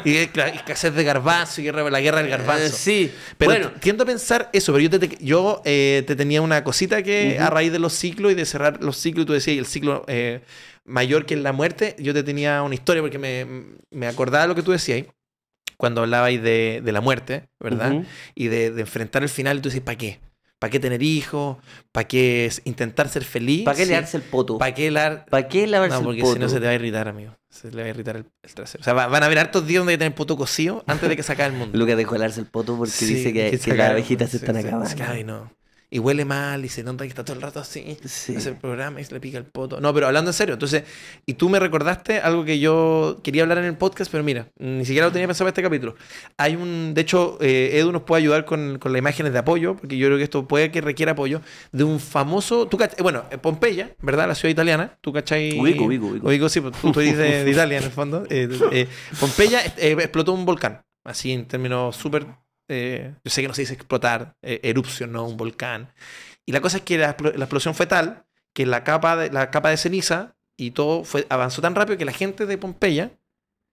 A: y eh, claro, escasez de garbanzo y guerra, la guerra del garbanzo.
B: Eh, sí.
A: Pero
B: bueno,
A: t- tiendo a pensar eso, pero yo te, te- yo, eh, te tenía una cosita que
B: Ujú.
A: a raíz de los ciclos y de cerrar los ciclos, y tú decías, y el ciclo eh, mayor que es la muerte, yo te tenía una historia porque me, me acordaba lo que tú decías ahí, cuando hablabais de, de la muerte, ¿verdad?
B: Ujú.
A: Y de, de enfrentar el final, y tú decís, ¿para qué? ¿Para qué tener hijos? ¿Para qué s- intentar ser feliz?
B: ¿Para qué
A: Sí.
B: learse el poto?
A: ¿Para qué lar-
B: ¿Para qué lavarse
A: No, porque
B: el poto?
A: si no se te va a irritar, amigo. Se le va a irritar el, el trasero. O sea, va- van a haber hartos días donde hay que tener puto cocido antes de que saca el
B: (laughs)
A: mundo.
B: Lucas dejó de lavarse el poto porque
A: Sí,
B: dice que, que
A: se
B: las
A: acabaron,
B: abejitas se
A: sí,
B: están
A: sí, sí,
B: acabando.
A: ay, no. Y huele mal y se nota que está todo el rato así.
B: Sí.
A: Hace el programa y se le pica el poto. No, pero hablando en serio, entonces, y tú me recordaste algo que yo quería hablar en el podcast, pero mira, ni siquiera lo tenía pensado para este capítulo. Hay un, de hecho, eh, Edu nos puede ayudar con, con las imágenes de apoyo, porque yo creo que esto puede que requiera apoyo, de un famoso, tú cach- eh, bueno, eh, Pompeya, ¿verdad? La ciudad italiana, tú cachai.
B: Ubico, ubico, ubico.
A: sí, pues, tú, tú eres
B: (laughs)
A: de, de Italia en el fondo. Eh, eh, Pompeya eh, explotó un volcán, así en términos súper... eh, yo sé que no se dice explotar, eh, erupcionó un volcán. Y la cosa es que la, explo- la explosión fue tal que la capa de, la capa de ceniza y todo fue, avanzó tan rápido que la gente de Pompeya,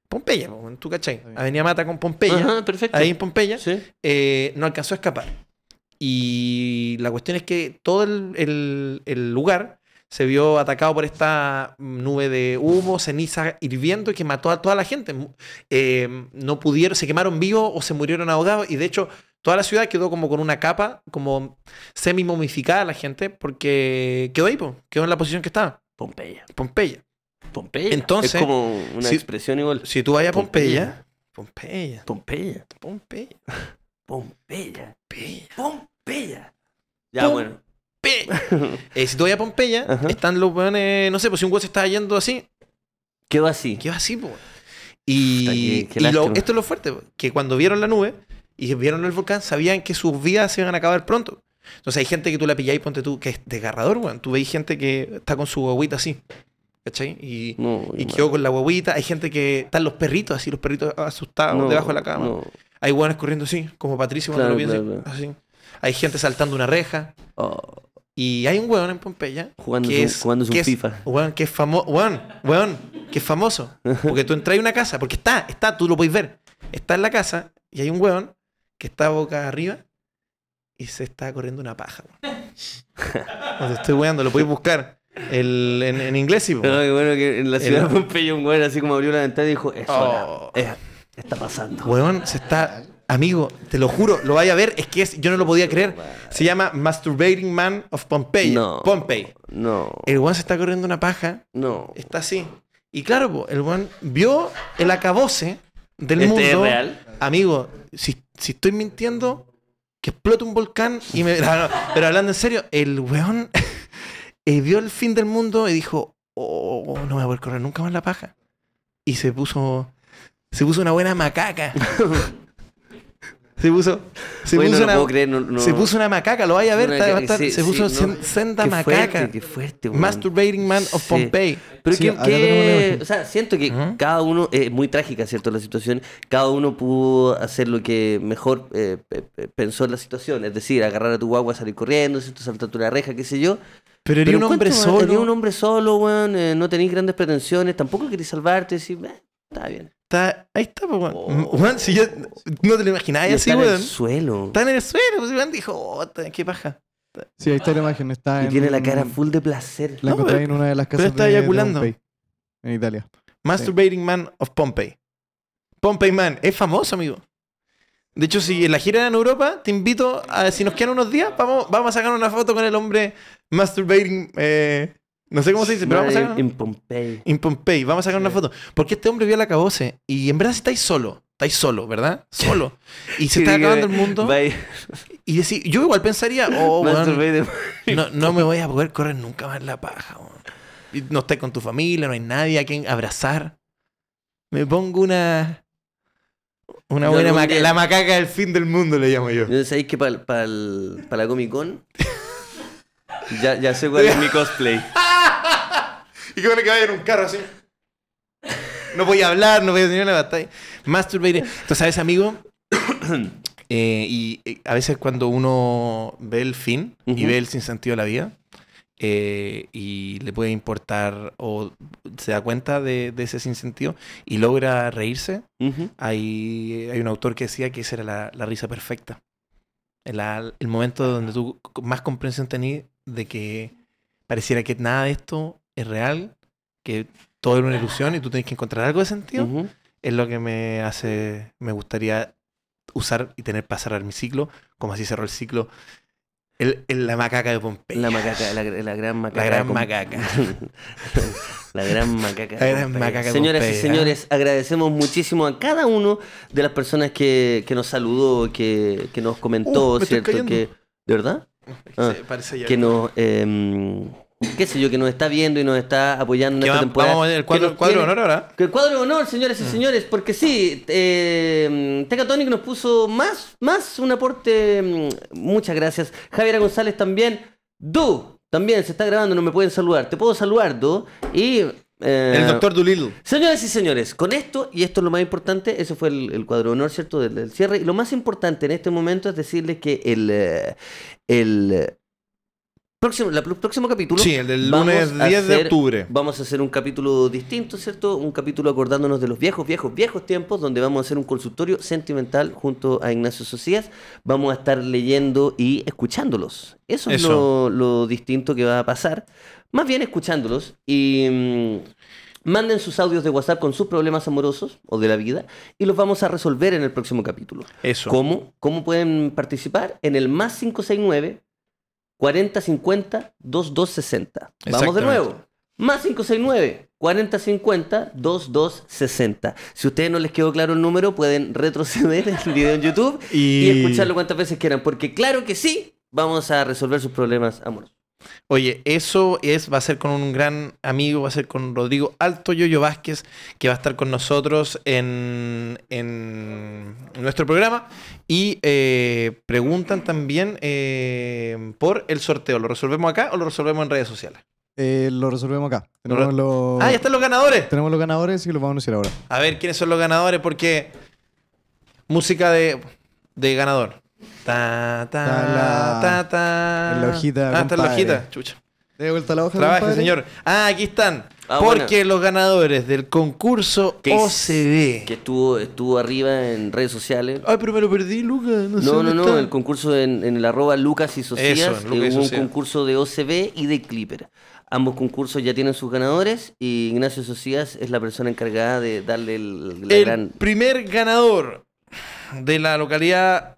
A: Pompeya, po, weón, tú cachai,
C: bien.
A: Avenida Mata con Pompeya,
B: Ajá, perfecto.
A: ahí en Pompeya,
B: Sí.
A: eh, no alcanzó a escapar. Y la cuestión es que todo el, el- el lugar se vio atacado por esta nube de humo, ceniza hirviendo que mató a toda la gente. Mu- eh, no pudieron, se quemaron vivos o se murieron ahogados. Y de hecho, toda la ciudad quedó como con una capa, como semi-momificada la gente, porque quedó ahí, po, quedó en la posición que estaba,
B: Pompeya.
A: Pompeya.
B: Pompeya.
A: Entonces-
B: Es como una
A: Sí.
B: expresión igual.
A: Si tú vas a Pompeya, Pompeya,
B: Pompeya.
A: Pompeya,
B: Pompeya.
A: Pompeya.
B: Pompeya. Ya,
A: Pom-
B: bueno.
A: Pe-
B: (laughs)
A: Eh, si tú vas a Pompeya,
B: Ajá.
A: están los weones, no sé, pues si un weón se está yendo así,
B: Quedó así.
A: ¿qué va así, po? Y,
B: Puta, qué- qué
A: y lo-
B: lástima.
A: esto es lo fuerte, po, que cuando vieron la nube y vieron el volcán, sabían que sus vidas se iban a acabar pronto. Entonces hay gente que tú la pilláis, ponte tú, que es desgarrador, weón. Tú veis gente que está con su guaguita así, ¿cachai? Y,
B: No,
A: y
B: qué
A: quedó con la guaguita. Hay gente que están los perritos así, los perritos
B: mal.
A: asustados
B: No,
A: debajo de la cama.
B: no.
A: Hay weones corriendo así, como Patricio cuando
B: Claro,
A: lo piensa,
B: claro,
A: así. Hay gente saltando una reja.
B: Oh,
A: Y hay un weón en Pompeya
B: Jugándose
A: que
B: un-
A: es,
B: jugándose un
A: que es-
B: FIFA.
A: weón, que es famoso. Weón, weón, que es famoso. Porque tú entras a una casa, porque está, está, tú lo podéis ver. Está en la casa y hay un weón que está boca arriba y se está corriendo una paja. weón.
B: (laughs)
A: No te estoy weando, lo podéis buscar. El- en, en inglés sí, po.
B: (laughs) Pero qué bueno que en la
A: El-
B: ciudad de Pompeya un güey así como abrió la ventana y dijo, es hora,
A: Oh.
B: es- está pasando.
A: Weón, se está. Amigo, te lo juro, lo vaya a ver, es que es, yo no lo podía creer. Se llama Masturbating Man of Pompeii.
B: No.
A: Pompeii.
B: No,
A: El weón se está corriendo una paja
B: no.
A: Está así. Y claro, po, el weón vio el acabose del
B: ¿Este
A: mundo.
B: es real?
A: Amigo, si, si estoy mintiendo, que explote un volcán y me. (laughs) No, no, pero hablando en serio, el weón (laughs) eh, vio el fin del mundo y dijo: Oh, no me voy a poder correr nunca más la paja. Y se puso. Se puso una buena macaca. (laughs) se puso. Se
B: Oye,
A: puso
B: no lo
A: una.
B: puedo creer, no- no-
A: Se puso una macaca, lo vaya a ver,
B: Una
A: está-
B: ca-
A: va a estar-
B: sí,
A: se
B: sí,
A: puso
B: no.
A: sen- senda
B: Qué
A: macaca.
B: Fuerte, qué fuerte, weón.
A: Masturbating Man of
B: Sí.
A: Pompeii.
B: Pero
C: Sí,
B: que,
C: acá
B: que-
C: tenemos una imagen.
B: o sea, siento que
A: Ujú.
B: cada uno, eh, es muy trágica, ¿cierto? La situación, cada uno pudo hacer lo que mejor eh, pe- pe- pensó en la situación, es decir, agarrar a tu guagua, salir corriendo, ¿cierto? saltarte una reja, qué sé yo.
A: Pero era un
B: encuentro,
A: hombre
B: weón,
A: solo.
B: eres un hombre solo, weón, eh, no tenés grandes pretensiones, tampoco querés salvarte, decís, "Eh, está bien.
A: Está- ahí está, pues, weón.
B: Oh.
A: M- weón, si yo no te lo imaginaba
B: Y
A: así,
B: está en
A: Ah, weón.
B: el suelo.
A: Está en el suelo, pues, weón dijo, oh, ta- qué paja.
C: Sí, ahí está la imagen. Está
B: Y
C: en,
B: tiene la cara full de placer.
C: La
A: No,
C: encontré
A: pero-
C: en una de las
A: pero
C: casas
A: está
C: de- de
A: eyaculando.
C: Pompey, en Italia.
A: Masturbating Man of Pompeii. Pompeii Man, es famoso, amigo. De hecho, si en la gira en Europa, te invito a, si nos quedan unos días, vamos, vamos a sacar una foto con el hombre masturbating, eh, no sé cómo se dice, pero vamos a sacar...
B: En Pompey.
A: En Pompey, vamos a sacar una
C: Sí.
A: foto. Porque este hombre vio la acabose y en verdad si estáis solo, estáis solo,
B: (laughs)
A: ¿verdad? Solo. Y se está acabando el mundo. Y decir, yo igual pensaría,
B: (laughs)
A: oh, weón,
B: Masturbate.
A: no, no me voy a poder correr nunca más la paja. weón. Y no estás con tu familia, no hay nadie a quien abrazar. Me pongo una. Una
B: Yo
A: buena
B: algún
A: maca-
B: día-
A: La macaca del fin del mundo le llamo yo.
B: Yo sabéis que para la Comic Con. (laughs) ya, ya sé cuál es mi cosplay.
A: (laughs) Y qué bueno que vaya en un carro así. No podía hablar, no podía tener una batalla. Masturbating. Entonces, ¿sabes, amigo? (coughs) Eh, y eh, a veces cuando uno ve el fin y
B: Ujú.
A: ve el sinsentido de la vida eh, y le puede importar o se da cuenta de, de ese sinsentido y logra reírse,
B: Ujú.
A: hay, hay un autor que decía que esa era la, la risa perfecta. El, el momento donde tú c- más comprensión tenías de que pareciera que nada de esto es real, que todo era una ilusión y tú tenés que encontrar algo de sentido,
B: Ujú.
A: es lo que me hace, me gustaría usar y tener para cerrar mi ciclo, como así cerró el ciclo, el, el- la macaca de Pompeya.
B: La macaca, la, la gran macaca.
A: gran
B: con-
A: macaca.
B: (laughs) la gran macaca.
A: La gran
B: compadre.
A: macaca,
B: Señoras y
A: compadre, ¿eh?
B: señores, agradecemos muchísimo a cada uno de las personas que, que nos saludó, que, que nos comentó,
A: Uh, me estoy
B: ¿cierto?
A: cayendo.
B: Que, ¿De verdad? Ah,
A: Se- parece ya.
B: Que nos. eh, qué sé yo, que nos está viendo y nos está apoyando en
A: Que
B: esta
A: va-
B: temporada.
A: vamos a ver el
B: que
A: cuadro,
B: nos
A: cuadro de
B: tiene-
A: honor ahora.
B: que el cuadro de honor, señores y
A: Mm.
B: señores, porque sí, eh, Tecatonic nos puso más, más un aporte. mm, Muchas gracias. Javiera González también. Du, también se está grabando, no me pueden saludar. Te puedo saludar, Du. Y. eh,
A: El doctor Doolittle.
B: Señoras y señores, con esto, y esto es lo más importante, eso fue el, el cuadro de honor, ¿cierto? Del, del cierre. Y lo más importante en este momento es decirles que el. eh, el eh, próximo, la- el próximo capítulo.
A: Sí, el del
B: vamos
A: lunes
B: a
A: 10 de
B: hacer-
A: octubre.
B: Vamos a hacer un capítulo distinto, ¿cierto? Un capítulo acordándonos de los viejos, viejos, viejos tiempos, donde vamos a hacer un consultorio sentimental junto a Ignacio Socias. Vamos a estar leyendo y escuchándolos. Eso, es
A: Eso.
B: lo, lo distinto que va a pasar. Más bien escuchándolos y mm, manden sus audios de WhatsApp con sus problemas amorosos o de la vida y los vamos a resolver en el próximo capítulo.
A: Eso.
B: ¿Cómo? ¿Cómo pueden participar? En el más 569 4050 2260. Vamos de
A: Exactamente.
B: nuevo. Más 569 4050 2260. Si a ustedes no les quedó claro el número, pueden retroceder el video en YouTube y...
A: Y-
B: escucharlo cuantas veces quieran, porque claro que sí, vamos a resolver sus problemas amorosos.
A: Oye, eso es, va a ser con un gran amigo, va a ser con Rodrigo Alto Yoyo Vázquez, que va a estar con nosotros en, en nuestro programa. Y eh, preguntan también eh, por el sorteo. ¿Lo resolvemos acá o lo resolvemos en redes sociales?
C: Eh, lo resolvemos acá.
A: Lo
C: Tenemos, los,
A: Ah, ya están los ganadores.
C: tenemos los ganadores y los vamos a anunciar ahora.
A: A ver quiénes son los ganadores, porque música de, de ganador. Ta, ta,
C: Está en la-
A: ta, ta.
C: en la hojita,
A: Ah, está en la
C: compadre.
A: hojita. Chucha.
C: De vuelta la hoja.
A: Trabaje,
C: compadre.
A: señor. Ah, aquí están.
B: Ah,
A: Porque los ganadores del concurso
B: Que es-
A: OCD.
B: Que estuvo, estuvo arriba en redes sociales.
A: Ay, pero me lo perdí, Lucas. No, sé
B: No,
A: dónde
B: no, no,
A: está.
B: el concurso en, en el arroba Lucas y Socias,
A: Eso, en
B: eh,
A: Lucas y
B: hubo un
A: Socias.
B: concurso de OCB y de Clipper. Ambos concursos ya tienen sus ganadores y Ignacio Socias es la persona encargada de darle el, la
A: El
B: gran...
A: primer ganador de la localidad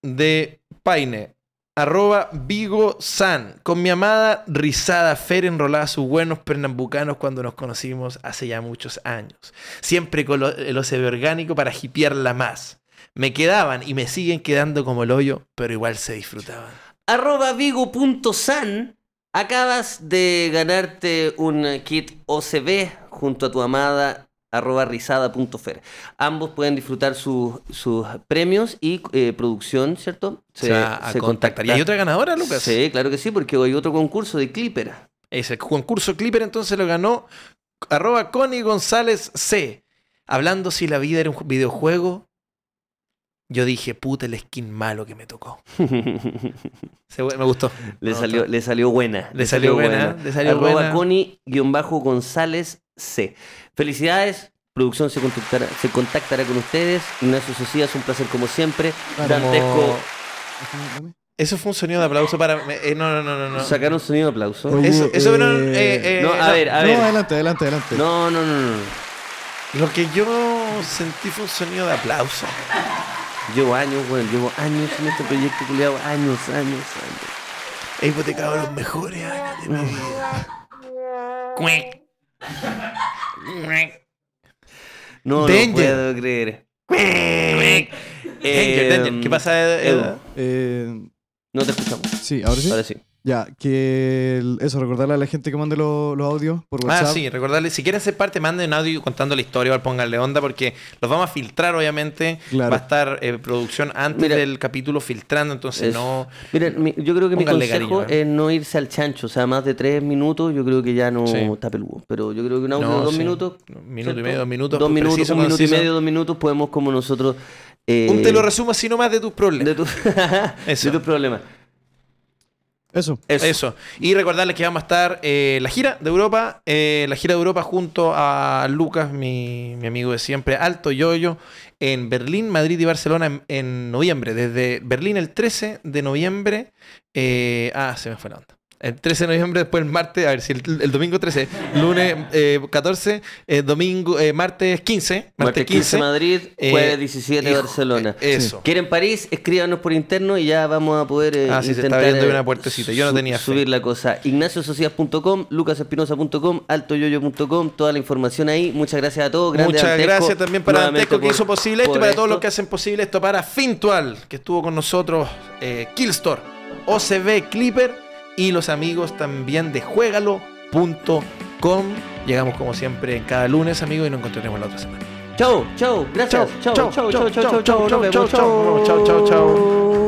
A: de Paine, arroba Vigo San, con mi amada Rizada Fer enrolada sus buenos pernambucanos cuando nos conocimos hace ya muchos años. Siempre con lo- el OCB orgánico para hipearla más. Me quedaban y me siguen quedando como el hoyo, pero igual se disfrutaban.
B: Arroba Vigo.san, acabas de ganarte un eh, kit OCB junto a tu amada arroba rizada.fer. Ambos pueden disfrutar sus- sus premios y eh, producción, ¿cierto?
A: O sea, a contactar. ¿Y
B: contacta-
A: hay otra ganadora, Lucas?
B: Sí, claro que sí, porque hoy otro concurso de Clipper.
A: Es el concurso Clipper, entonces lo ganó arroba Connie González C. Hablando si la vida era un ju- videojuego, yo dije, puta, el skin malo que me tocó. Se- me gustó.
B: le,
A: Me
B: salió,
A: gustó.
B: le salió buena.
A: Le salió buena, le salió buena.
B: Arroba Connie-González C. Felicidades. Producción se contactará, se contactará con ustedes. Ignacio Socias, un placer como siempre.
C: Claro.
B: Dantesco,
C: Dame.
A: Eso fue un sonido de aplauso para... me- eh, no, no, no, no. no.
B: sacaron sonido de aplauso.
C: Oye,
A: Eso, eso
C: eh,
A: no, eh, eh,
B: no, a ver, a
C: No,
B: ver.
C: adelante, adelante, adelante.
B: No, no, no, no.
A: Lo que yo sentí fue un sonido de aplauso.
B: Llevo años, bueno, llevo años en este proyecto, culiado. Años, años, años.
A: He hipotecado los mejores años de mi vida. Cuic. Cuic.
B: No,
A: Danger.
B: no puedo creer.
A: Cuic. Danger,
B: Eh,
A: danger. ¿Qué pasa, Edu? Ah,
B: Edu?
C: Eh,
B: No te escuchamos.
C: sí, ahora sí.
B: Ahora sí.
C: Ya, que el- eso, recordarle a la gente que mande lo- los audios por
A: Ah,
C: WhatsApp.
A: sí, recordarles, si quieren ser parte, manden un audio contando la historia, igual pónganle onda, porque los vamos a filtrar, obviamente.
C: Claro.
A: Va a estar eh, producción antes
B: Mira.
A: del capítulo filtrando, entonces
B: Es-
A: no.
B: Miren, mi- yo creo que mi
A: Pónganle
B: consejo
A: cariño, ¿eh?
B: es no irse al chancho. O sea, más de tres minutos, yo creo que ya no
A: Sí.
B: está peludo. Pero yo creo que un audio de
A: No,
B: dos
A: sí.
B: minutos.
A: Un minuto y medio, dos minutos, pues,
B: Dos minutos,
A: preciso,
B: un minuto
A: conciso.
B: y medio, dos minutos, podemos como nosotros. eh,
A: Un te lo resumo así nomás de tus problemas.
B: de, tu- (laughs)
A: Eso.
B: de tus problemas.
C: Eso.
B: Eso.
A: Eso. Y recordarles que vamos a estar eh, la gira de Europa, eh, la gira de Europa junto a Lucas, mi, mi amigo de siempre, Alto Yoyo, en Berlín, Madrid y Barcelona en, en noviembre. Desde Berlín el 13 de noviembre. eh, ah, se me fue la onda. El 13 de noviembre, después el martes, a ver si el, el domingo 13, lunes eh, 14, eh, domingo, eh, martes 15, martes,
B: Martes 15
A: 15,
B: Madrid,
A: eh,
B: jueves 17
A: y-
B: Barcelona.
A: eh, eso.
B: ¿Quieren París? Escríbanos por interno y ya vamos a poder eh,
A: Ah, sí, se está
B: intentar,
A: abriendo
B: eh,
A: una puertecita. Yo no tenía fe.
B: subir la cosa. ignaciosocias.com, lucasespinosa.com, altoyoyo.com, toda la información ahí. Muchas gracias a todos. Grande
A: Muchas
B: Antesco,
A: gracias también para
B: nuevamente
A: Antesco que
B: por-
A: hizo posible esto y
B: por
A: para todos
B: esto.
A: los que hacen posible esto, para Fintual, que estuvo con nosotros, eh, Killstore, OCB Clipper y los amigos también de juegalo.com. Llegamos como siempre cada lunes, amigos, y nos encontraremos la otra semana.
B: Chau, chau, gracias.
A: Chau,
B: Chau, chau, chau, chau, chau, chau,
A: chau,
B: nos vemos.
A: chau, chau, chau, chau, chau.